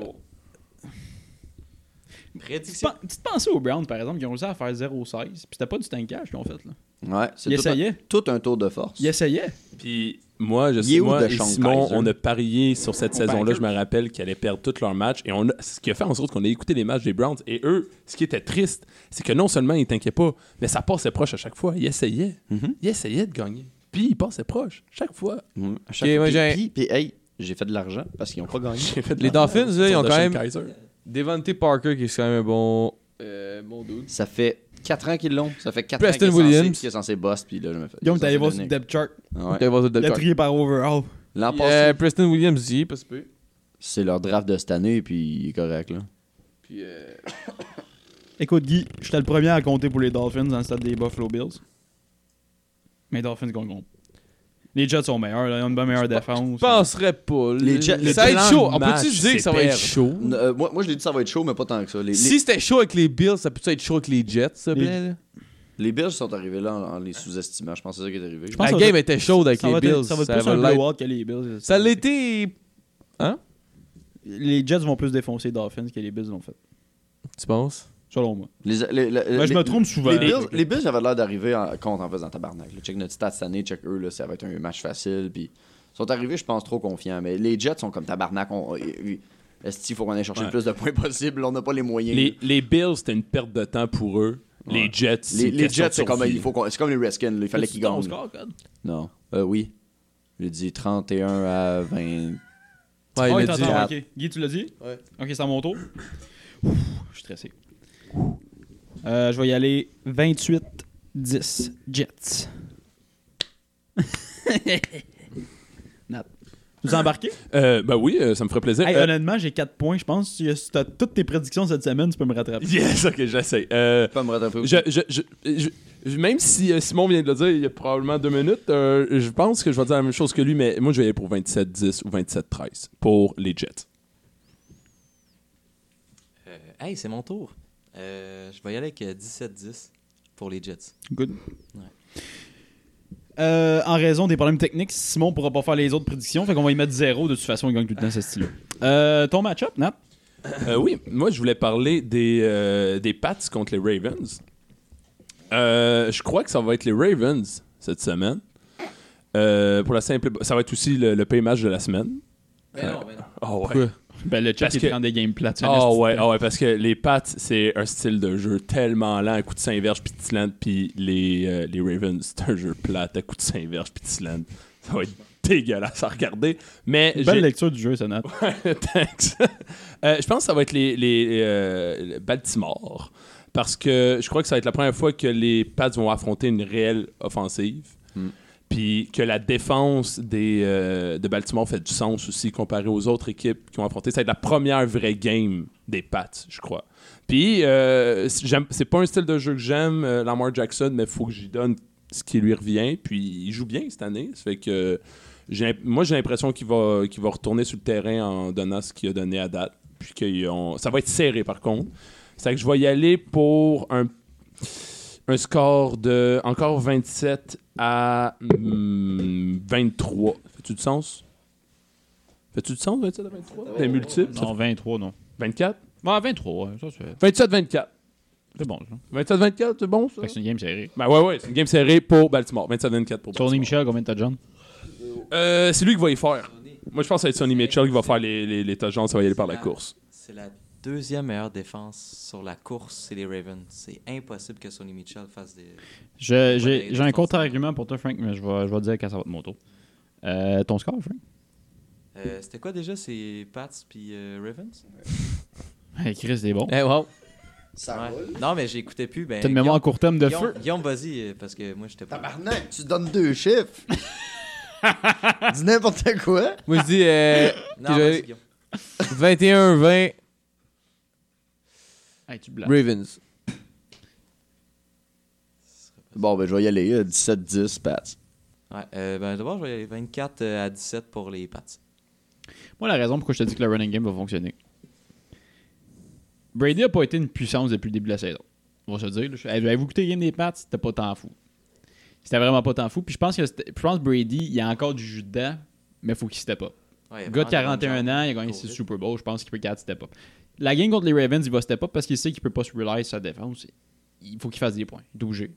S9: Prédiction.
S7: Tu te pensais aux Browns, par exemple, qui ont réussi à faire 0-16. Puis c'était pas du tankage qu'ils ont fait. Là.
S4: Ouais, c'est
S7: Ils
S4: tout, un-
S7: essayaient.
S4: tout un tour de force.
S7: Ils essayaient.
S3: Puis moi,
S4: Il
S3: je
S4: est
S3: sais,
S4: où
S3: moi
S4: de
S3: et
S4: Sean
S3: Simon,
S4: Kaiser?
S3: on a parié sur cette saison-là, je me rappelle, qu'ils allaient perdre tous leurs matchs. Et on a- ce qui a fait en sorte qu'on a écouté les matchs des Browns. Et eux, ce qui était triste, c'est que non seulement ils t'inquiètent pas, mais ça passait proche à chaque fois. Ils essayaient. Ils essayaient de gagner. Puis ils passaient proche, chaque fois.
S4: Mhm. À
S8: Ok,
S4: fois.
S8: moi,
S4: Puis-
S8: j'ai un-
S4: puis, puis, hey, j'ai fait de l'argent parce qu'ils ont pas gagné.
S3: J'ai fait de
S8: Les
S3: la-
S8: Dolphins, là, ils ont
S3: de
S8: quand
S3: Sean
S8: même.
S3: Kaiser.
S8: Devante Parker, qui est quand même un bon. euh, Bon dude.
S4: Ça fait 4 ans qu'ils l'ont. Ça fait 4
S8: Preston
S4: ans qu'il est
S8: Williams.
S4: censé- qu'il est censé boss. Puis là, je me fais.
S7: Guillaume,
S4: il
S7: t'allais
S4: est
S7: voir
S4: censé
S7: sur le
S4: devenir.
S7: depth chart.
S4: Ouais.
S8: Devante
S7: Il a
S8: Parker.
S7: trié par overall.
S4: L'an
S8: Puis,
S4: passé,
S8: euh, Preston Williams, il pas si peu.
S4: c'est leur draft de cette année. Puis il est correct. Là.
S8: Puis, euh,
S7: Écoute, Guy, j'étais le premier à compter pour les Dolphins dans le stade des Buffalo Bills. Mais les Dolphins gagnent. Les Jets sont meilleurs, là. ils ont une bonne meilleure
S8: je
S7: défense.
S8: penserais pas. là.
S4: Les Jets- le
S8: ça va être
S12: plan
S8: chaud.
S12: de
S8: On peut-tu
S12: match,
S8: dire que
S12: c'est
S8: ça va être
S12: perdre.
S8: chaud?
S4: N- euh, moi, moi, je l'ai dit, ça va être chaud, mais pas tant que ça. Les, les-
S8: Si c'était chaud avec les Bills, ça peut être chaud avec les Jets, ça,
S7: Les-
S8: plaît, là?
S4: les Bills sont arrivés là en, en les sous-estimant. Je pense que c'est ça qui est arrivé.
S7: pense
S8: La
S7: que ça va
S8: game était chaude avec
S7: ça va
S8: les
S7: être-
S8: Bills.
S7: ça va être plus un
S8: l'être.
S7: blowout que les Bills.
S8: Ça l'était.
S7: Les Jets vont plus défoncer les Dolphins que les Bills l'ont fait.
S8: Tu penses?
S7: Selon moi.
S4: Les, les- les-
S7: Ben, je
S4: les-
S7: me trompe souvent.
S4: Les Bills, les Bills avaient l'air d'arriver en compte en faisant tabarnak. là. Check notre stat cette année, check eux, là, ça va être un match facile. Puis ils sont arrivés, je pense, trop confiants. Mais les Jets sont comme tabarnak. On, est faut qu'on aille chercher le
S3: Ouais.
S4: plus de points possible? On n'a pas les moyens.
S3: Les, les Bills, c'était une perte de temps pour eux. Les Jets, c'est
S4: Les,
S3: une
S4: les
S3: question
S4: Jets,
S3: de
S4: c'est comme,
S3: survie.
S4: il faut qu'on- c'est comme les Redskins, là, il fallait qu'ils gagnent. là. Non. Euh, oui. J'ai dit 31 à 20.
S8: Ouais,
S7: Ah,
S8: il
S7: oui,
S8: l'a dit.
S7: t'entends,
S4: à-
S7: ok. Guy, tu l'as dit?
S8: Ouais.
S7: Ok, c'est à mon tour. Ouh, Je suis stressé. Euh, je vais y aller 28-10 Jets. Nat. Vous embarquez?
S3: Euh, ben oui, euh, ça me ferait plaisir.
S7: Hey,
S3: Euh,
S7: honnêtement, j'ai 4 points. Je pense que si tu as toutes tes prédictions cette semaine, tu peux me rattraper.
S3: yes, ok, j'essaie. Euh,
S4: Pas me rattraper.
S3: je, je, je, je- je- même si euh, Simon vient de le dire il y a probablement deux minutes, euh, je pense que je vais dire la même chose que lui, mais moi je vais aller pour 27-10 ou 27-13 pour les Jets.
S9: Euh, hey, c'est mon tour. Euh, je vais y aller avec euh, 17-10 pour les Jets.
S7: Good.
S9: Ouais.
S7: Euh, en raison des problèmes techniques, Simon pourra pas faire les autres prédictions. Fait qu'on va y mettre zéro. De toute façon, il gagne tout le temps ce style-là. Euh, ton match-up, Nat?
S3: Euh, oui, moi je voulais parler des, euh, des Pats contre les Ravens. Euh, je crois que ça va être les Ravens cette semaine. Euh, pour la simple, ça va être aussi le, le pay match de la semaine.
S13: Ben non, ben non.
S3: Ah ouais.
S13: Pourquoi? Ben, le Chuck,
S3: Parce
S13: il prend des games plates, c'est un
S3: Ah
S13: esti de
S3: ouais,
S13: temps.
S3: ah ouais, parce que les Pats, c'est un style de jeu tellement lent, à coup de saint verge puis Tisland, puis les, euh, les Ravens, c'est un jeu plate, à coup de saint verge puis Tisland. Ça va être dégueulasse à regarder. Mais
S7: Belle
S3: j'ai-
S7: lecture du jeu, ça note.
S3: Ouais, thanks. Euh, je pense que ça va être les, les, euh, le Baltimore. Parce que je crois que ça va être la première fois que les Pats vont affronter une réelle offensive. Puis que la défense des, euh, de Baltimore fait du sens aussi comparé aux autres équipes qui ont affronté. Ça va être la première vraie game des Pats, je crois. Puis, euh, c- j'aime- c'est pas un style de jeu que j'aime, euh, Lamar Jackson, mais faut que j'y donne ce qui lui revient. Puis, il joue bien cette année. Ça fait que j'ai l'imp- moi, j'ai l'impression qu'il va, qu'il va retourner sur le terrain en donnant ce qu'il a donné à date. Puis, qu'ils ont- ça va être serré par contre. C'est que je vais y aller pour un, un score de encore 27 à hmm, 23. Fais-tu du sens? Fais-tu du sens, 27 à 23? T'es multiple?
S7: Non, 23, non.
S3: 24?
S7: Ouais, 23, ouais, ça se fait.
S3: 27-24.
S7: C'est bon, ça.
S3: 27-24, c'est bon, ça?
S7: Fait que c'est une game serrée.
S3: Ben ouais, ouais, c'est une game serrée pour Baltimore. 27-24 pour Baltimore.
S7: Tony Michel, combien de touchdowns?
S3: Euh, c'est lui qui va y faire. Moi, je pense que ça va être Sonny Mitchell qui va faire les, les, les touchdowns, ça va y aller par la course.
S9: C'est la deuxième meilleure défense sur la course, c'est les Ravens. C'est impossible que Sonny Mitchell fasse des.
S7: Je- J'ai j'ai un contre-argument pour toi, Frank, mais je vais, je vais dire quand ça va être mon tour. Euh, ton score, Frank?
S9: Euh, C'était quoi déjà C'est Pats puis euh, Ravens
S7: Hey, Chris, c'est bon. Euh,
S9: Ouais. Non, mais j'écoutais plus. Ben,
S7: T'as une mémoire
S9: Guillaume-
S7: à court terme de feu.
S9: Guillaume- Guillaume, vas-y, euh, parce que moi, j'étais pas.
S4: Tabarnak, tu donnes deux chiffres. Dis n'importe quoi.
S8: Moi, je dis. Euh,
S9: Non,
S8: que
S9: vas-y,
S8: j'avais-
S9: Guillaume.
S8: 21-20.
S7: Hey, tu blagues.
S8: Ravens.
S4: Bon, ben, je vais y aller. euh, 17-10, Pats.
S9: Ouais, euh, ben, D'abord, je vais y aller 24 euh, à 17 pour les Pats.
S7: Moi, la raison pourquoi je te dis que le running game va fonctionner. Brady a pas été une puissance depuis le début de la saison. On va se dire. là. Avez-vous écouté le game des Pats? C'était pas tant fou. C'était vraiment pas tant fou. Puis je pense que c'était- je pense que Brady, il y a encore du jus dedans, mais faut qu'il step up.
S9: Ouais, il
S7: gars
S9: y a
S7: de
S9: vraiment des
S7: 41
S9: bonnes
S7: ans,
S9: jambes.
S7: il a gagné
S9: Cool.
S7: 6 Super Bowl. Je pense qu'il peut 4 step up. La game contre les Ravens, il va step up parce qu'il sait qu'il peut pas se rely sur sa défense. Il faut qu'il fasse des points. 12 G.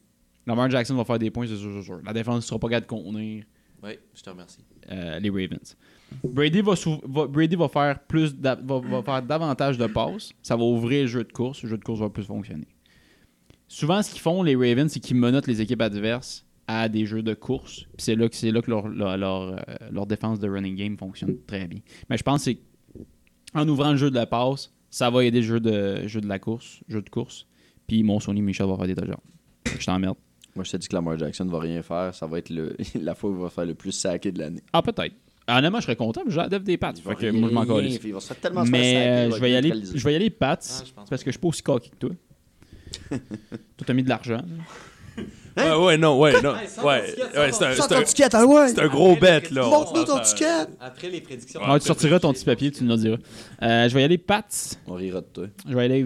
S7: Lamar Jackson va faire des points, c'est sûr, c'est sûr. La défense ne sera pas capable de contenir
S9: Oui, je te remercie.
S7: euh, les Ravens. Brady va, sou- va- Brady va faire plus d'a- va, va faire davantage de passes. Ça va ouvrir le jeu de course. Le jeu de course va plus fonctionner. Souvent, ce qu'ils font, les Ravens, c'est qu'ils menottent les équipes adverses à des jeux de course. Puis c'est là que, c'est là que leur, leur, leur, euh, leur défense de running game fonctionne très bien. Mais je pense que c'est- en ouvrant le jeu de la passe, ça va aider le jeu de, jeu de la course, jeu de course. Puis mon Sony Michel va faire des touchdowns. Je t'emmerde.
S4: Moi, je te dis que Lamar Jackson va rien faire. Ça va être le, la fois où il va faire le plus saqué de l'année.
S7: Ah, peut-être. Honnêtement, je serais content, mais j'ai la dev des pattes. Fait que
S4: rien,
S7: moi, je m'en calisse.
S4: puis il va se faire tellement se faire
S7: Mais
S4: saquer,
S7: euh,
S4: il va
S7: je,
S4: être
S7: vais y aller,
S4: neutralisé.
S7: je vais y aller Pats,
S4: Ah, je pense
S7: parce que je suis pas aussi coquille que toi. toi, t'as mis de l'argent.
S4: Ah,
S3: Ouais, ouais, non, ouais, non.
S7: Hey, sans
S3: Ouais,
S7: ticket,
S3: ouais,
S7: sans-
S3: Euh, c'est un-
S7: sans
S3: c'est un-
S7: ton ticket, ah ouais.
S3: C'est un gros bet, là.
S7: Montre-nous ton
S3: Ça, ça-
S7: ticket.
S9: Après les prédictions.
S7: Ah, tu sortiras ton petit papier, tu nous le diras. Euh, je vais y aller Pats.
S4: On rira de toi.
S7: Je vais y aller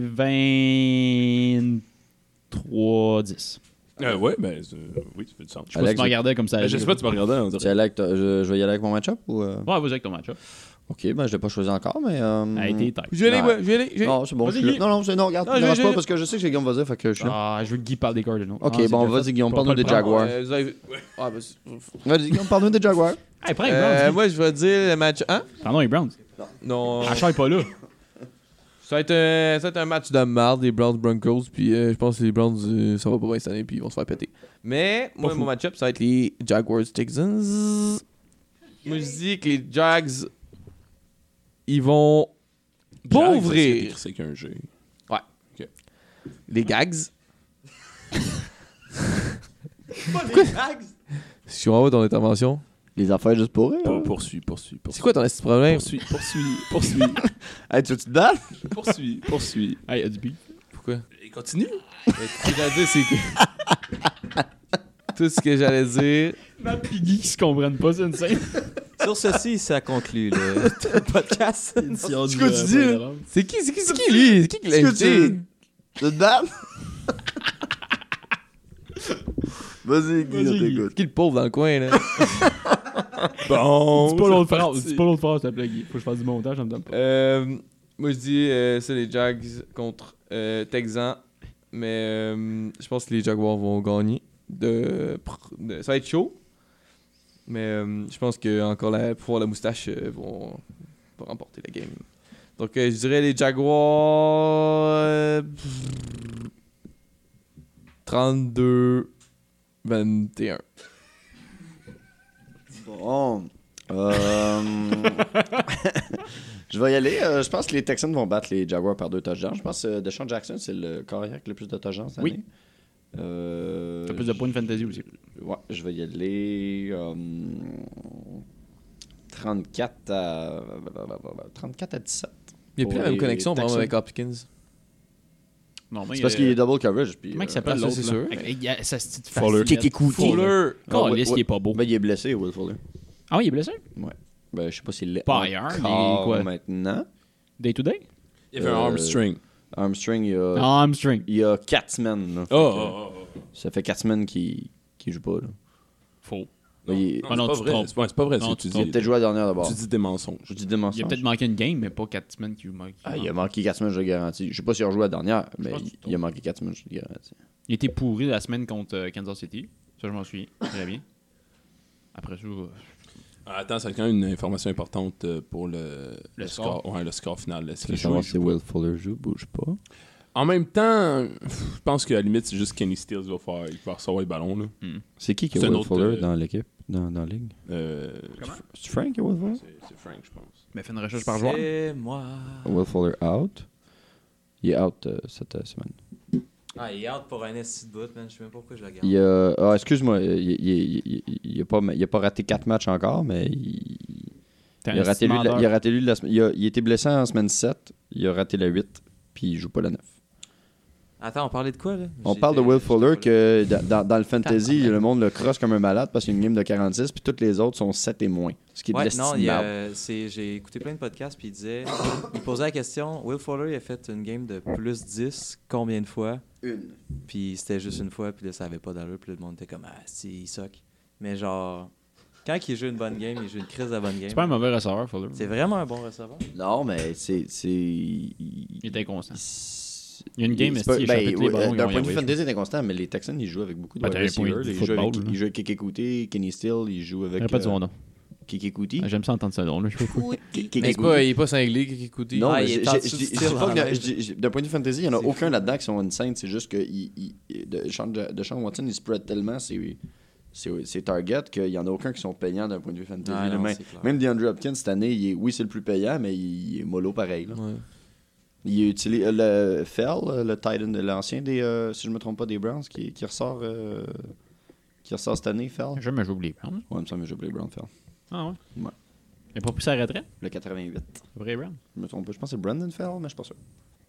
S7: 23-10.
S3: Euh, ouais, ben, euh, oui, ça fait du sens.
S7: Je sais pas si tu hein, me regardais comme ça.
S3: Ben, je sais pas, tu me regardais. On
S4: Tu es
S3: dirait.
S4: allé avec ta- je, je vais y aller avec mon match-up ou. euh?
S7: Ouais, vas-y avec ton hein. match-up.
S4: Ok, ben je l'ai pas choisi encore, mais. Euh...
S7: Hey, t'es tight.
S4: Ouais.
S7: Je vais aller, moi,
S8: je vais aller, je vais-
S4: Non, c'est bon.
S7: Vas-y,
S4: je suis là.
S7: Guy.
S4: Non, non, c'est- non, regarde.
S7: Non,
S4: Non,
S7: je vais- je
S4: pas
S7: vais-
S4: parce que je sais que Guillaume va dire, fait que je suis là.
S7: Ah, je veux que Guy parle des Cardinals.
S4: Ok,
S7: Ah, c'est
S4: bon,
S7: déjà
S4: vas-y,
S7: fait.
S4: Guillaume,
S7: Pas-
S4: parle-nous
S7: pas
S4: des
S7: le prendre.
S4: Jaguars.
S8: Euh, vous avez- Ah, bah, c'est-
S4: Vas-y, Guillaume, parle-nous des Jaguars.
S7: Hey, prends les Browns,
S8: Euh,
S7: Guy.
S8: moi, je vais dire le match 1.
S7: Pardon, les Browns.
S8: Non. euh,
S7: Achard est pas là.
S8: Ça va, être un, ça va être un match de marde, les Browns Broncos. Puis euh, je pense que les Browns, euh, ça va pas bien cette année, puis ils vont se faire péter. Mais moi,
S7: fou.
S8: mon match-up, ça va être les Jaguars Texans. Moi, je dis que les Jags, ils vont
S3: Jags,
S8: pauvre
S3: c'est
S8: rire.
S3: pire, C'est qu'un jeu.
S8: Ouais.
S3: Ok.
S8: Les gags.
S9: Pas les Jags!
S8: Je suis en haut dans l'intervention.
S4: Les affaires juste pour
S3: Pour-
S4: eux.
S3: Poursuis, poursuis, poursuis.
S8: C'est quoi ton petit problème?
S3: Poursuis, poursuis, poursuis,
S4: Hey, tu veux-tu te battre?
S3: poursuis, poursuis.
S7: Hey, y a du beat.
S8: Pourquoi?
S3: Et continue.
S8: Ce que j'allais dire, c'est que. Tout ce que j'allais dire.
S7: Matt pis Guy qui se comprennent pas, c'est une scène.
S9: Sur ceci, ça conclut le podcast.
S7: Ce
S4: que tu dis, là.
S8: C'est qui, c'est qui, c'est qui lui? C'est qui qui l'a
S4: Est-ce que
S8: invité?
S4: tu tu te battre? Vas-y, Guy, on
S7: Vas-y, Guy.
S4: t'écoute.
S8: Qui le pauvre dans le coin, là?
S3: Bon.
S7: Dis pas l'autre
S3: c'est
S7: phrase,
S3: parti.
S8: Oh,
S7: dis pas l'autre phrase, s'il te plaît, Guy. Faut que je fasse du montage, ça me donne pas.
S8: Euh, Moi, je dis, euh, c'est les Jags contre euh, Texans. Mais euh, je pense que les Jaguars vont gagner. De, de- ça va être chaud. Mais euh, je pense que encore la pouvoir la moustache euh, vont, vont remporter la game. Donc euh, je dirais les Jaguars euh, 32 21.
S4: Bon. Euh, je vais y aller. Euh, je pense que les Texans vont battre les Jaguars par deux touchdowns. Je pense que euh, Deshaun Jackson, c'est le carrière avec le plus de touchdowns cette
S7: Oui.
S4: année. Euh,
S7: T'as plus de points de fantasy aussi.
S4: Ouais, je vais y aller. euh, 34 à 34 à 17.
S8: Il n'y a plus
S4: pour
S8: la même
S4: les
S8: connexion par
S4: Texans.
S8: exemple, avec Hopkins.
S7: Non, mais
S4: C'est
S7: il-
S4: parce qu'il est double coverage. Puis,
S7: Comment il
S4: euh,
S7: s'appelle
S8: ah, ça,
S7: l'autre,
S8: c'est sûr.
S7: là? Avec- il y a sa petite
S4: Fuller.
S7: facette.
S4: Kiki-Kouki.
S7: Fuller.
S3: Euh,
S4: Ah,
S7: Calisse,
S4: ouais,
S7: il est pas beau.
S4: Ben, il est blessé, Will Fuller.
S7: Ah oui, il est blessé?
S4: Ouais. Ben, je sais pas s'il l'est
S7: Pas ailleurs, mais
S4: encore
S7: quoi?
S4: maintenant.
S7: Day to day?
S3: Il y avait un hamstring.
S4: Armstring, il y
S7: Ah,
S4: a...
S7: Armstring.
S4: Il y a 4 semaines. là. Fait
S3: Oh,
S4: que,
S3: oh, oh, oh.
S4: Ça fait 4 semaines qu'il qu'il joue pas. Là.
S7: Faux.
S4: Là, il-
S3: Oh, Non, c'est pas vrai. C'est ouais, c'est pas vrai
S7: Non,
S3: ce que
S7: tu
S3: tu
S7: te
S4: il a
S3: dis.
S4: peut-être joué la dernière d'abord.
S3: Tu dis des mensonges.
S4: Je dis des
S7: Il a
S4: mensonges.
S7: peut-être manqué une game, mais pas 4 semaines qu'il manque.
S4: Ah, il a manqué 4 semaines, je le garantis. Je sais pas s'il a rejoué la dernière, mais il, il a manqué 4 semaines, je le garantis.
S7: Il était pourri la semaine contre euh, Kansas City. Ça, je m'en souviens très bien. Après ça, euh,
S3: Ah, Attends, c'est quand même une information importante euh, pour le,
S7: Le score.
S3: Ouais, le score final. Est-ce qu'il joue, il joue
S4: Will Fuller joue, bouge pas.
S3: pas? En même temps, pff, je pense qu'à la limite, c'est juste Kenny Steele va faire. Il va recevoir le ballon. Là.
S7: Hmm.
S4: C'est qui qui a
S3: C'est un
S4: Will
S3: autre,
S4: Fuller
S3: euh,
S4: dans l'équipe, dans, dans la ligue
S3: Euh,
S4: C'est Frank qui a Will Fuller
S3: c'est c'est Frank, je pense.
S7: mais fait une recherche par joueur.
S9: C'est moi.
S4: Will Fuller out. Il est out euh, cette euh, semaine.
S9: Ah, il est out pour un esti de bout, man. Je sais même pas pourquoi je le garde.
S4: Il a. Ah, excuse-moi, il, il, il, il- il a pas, il a pas raté 4 matchs encore, mais il.
S7: T'es
S4: Il
S7: un
S4: a, raté lui, de la-
S7: menteur.
S4: il a raté lui de la semaine. Il, a, il était blessé en semaine 7, il a raté la 8, puis il joue pas la 9.
S9: Attends, on parlait de quoi, là?
S4: On
S9: J'étais-
S4: parle de Will
S9: j'étais pas
S4: Fuller
S9: là.
S4: que dans, dans- dans le fantasy, le monde le crosse comme un malade parce qu'il y a une game de 46, puis toutes les autres sont 7 et moins. Ce qui est de
S9: Ouais, non, il y a-
S4: l'estimable.
S9: c'est- j'ai écouté plein de podcasts, puis il disait, il posait la question, Will Fuller, il a fait une game de plus 10, combien de fois?
S4: Une.
S9: Puis c'était juste une fois, puis là, ça avait pas d'allure, puis là, le monde était comme, ah, si, il soque. Mais genre, quand il joue une bonne game, il joue une crise de bonne game.
S7: C'est pas un mauvais receveur, Fuller.
S9: C'est vraiment un bon receveur.
S4: Non, mais c'est. c'est-
S7: Il est inconstant.
S4: c'est-
S7: Il y a une game,
S4: c'est
S7: est-ce
S4: pas-
S7: qu'il
S4: ben,
S7: a chopé tous les
S4: ouais,
S7: ballons, ils
S4: D'un
S7: ont
S4: point de vue
S7: rien
S4: fantasy, c'est inconstant, mais les Texans, ils jouent avec beaucoup de
S7: Ben,
S4: wide
S7: t'as un point de
S4: receivers.
S7: vue
S4: Ils jouent avec-
S7: football, là.
S4: Ils jouent avec Kekekouté, Kenny Steele, ils jouent avec.
S7: Répète
S4: euh,
S7: son nom.
S9: Ah,
S4: Kekekouté.
S7: hein. J'aime ça entendre ce nom. Là. Je sais pas pourquoi.
S8: Mais c'est
S4: Kekekouté.
S8: pas, il est pas cinglé qui écoute.
S4: Non,
S9: Ah,
S4: mais
S9: il
S4: j'ai-
S9: est en
S4: j'ai-
S9: dessous
S4: j'ai-
S9: du
S4: je
S9: style,
S4: sais pas
S9: en
S4: que la-
S9: même.
S4: j'ai- j'ai- d'un point de vue fantasy, il n'y en a
S9: C'est
S4: aucun là-dedans qui sont insane. C'est juste que il, il- de, Sean, Ja- de Sean Watson, il spread tellement ses, ses- ses targets qu'il n'y en a aucun qui sont payants d'un point de vue fantasy.
S9: Ah,
S4: là.
S9: non,
S4: même,
S9: c'est clair.
S4: même DeAndre Hopkins, cette année, il est- oui, c'est le plus payant, mais il est mollo pareil. là.
S8: Ouais.
S4: Il est utilisé, euh, le Fell, euh, le Titan de l'ancien, des, euh, si je ne me trompe pas, des Browns, qui, qui ressort, euh, qui ressort cette année, Fell.
S7: J'aime un jeu oublié. Brown.
S4: Ouais, il me semble que j'ai oublié Brown Fell.
S7: Ah ouais?
S4: Ouais.
S7: Il a pas pris sa retraite?
S4: Le 88.
S7: Vrai Brown?
S4: Je me trompe pas. Je pense que c'est Brandon Fell, mais je ne suis pas sûr.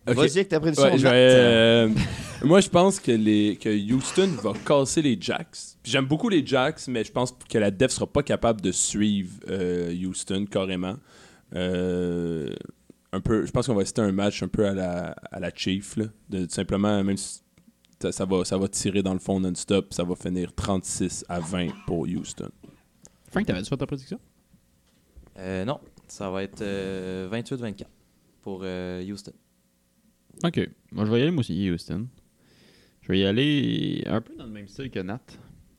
S3: Ok.
S4: Vas-y avec ta prédiction.
S3: Ouais, je vais-
S4: Matt.
S3: euh, moi, je pense que, les, que Houston va casser les Jacks. Puis J'aime beaucoup les Jacks, mais je pense que la def sera pas capable de suivre euh, Houston carrément. Euh, un peu, je pense qu'on va citer un match un peu à la, à la Chief. là. de, simplement, même si ça, ça va, ça va tirer dans le fond non-stop, ça va finir 36 à 20 pour Houston.
S7: Frank, t'avais-tu fait ta prédiction?
S9: Euh, non, ça va être euh, 28-24 pour euh, Houston.
S7: Ok. Moi, je vais y aller, moi aussi, Houston. Je vais y aller un peu dans le même style que Nat.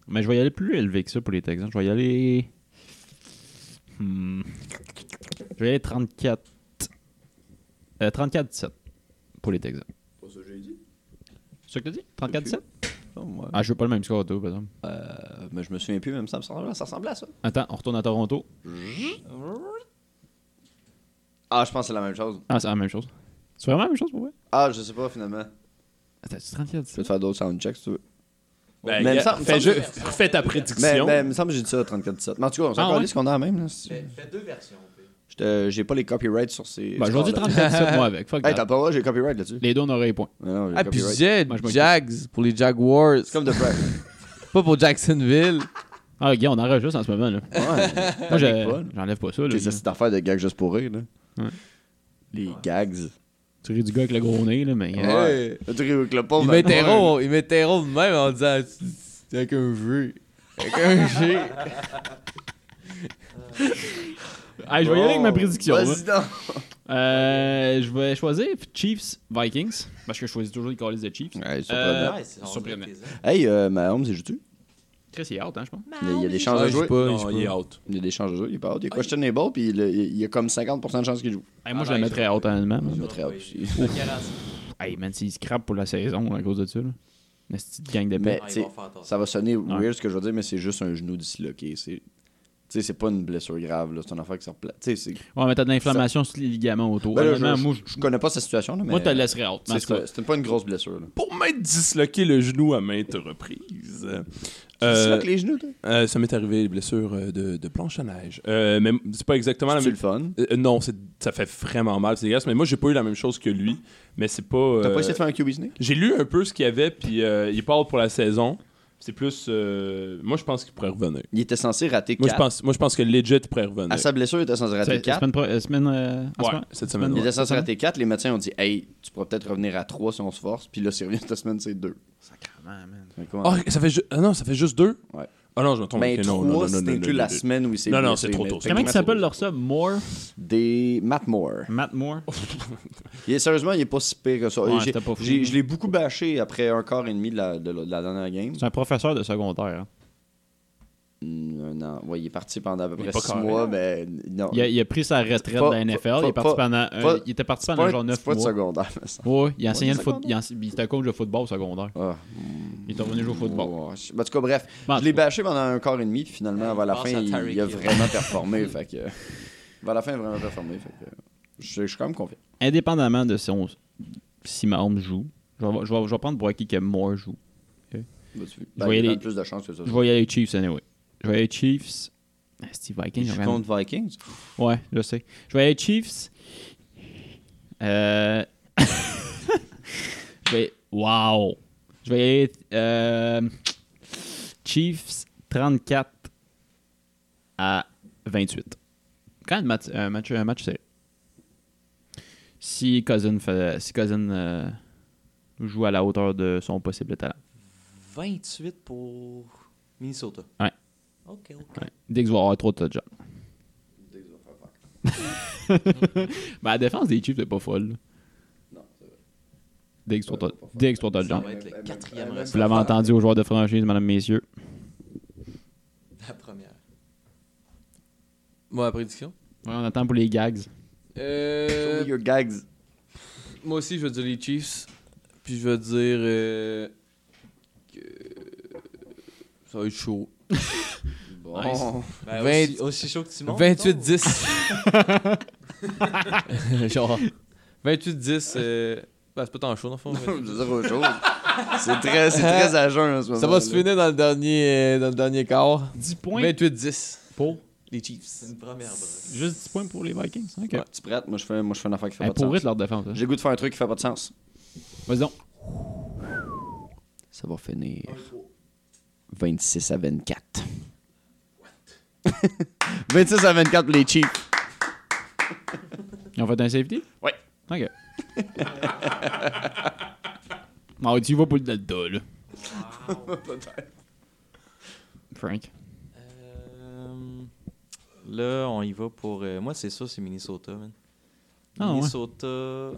S7: Mais je vais y aller plus élevé que ça pour les Texans. Je vais y aller. Hmm. Je vais y aller 34. Euh, 34-17 pour les Texans. C'est ça que j'ai dit. C'est ça que t'as dit? 34-17?
S4: Oh, ouais.
S7: Ah, je veux pas le même score à toi, par exemple.
S4: Euh, mais je me souviens plus, même ça me semblait, ça ressemblait à ça.
S7: Attends, on retourne à Toronto.
S4: Ah, je pense que c'est la même chose.
S7: Ah, c'est la même chose. C'est vraiment la même chose pour moi?
S4: Ah, je sais pas finalement.
S7: Attends, c'est 34
S4: Je peux te faire d'autres soundchecks si tu veux.
S3: Ben,
S4: Mais
S3: gars,
S4: ça-
S3: fais,
S4: ça-
S3: ju- fais ta prédiction.
S4: Mais, mais il me semble que j'ai dit ça à 34-17. Mais en tout cas, on s'en
S7: Ah,
S4: calisse
S7: ouais?
S4: qu'on a la même. Là, si-
S9: Fais deux versions.
S4: Je te- J'ai pas les copyrights sur ces.
S7: Bah, je vais dire
S4: scores-là.
S7: 34-17 moi avec. Fuck
S4: Hey,
S7: that.
S4: t'as pas ouais, j'ai copyright là-dessus.
S7: Les deux, on aurait les points.
S4: Mais Non, j'ai
S8: Ah, puis
S4: copyright.
S8: je disais
S7: Moi, je m'occupe.
S8: Jags pour les Jaguars.
S4: C'est comme de Frank.
S8: Pas pour Jacksonville.
S7: Ah, gars, on enregistre en ce moment. là.
S4: Ouais.
S7: Moi,
S4: T'as pas,
S7: je-
S4: là.
S7: j'enlève pas ça. Là,
S4: T'es cette affaire de gags juste pour rire, là.
S7: Ouais.
S4: Les gags.
S7: Tu ris du gars avec le gros nez, là, mais. euh,
S8: Ouais.
S4: Tu ris avec le pauvre.
S8: Il
S4: Matt Moore.
S8: m'interrompt, il m'interrompt de même en disant Tu- C'est avec un jeu. Avec un jeu.
S7: Hey, je vais y aller avec ma prédiction.
S4: Oh.
S7: hein.
S4: Vas-y donc.
S7: Euh, je vais choisir Chiefs Vikings parce que je choisis toujours les Cowboys de Chiefs.
S4: Ouais,
S7: Euh,
S4: surprenant.
S7: surprenant.
S4: Hey, euh, Mahomes, il joue-tu?
S7: Chris il est out, hein, je pense.
S4: Il y a- il y a des chances
S7: Ah,
S4: de
S7: il joue
S4: jouer.
S7: pas, il Non, joue il pas. est out.
S4: Il y a des chances de jouer. Il est pas out. Ah, Il Ah, est questionable, puis il, il y a comme 50% de chances qu'il joue.
S7: Hey, moi, je le mettrais out, honnêtement.
S4: Je le mettrais out aussi.
S7: Ouf. Hey man, s'il se crappe pour la saison à cause de ça, là. Une petite gang de
S4: Mais
S7: pets.
S4: tu sais, ça va sonner weird ce que je veux dire, mais c'est juste un genou disloqué. C'est, tu sais, c'est pas une blessure grave. là. C'est une affaire qui se repla- tu sais, c'est-
S7: Ouais, mais t'as de l'inflammation sur les ligaments autour.
S4: Ben là,
S7: Honnêtement,
S4: je,
S7: moi,
S4: je- je connais pas sa situation. Là, mais
S7: Moi, t'as le laisserais out,
S4: C'est,
S7: parce que-
S4: c'est- c'est pas une grosse blessure. là.
S3: Pour m'être disloqué le genou à maintes reprises.
S4: Tu disloques les genoux, toi?
S3: euh, ça m'est arrivé les blessures euh, de, de planche à neige. Euh, mais c'est pas exactement la
S4: C'est-tu
S3: même.
S4: le fun?
S3: Euh, non, c'est- ça fait vraiment mal, c'est dégueulasse. Mais moi, j'ai pas eu la même chose que lui. Mais c'est pas.
S4: T'as
S3: euh,
S4: pas essayé de faire un QB sneak?
S3: J'ai lu un peu ce qu'il y avait, puis euh, il parle pour la saison. C'est plus. euh, moi, je pense qu'il pourrait revenir.
S4: Il était censé rater
S3: Moi, je
S4: quatre.
S3: pense, moi, je pense que legit il pourrait revenir.
S4: À sa blessure, il était censé rater
S3: C'est-
S4: 4.
S3: semaine
S7: semaine, euh, en
S3: Ouais, ce moment? cette semaine,
S4: Il
S3: ouais.
S4: était censé
S3: Cette
S4: rater 4. Les médecins ont dit Hey, tu pourras peut-être revenir à 3 si on se force. Puis là, s'il revient cette semaine, c'est 2.
S7: Sacrement, man.
S3: Ah, ça fait ju- ah non, ça fait juste deux?
S4: Ouais.
S3: Ah non, je me trompe.
S4: Ben,
S3: Ok, non,
S4: trois,
S3: non, non, non,
S4: c'est
S3: non,
S4: inclus
S3: non,
S4: la
S3: non, non.
S4: semaine où il s'est
S3: Non, non,
S4: blessé,
S3: c'est trop
S4: mais
S3: tôt.
S7: Comment il s'appelle leur ça Moore
S4: Des Matt Moore.
S7: Matt Moore
S4: Il est- sérieusement, il est pas si pire que ça.
S7: Ouais,
S4: J'ai-
S7: c'était pas fou.
S4: j'ai- je l'ai beaucoup bâché après un quart et demi de la, de la- de la dernière game.
S7: C'est un professeur de secondaire. hein.
S4: Mm, un an. Ouais, il est parti pendant à peu
S7: Il est
S4: près
S7: pas
S4: 6
S7: carré.
S4: mois, mais non.
S7: Il a, il a pris sa retraite
S4: Pas-
S7: de la NFL.
S4: pas-
S7: il, est parti
S4: pas-
S7: pendant un-
S4: pas-
S7: il était parti pendant
S4: pas-
S7: genre 9
S4: c'est pas
S7: mois.
S4: de secondaire, mais ça.
S7: Ouais, il
S4: Pas
S7: enseignait
S4: de
S7: le foot. Il, ense- il était coach de football au secondaire. Il est revenu jouer au football.
S4: En tout cas, bref, je l'ai bâché pendant un quart et demi, puis finalement, vers la
S7: passe
S4: fin,
S7: à
S4: il,
S7: Tyreek
S4: il a
S7: Hill.
S4: vraiment performé. fait que, vers la fin, il a vraiment performé. Fait que, je, je suis quand même confiant.
S7: Indépendamment de si, on, si Mahomes joue, je vais, je vais- je vais prendre pour acquis que Moore joue. Ok?
S4: Bah, tu-
S7: Je
S4: bah,
S7: vais y
S4: il a
S7: aller-
S4: plus de chances que ça.
S7: Je vais y aller Chiefs anyway. Je vais y aller Chiefs. Ah, Steve Vikings.
S4: Je suis
S7: j'aurais-
S4: contre Vikings.
S7: Ouais, je sais. Je vais aller Chiefs. Euh... je vais. Wow! Je vais aller. euh, Chiefs 34 à 28. Quand même un match, un match, un match serré. Si Cousin, fait- si Cousin euh, joue à la hauteur de son possible talent.
S9: 28 pour Minnesota.
S7: Ouais.
S9: Ok, ok.
S7: Ouais. Dix va avoir trop de touchdowns. Mais la défense des Chiefs, c'est pas folle. Non, c'est vrai. Dix trois
S9: Ça
S7: touchdowns.
S9: va être le quatrième
S7: Vous l'avez entendu aux joueurs de franchise, madame, messieurs.
S9: La première.
S8: Moi, la prédiction.
S7: Ouais, on attend pour les gags.
S8: Euh,
S4: Show me your gags.
S8: Moi aussi, je vais dire les Chiefs. Puis je vais dire. euh, que- Ça va être chaud.
S4: Bon.
S3: Oh.
S9: Ben, aussi- aussi chaud que tu montes,
S8: 28-10.
S9: mettons.
S8: Genre. 28-10. euh, ben, c'est pas tant chaud, dans le fond.
S4: Non,
S8: 28-10.
S4: je veux dire autre chose. C'est très- c'est très à jeun, en ce
S8: Ça
S4: moment-là.
S8: va se finir dans le dernier, euh, dans le dernier quart.
S7: 10 points.
S8: 28-10.
S7: Pour
S8: les Chiefs.
S9: Une première brosse.
S7: Juste 10 points pour les Vikings. Ok.
S4: Ouais, tu prêtes? Moi, je fais, moi, je fais une affaire qui fait
S7: Elle
S4: pas de
S7: pourrit
S4: sens.
S7: leur défense, hein.
S4: J'ai le goût de faire un truc qui fait pas de sens.
S7: Vas-y donc.
S4: Ça va finir 26 à 24. 26 à 24 pour les Chiefs.
S7: Ils ont fait un safety?
S4: Ouais.
S7: Ok. bon, tu y vas pour le delta, là. Frank.
S9: Euh, Là, on y va pour. euh, moi, c'est ça, c'est Minnesota, man.
S7: Ah, ouais.
S9: Minnesota, euh,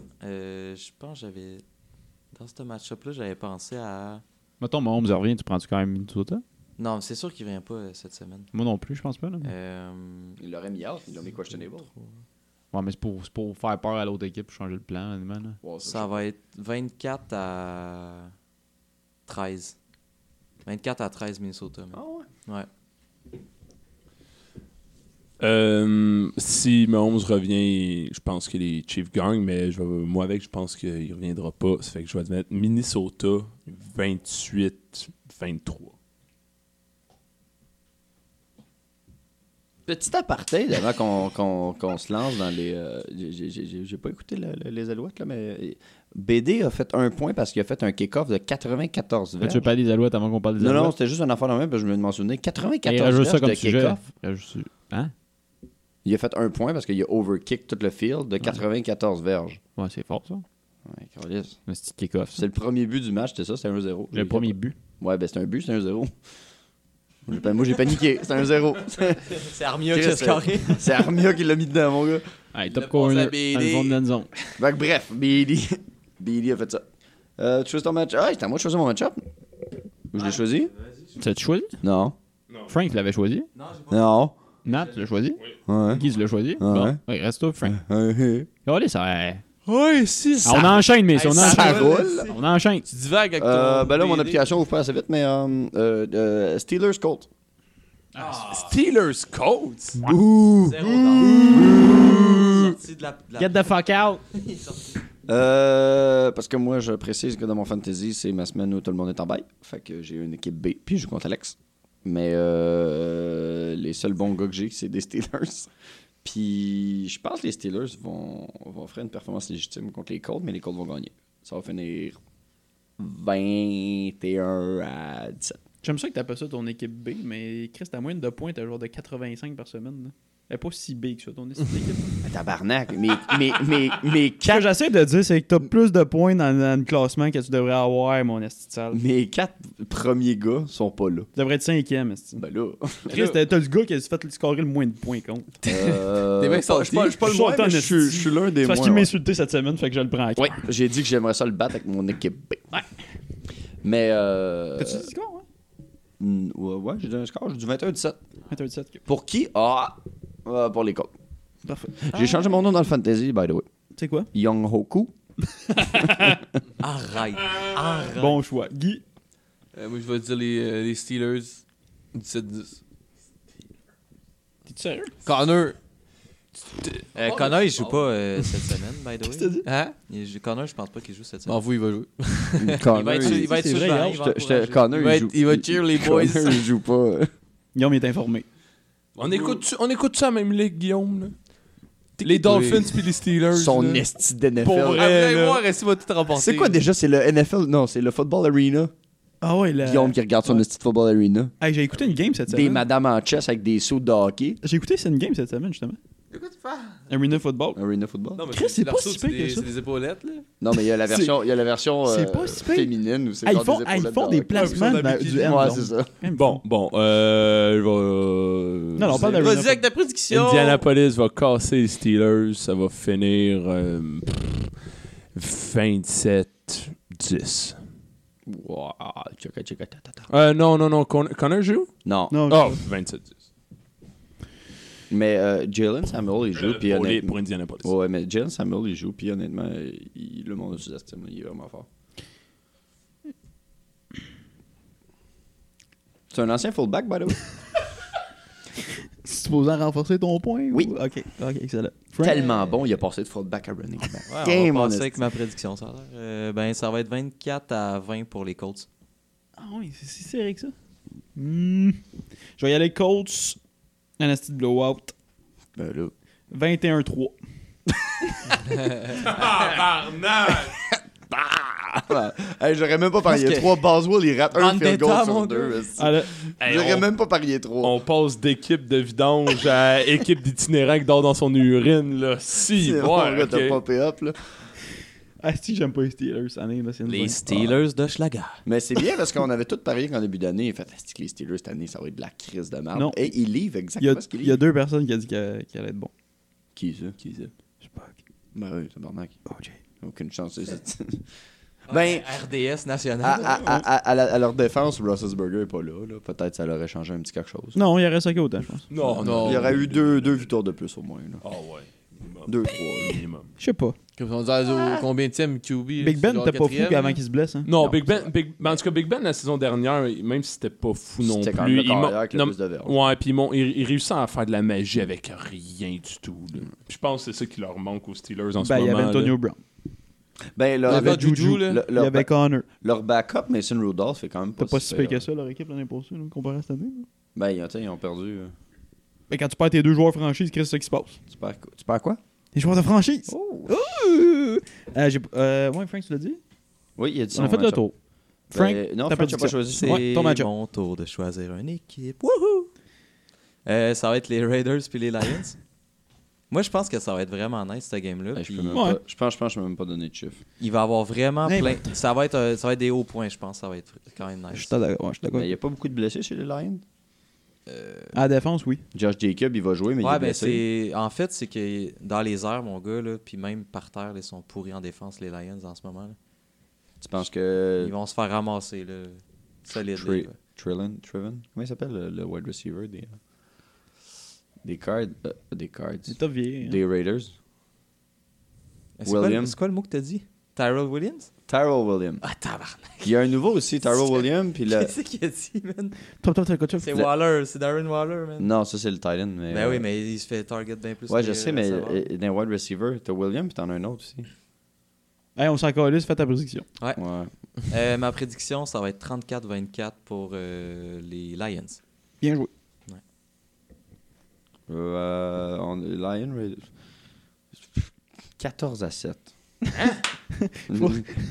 S9: je pense que j'avais. Dans ce match-up-là, j'avais pensé à.
S7: Mettons, Mahomes revient, tu prends-tu quand même Minnesota?
S9: Non, c'est sûr qu'il vient pas euh, cette semaine. Euh,
S7: Moi non plus, je pense pas. Là,
S4: Euh.
S7: mais...
S4: Il l'aurait mis out, il l'a mis questionable.
S7: Ouais, mais c'est pour, c'est pour faire peur à l'autre équipe, changer le plan, honnêtement, là.
S9: ça va être 24 à 13. 24 à 13 Minnesota. Ah ouais? Ouais.
S3: Euh, si Mahomes revient, je pense que les Chiefs gagnent, mais je vais- moi avec, je pense qu'il reviendra pas. Ça fait que je vais mettre Minnesota 28-23.
S4: Petit aparté, avant qu'on qu'on- qu'on se lance dans les. euh, j'ai- j'ai j'ai- j'ai pas écouté le- le- les Alouettes, là, mais. euh, BD a fait un point parce qu'il a fait un kick-off de 94
S7: Là,
S4: verges.
S7: tu veux pas des Alouettes avant qu'on parle des
S4: Non,
S7: Alouettes?
S4: non, c'était juste un enfant de même, parce que je me mentionnais.
S7: Hey,
S4: 94
S7: rajoute
S4: verges
S7: ça comme
S4: de
S7: sujet.
S4: kick-off.
S7: Rajoute- Hein?
S4: Il a fait un point parce qu'il a overkick tout le field de 94 verges.
S7: Ouais, c'est fort, ça.
S4: Ouais, câlisse.
S7: Un petit kick-off.
S4: C'est le premier but du match, c'était ça, c'était 1-0.
S7: Le premier but.
S4: Ouais, ben c'était un but, c'était 1-0. J'ai pas- Moi, j'ai paniqué. C'est un zéro.
S9: C'est Armia qui a
S4: Chris,
S9: scoré.
S4: euh, C'est Armia qui l'a mis dedans, mon gars.
S7: Hey, top
S4: corner
S7: corner, dans le fond de la zone.
S4: bref, Billy. Billy a fait ça. Euh, tu choisis ton match. Ah, c'était à moi de choisir mon match-up. Je
S9: Ah.
S4: l'ai choisi.
S10: T'as-tu choisi?
S4: Non.
S10: Frank l'avait choisi.
S4: Non.
S10: Nat l'a choisi.
S4: Ouais.
S10: Guise l'a choisi.
S4: Ah Ouais.
S10: Bon, ouais, reste toi, Frank.
S4: Ouais.
S10: Allez, ça. ouais.
S8: Oui, si,
S10: Ah, on enchaîne, mais si on
S4: ça
S10: enchaîne.
S4: roule.
S10: On enchaîne.
S8: Tu divagues avec
S4: Euh,
S8: ton
S4: ben là, mon
S8: BD.
S4: application ouvre pas assez vite, mais euh, euh, euh, Steelers Colt.
S3: Steelers Colts.
S4: Ouh!
S9: Zéro dans Sorti de la. de la-
S10: Get the fuck out.
S9: Il est sorti.
S4: Euh, parce que moi, je précise que dans mon fantasy, c'est ma semaine où tout le monde est en bail. Fait que j'ai une équipe B, puis je compte Alex. Mais euh, les seuls bons gars que j'ai, c'est des Steelers. Puis je pense que les Steelers vont, vont offrir une performance légitime contre les Colts, mais les Colts vont gagner. Ça va finir 21 à 17.
S7: J'aime ça que t'appelles ça ton équipe B, mais Chris, ta moyenne de points, t'as genre de 85 par semaine. là. Elle est pas si B que ça, ton équipe.
S4: Ah, Tabarnak, mais, mais, mais, mais
S7: Ce que
S4: quatre-
S7: j'essaie de dire, c'est que t'as plus de points dans, dans le classement que tu devrais avoir, mon esti de sale.
S4: mes quatre premiers gars sont pas là.
S7: Tu devrais être cinquième, esti.
S4: Ben là.
S7: Chris, t'as t'as le gars qui a fait scorer le moins de points, con.
S4: euh,
S8: Des mecs
S4: pas-
S8: sont-
S4: je suis pas- je suis pas le
S7: Ils sont
S4: moins,
S7: en
S4: mais je suis- je
S7: esti.
S4: suis l'un des
S7: C'est parce
S4: moins,
S7: qu'il m'a
S4: ouais.
S7: insulté cette semaine, fait que je le prends à
S4: Ouais, j'ai dit que j'aimerais ça le battre avec mon équipe B. Mais. Euh,
S7: T'as-tu dit score, hein?
S4: mm, ouais, ouais, j'ai donné un score, j'ai du 21-17.
S7: 27. Tu
S4: Pour qui Ah euh, Pour les Colts.
S7: Parfait.
S4: J'ai changé mon nom dans le fantasy, by the way.
S7: sais quoi?
S4: Young Hoku.
S9: Arrête. Euh, Arrête.
S7: Bon choix. Guy,
S8: Euh, moi, je vais dire les, euh, les Steelers 17-10.
S7: t'es-tu sérieux?
S8: Connor.
S9: Euh, Connor, il joue pas euh, cette semaine, by the way.
S8: Hein?
S9: Il joue- Connor, je pense pas qu'il joue cette semaine.
S8: M'en fous, il va jouer.
S4: Connor,
S9: il va être sur- il va être
S7: c'est
S9: sur le
S7: vrai,
S9: banc,
S7: hein,
S9: il va
S4: j'étais- j'étais-
S9: encourager.
S4: Connor,
S8: Il va,
S4: il joue.
S8: être- il va cheer les boys.
S4: Connor, il joue pas.
S7: Guillaume est informé.
S3: On écoute, on écoute ça même ligue, Guillaume. là? Les
S8: Oui.
S3: Dolphins puis les Steelers.
S4: Son
S3: là.
S4: esti d'NFL.
S3: Pour vrai.
S8: Après
S3: là.
S8: voir, est-ce qu'il va tout remporter?
S4: C'est quoi déjà C'est le NFL Non, c'est le Football Arena.
S7: Ah ouais, là.
S4: Guillaume qui regarde son esti de Football Arena.
S7: Hey, j'ai écouté une game cette
S4: Des
S7: semaine.
S4: madames en chess avec des sauts de hockey.
S7: J'ai écouté une game cette semaine, justement. Arena Football.
S4: Arena Football.
S8: Non, mais
S7: Chris, c'est
S8: leurs
S7: pas
S8: sauts,
S7: si pire
S8: des-
S7: que ça.
S8: C'est des épaulettes, là.
S4: Non, mais il y a la version, il y a la version euh,
S7: c'est pas si pire.
S4: féminine où c'est
S7: Ah, ils
S4: genre
S7: font,
S4: des
S7: ah, ils
S4: épaulettes
S7: font
S4: de
S7: des
S4: hockey.
S7: placements
S8: Ouais,
S7: dans- du
S8: c'est
S4: Ouais,
S7: hand.
S4: c'est ça.
S3: Bon, bon. Euh, je vais-
S7: Non, non, on parle d'Arena
S8: Vas-y avec ta prédiction.
S3: Indianapolis va casser les Steelers. Ça va finir euh, pff, 27-10.
S4: Wow, tchaka, tchaka, ta, ta, ta.
S3: Euh, non, non, non. Con- Connor joue?
S4: Non.
S7: Non,
S3: Oh, 27-10.
S4: Mais euh, Jalen Samuel, il joue. puis
S3: Euh, Pour, les-
S4: honnêtement-
S3: pour Indianapolis.
S4: Ouais, mais Jalen Samuel, il joue. Puis honnêtement, il- le monde le sous-estime. Il est vraiment fort. C'est un ancien fullback, by the way.
S7: C'est supposé renforcer ton point?
S4: Oui.
S7: ou- Ok, ok, excellent.
S4: Tellement bon, il a passé de fullback à running back.
S9: Ouais,
S4: Damn,
S9: Ah, on va
S4: on
S9: passer
S4: est-
S9: avec ma prédiction, ça a l'air. Euh, ben, ça va être 24 à 20 pour les Colts.
S7: Ah oui, c'est si serré que ça. Hmm. Je vais y aller Colts, Anastie de Blowout,
S4: Ben là,
S7: 21-3.
S4: Ouais. Hey, j'aurais même pas parié.
S9: que-
S4: Trois Baswell, il rate un field goal
S9: Vendetta,
S4: sur
S9: mon
S4: deux.
S9: gars.
S4: esti.
S7: Allez,
S3: Hey,
S4: J'aurais
S3: on-
S4: même pas parié trois.
S3: On passe d'équipe de vidange à équipe d'itinérant qui dort dans son urine, là. Si,
S4: C'est
S3: ouais,
S4: bon, là,
S3: ok.
S4: t'as popé up, là.
S7: ah, si j'aime pas les Steelers, ça n'est c'est une
S9: Les
S7: bonne-
S9: Steelers de Schlager.
S4: Mais c'est bien parce qu'on avait tout parié qu'en début d'année, fantastique, les Steelers cette année, ça va être de la crise de merde.
S7: Non.
S4: Et ils livrent
S7: Il y, a,
S4: exactement ce qu'ils
S7: il y a
S4: livrent.
S7: deux personnes qui ont dit qu'elle qu'elle allait être bon.
S4: Qui ça Qui ça
S7: Je sais pas.
S4: Ben oui, tabarnak.
S7: OJ.
S4: Aucune chance. c'est ça.
S9: Ben, RDS
S4: à,
S9: national.
S4: à, à, à- à la- à leur défense, Roethlisberger est pas là. là. Peut-être ça leur aurait changé un petit quelque chose.
S7: Non, il y aurait ça autant, je pense.
S8: Oh,
S3: Non, non.
S4: Il y aurait eu deux, deux victoires de plus au moins. Là.
S3: Ah ouais. Minimum.
S4: Deux, trois. là.
S8: Ah.
S3: Minimum.
S7: Je sais pas.
S8: Comme on dit, à- combien de tièmes QB? là,
S7: Ah. Big
S8: c'est
S7: Ben,
S8: genre
S7: t'es pas fou
S8: quatrième,
S7: avant
S8: là.
S7: qu'il se blesse, hein?
S3: Non, Big Ben, Big- ben, en tout cas, Big Ben, la saison dernière, même si c'était pas fou non
S4: C'était quand
S3: plus,
S4: même le
S3: il
S4: carrière
S3: m'a-
S4: avec le
S3: non,
S4: plus de verges.
S3: Ouais, puis ils m'ont- ils- ils réussissent à faire de la magie avec rien du tout. là. Puis Je pense que c'est ça qui leur manque aux Steelers en ce
S7: Ben, il y
S3: moment.
S7: avait
S3: là.
S7: Antonio Brown.
S4: Ben,
S8: Il y
S4: leur,
S8: avait Juju, là.
S4: le-
S7: Il y
S4: leur,
S7: avait Connor.
S4: leur backup, Mason Rudolph, est quand même pas,
S7: T'as pas si pire
S4: pire.
S7: que ça, leur équipe, l'année passée, là, comparé à cette année. là.
S4: Ben, ils ont, ils ont perdu. euh,
S7: Mais quand tu perds tes deux joueurs franchises, Chris, c'est ça qui se passe.
S4: Tu perds, quoi- tu perds quoi
S7: Tes joueurs de franchise. Ouh! Euh, j'ai- euh, ouais, Frank, tu l'as dit?
S4: Oui, il a dit
S7: On
S4: son
S7: a fait le
S4: match-up.
S7: tour.
S4: Ben,
S7: Euh, Frank,
S4: non,
S7: ta
S4: Frank, j'ai pas
S7: prédiction.
S4: choisi.
S9: C'est
S7: Ouais, ton match-up.
S9: mon tour de choisir une équipe. Wouhou! Euh, ça va être les Raiders puis les Lions. Moi, je pense que ça va être vraiment nice, cette game-là.
S4: Ben, je,
S9: puis
S4: peux même
S7: Ouais.
S4: pas- je pense, je pense que je peux même pas donner de chiffre.
S9: il va avoir vraiment
S7: Hey,
S9: plein. Ça va, être, euh, ça va être des hauts points, je pense. Ça va être quand même
S7: Je
S9: nice.
S7: suis d'accord. ouais, je suis
S4: Il
S7: d'accord.
S4: n'y a pas beaucoup de blessés chez les Lions.
S7: À la défense, oui.
S4: Josh Jacob, il va jouer, mais il
S9: ouais,
S4: est
S9: ben
S4: blessé.
S9: c'est. En fait, c'est que dans les airs, mon gars, là, puis même par terre, là, ils sont pourris en défense, les Lions, en ce moment. là.
S4: Tu penses que.
S9: Ils vont se faire ramasser, là. Solide.
S4: Tre-
S9: là.
S4: Trillin, Trevin? Comment il s'appelle le, le wide receiver des. euh, Des cards. euh, des cards.
S7: top vieil, hein.
S4: Des Raiders.
S9: C'est quoi le-
S4: Williams.
S9: C'est quoi le mot que t'as dit Tyrell Williams
S4: Tyrell Williams.
S9: Ah, tabarnak.
S4: Il y a un nouveau aussi, Tyrell Williams. Puis le...
S9: Qu'est-ce qu'il a dit, man
S7: Top, top, top,
S9: C'est
S4: Le-
S9: Waller, c'est Darren Waller, man.
S4: Non, ça c'est le Titan. Mais,
S9: Ben oui,
S4: euh,
S9: mais il se fait target bien plus.
S4: Ouais,
S9: que
S4: je sais, mais
S9: Savard.
S4: euh, dans les wide receiver, t'as Williams, puis t'en as un autre aussi.
S7: Hey, on s'en calisse, fais ta prédiction.
S9: Ouais.
S4: Ouais.
S9: Euh, ma prédiction, ça va être 34-24 pour euh, les Lions.
S7: Bien joué.
S4: Euh, on- Lion Raiders. 14 à 7.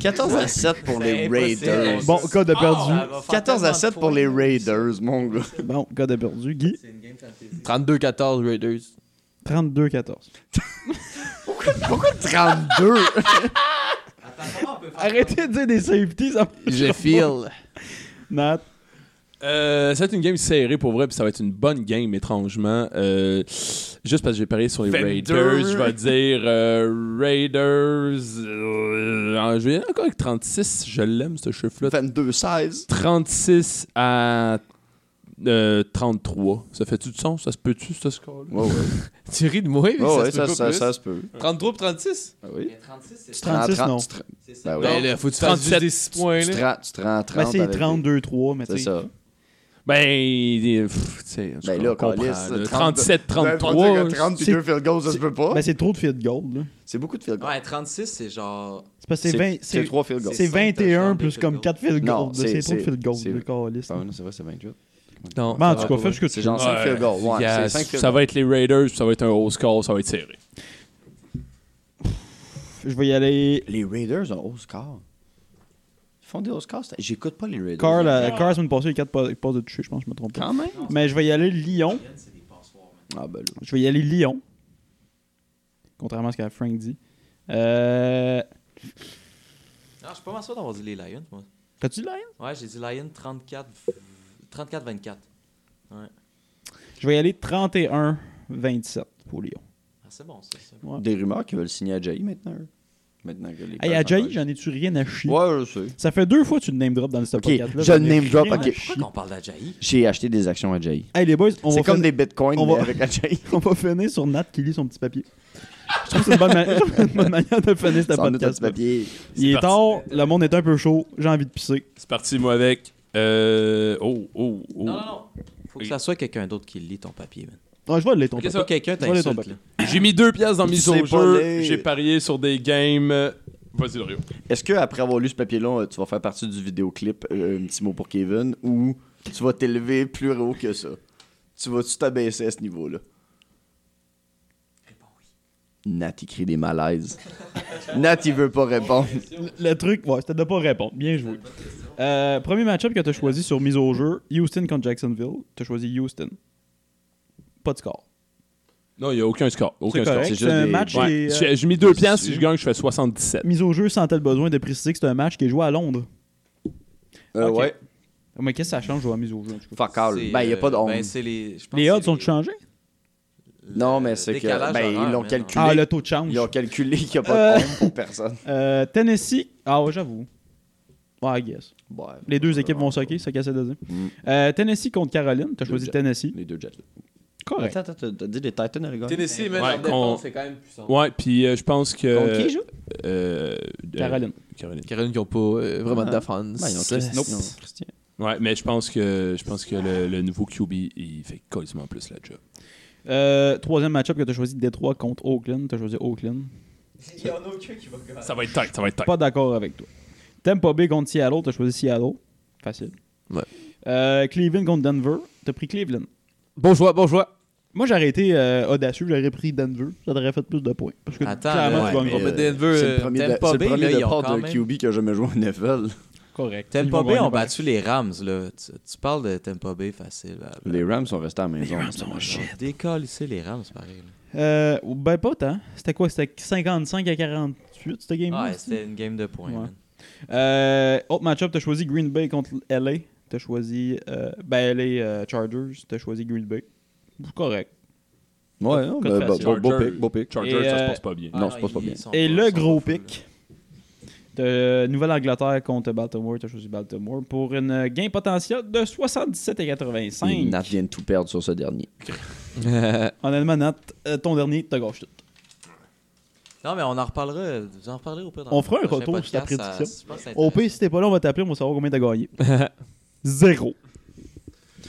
S4: 14 Hein? à 7 pour les
S9: C'est impossible.
S4: Raiders.
S7: Bon, code de perdu.
S9: ça va faire
S4: 14 à
S9: tellement de
S4: 7 pour
S9: points.
S4: les Raiders, mon gars.
S7: Bon, God a perdu. Guy,
S9: C'est une game fantasy.
S8: 32-14 Raiders.
S7: 32-14.
S4: Pourquoi 32
S7: Arrêtez de dire des safeties, ça
S14: Je feel.
S7: Nat.
S3: Euh, ça va être une game serrée pour vrai, puis ça va être une bonne game étrangement. Euh, juste parce que j'ai parié sur les
S14: Vendeur.
S3: Raiders, je vais dire euh, Raiders. euh, je vais y aller encore avec 36, je l'aime ce chiffre-là.
S4: 22-16.
S3: 36 à euh, 33. Ça fait-tu du sens? Ça se peut-tu, ce score-là?
S4: Ouais, ouais.
S8: Tu ris de moi, mais
S4: Ouais, ouais, ça,
S8: ça, se peut
S4: ça,
S8: pas
S4: ça se peut.
S8: plus. 33 pour 36
S4: Ah oui.
S9: Mais 36, c'est
S7: 36, non.
S4: Tu te- Ben oui.
S8: Ben là, faut que tu fasses juste
S3: 37,
S8: des 6 points,
S4: Tu te
S8: là.
S4: rends- tu te rends 30.
S7: Ben, c'est
S4: avec les-
S7: 32-3, mais
S4: C'est
S7: tu sais.
S4: ça.
S3: Ben, euh, pff, tu sais, en tout
S4: Ben
S3: cas,
S4: là,
S3: on comprend,
S4: Calis, Ben,
S3: là.
S4: 30,
S3: 37-33.
S4: 30
S7: c'est-
S4: 32 field goals, ça se peut pas.
S7: Ben, c'est trop de field goal, là.
S4: C'est beaucoup de field goals.
S9: Ouais, 36, c'est genre.
S7: C'est parce que c'est 20.
S4: C'est
S7: C'est
S4: 3 field goals.
S7: c'est
S9: c'est cinq touchdowns,
S7: 21
S9: des
S7: plus
S9: field
S7: comme
S9: goals.
S7: 4 field
S4: Non,
S7: goals. là.
S4: c'est-
S7: C'est trop de
S4: c'est-
S7: field goals,
S4: c'est-
S7: le caliste.
S4: Ah, non, c'est vrai, c'est 28.
S8: Non,
S7: Ben, en
S8: ça
S7: tout
S8: va
S7: cas,
S8: pas
S7: fais ce que
S4: C'est
S7: tu
S4: genre
S7: veux.
S4: 5 field goals. Ouais,
S3: Yes,
S4: c'est 5 field
S3: ça
S4: goals.
S3: va être les Raiders, puis ça va être un haut score, ça va être serré.
S7: Je vais y aller.
S4: Les Raiders ont haut score. Ils font des hauts scores. c'est- J'écoute pas les Raiders.
S7: Carl, euh, Carl, la semaine passée, il y a 4 passes de toucher, je pense, je me trompe pas.
S4: Quand même.
S7: Mais je vais y aller Lyon.
S4: Ah, ben là.
S7: Je vais y aller Lyon. Contrairement à ce que Frank dit. Euh...
S9: Non, je suis pas mal sûr d'avoir dit les Lions, moi.
S7: T'as-tu Lyon?
S9: Ouais, j'ai dit Lions 34 34-24.
S7: Je vais y aller 31-27 pour Lyon.
S9: Ah, c'est bon, ça. ça.
S4: Des rumeurs qu'ils veulent signer Ajayi maintenant. eux. Maintenant que les
S7: Hey,
S4: Bears
S7: à
S4: en
S7: Jay,
S4: parlent.
S7: j'en ai-tu rien à chier?
S4: Ouais, je sais.
S7: Ça fait deux fois que tu le name drop dans le stop
S4: Ok, je le name drop, ok.
S9: Pourquoi qu'on parle d'Ajayi
S4: J'ai acheté des actions à Ajayi.
S7: Hey, les boys, on va,
S4: C'est comme
S7: finir,
S4: des bitcoins
S7: on
S4: mais
S7: va-
S4: avec Ajayi.
S7: on va finir sur Nat qui lit son petit papier. Je trouve que c'est une bonne, ma- je trouve que c'est une bonne manière de finir ce
S4: Ça en est un petit
S7: podcast.
S4: papier.
S7: Il est
S3: parti.
S7: tard, le monde est un peu chaud, j'ai envie de pisser.
S3: C'est parti, moi, avec. euh, oh, oh, oh.
S9: Non, non, non. Faut que
S3: Oui.
S9: ça soit quelqu'un d'autre qui lit ton papier, man.
S7: Non, je vais aller ton
S9: Faut
S7: papier.
S9: pas quelqu'un
S7: Voilà ton
S9: t'insulte,
S7: papier.
S9: là.
S3: J'ai mis deux pièces dans mise
S4: C'est
S3: au
S4: pas
S3: jeu.
S4: laid.
S3: J'ai parié sur des games. Vas-y, Lorio.
S4: Est-ce que après avoir lu ce papier-là, euh, tu vas faire partie du vidéoclip euh, Un petit mot pour Kevin ou tu vas t'élever plus haut que ça Tu vas-tu t'abaisser à ce niveau-là Nat, il crie des malaises. Nat, il veut pas répondre.
S7: Le truc, ouais, c'était de pas répondre. Bien joué. Euh, premier match-up que t'as choisi sur mise au jeu, Houston contre Jacksonville. T'as choisi Houston. Pas de score.
S3: Non, il n'y a aucun score. Aucun
S7: C'est
S3: score.
S7: correct.
S4: juste
S7: C'est un
S4: des-
S7: match
S3: Ouais.
S7: qui est, euh,
S3: J'ai- J'ai mis deux pièces. Si je gagne, je fais 77.
S7: mise au jeu sentait le besoin de préciser que c'est un match qui est joué à Londres.
S4: Euh,
S7: Ok.
S4: Ouais.
S7: Mais qu'est-ce que ça change jouer à mise au jeu en tout cas?
S4: Fuck all.
S9: C'est,
S4: Ben, il a
S9: euh,
S4: pas de honte.
S9: Ben, c'est les. je pense
S7: Les
S9: que
S7: odds
S9: c'est
S7: sont
S9: les-
S7: changés?
S9: le
S4: non, mais c'est que.
S9: décalage
S4: Ben,
S9: horaire,
S4: ils l'ont
S9: man.
S4: calculé.
S7: Ah, le taux de change.
S4: Ils ont calculé qu'il n'y a pas de
S7: Euh.
S4: honte pour personne.
S7: Euh, Tennessee. Ah, ouais, j'avoue. Ouais, I guess.
S4: Ouais.
S7: Les deux équipes vont soquer, c'est ce qu'elle s'est dit. Euh, Tennessee contre Caroline. T'as choisi
S4: Jets.
S7: Tennessee.
S4: Les deux jets.
S7: Correct.
S4: Attends, attends, t'as- t'as dit les Titans, les gars
S8: Tennessee,
S3: Ouais,
S8: même,
S3: qu'on-
S8: c'est quand même puissant.
S3: Ouais, puis euh, je pense que.
S4: Contre qui ils jouent
S3: Euh, euh,
S7: Caroline.
S3: Caroline.
S8: Caroline qui ont pas euh, vraiment de
S4: Ah.
S8: défense.
S4: Ben, ils ont
S8: C'est-
S4: Christi- ils ont Christian.
S3: Ouais, mais je pense que je pense que le, le nouveau QB, il fait quasiment plus la job.
S7: Euh, troisième match-up que t'as choisi Détroit contre Oakland. T'as choisi Oakland.
S9: Il y en a aucun qui va gagner.
S3: Ça va être tight, ça va être tight.
S7: Pas d'accord avec toi. Tampa Bay contre Seattle. T'as choisi Seattle. Facile.
S8: Ouais.
S7: Euh, Cleveland contre Denver. T'as pris Cleveland.
S8: Bon choix, bon choix.
S7: Moi, j'aurais été euh, audacieux. J'aurais pris Denver. Ça t'aurait fait plus de points. Parce que
S8: Ah.
S9: Attends,
S7: clairement,
S9: là,
S7: tu
S9: ouais,
S7: gagnes
S4: mais,
S7: pas.
S4: euh,
S8: Denver,
S4: C'est
S8: euh,
S4: le premier, de-
S9: Tampa
S4: c'est le
S9: Bay,
S4: premier
S9: là, ils ont
S4: départ
S9: quand
S4: d'un
S9: même-
S4: QB qui a jamais joué en NFL.
S7: Correct. Ils
S9: Tampa
S7: vont
S9: Bay
S7: gagner
S9: ont
S7: pareil.
S9: battu les Rams, là. Tu, tu parles de Tampa Bay facile. là.
S4: Les Rams sont restés à la maison.
S9: Ils décollent ici, les Rams, pareil. là.
S7: Euh, ben, pas tant. C'était quoi C'était 55 à 48,
S9: Ah,
S7: cette game-là
S9: Ouais, c'était une game de points,
S7: Ouais.
S9: man.
S7: Euh, autre match-up, t'as choisi Green Bay contre LA. T'as choisi euh, ben, les euh, Chargers. T'as choisi Green Bay. C'est Correct.
S4: Ouais, non,
S7: Code
S4: ben,
S7: facile.
S4: beau- beau pick, beau pick. Chargers, Ah,
S7: Et,
S4: ça se
S7: euh,
S4: passe pas bien. Non, ça se passe pas bien.
S7: Et le gros pick de Nouvelle-Angleterre contre Baltimore. T'as choisi Baltimore pour une gain potentiel de 77 et 85.
S4: Et Nat vient de tout perdre sur ce dernier.
S7: Honnêtement, Nat, euh, ton dernier, t'as gâché tout.
S9: Non, mais on en reparlera. Vous en reparlerez au pire. dans
S7: on
S9: le
S7: fera un
S9: prochain
S7: retour sur ta
S9: podcast, ça-
S7: prédiction.
S9: je pense que ça
S7: Au pire, si t'es pas là, on va t'appeler, on va savoir combien t'as gagné. Zéro.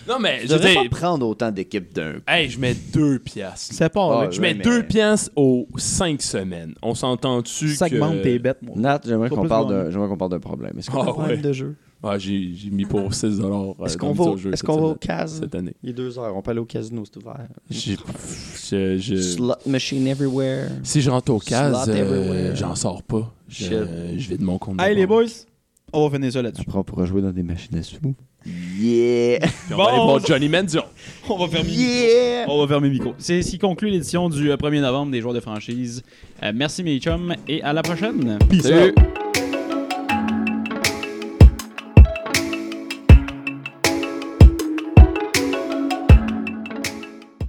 S3: Non, mais
S4: Je
S3: je veux
S4: devrais
S3: dire,
S4: pas prendre autant d'équipes d'un coup.
S3: hey, je mets deux piastres.
S7: Ça
S4: Ah,
S7: part, là.
S3: Je mets
S4: Ouais,
S3: deux piastres aux cinq semaines. On s'entend-tu
S4: Cinq
S3: que...
S4: membres, t'es bête,
S3: Nat,
S4: J'aimerais qu'on parle d'un- j'aimerais qu'on parle d'un problème. Est-ce qu'on a un problème de jeu?
S3: Ah, j'ai j'ai mis pour 6 dollars. euh,
S4: Est-ce
S3: dans
S4: qu'on
S3: le
S4: va,
S3: jeu
S4: est
S3: cette
S4: qu'on va au
S3: semaine-
S4: casino?
S3: Cette année.
S4: Il est deux heures, on peut aller au casino, c'est ouvert.
S3: J'ai- pff, je- je-
S4: Slot machine everywhere.
S3: Si je rentre au cas, euh,
S4: Slot everywhere.
S3: j'en sors pas. Je,
S4: Shit.
S3: je vais de mon compte. de
S7: Hey,
S3: banque.
S7: les boys, on va finir ça là-dessus.
S4: Après, on pourra jouer dans des machines à sous. Yeah!
S3: Puis on va aller voir Johnny Manziel.
S7: On va fermer
S4: yeah!
S7: On va fermer micro. C'est ce qui conclut l'édition du euh, 1er novembre des joueurs de franchise. Euh, merci mes chums et à la prochaine.
S4: Salut.
S7: out.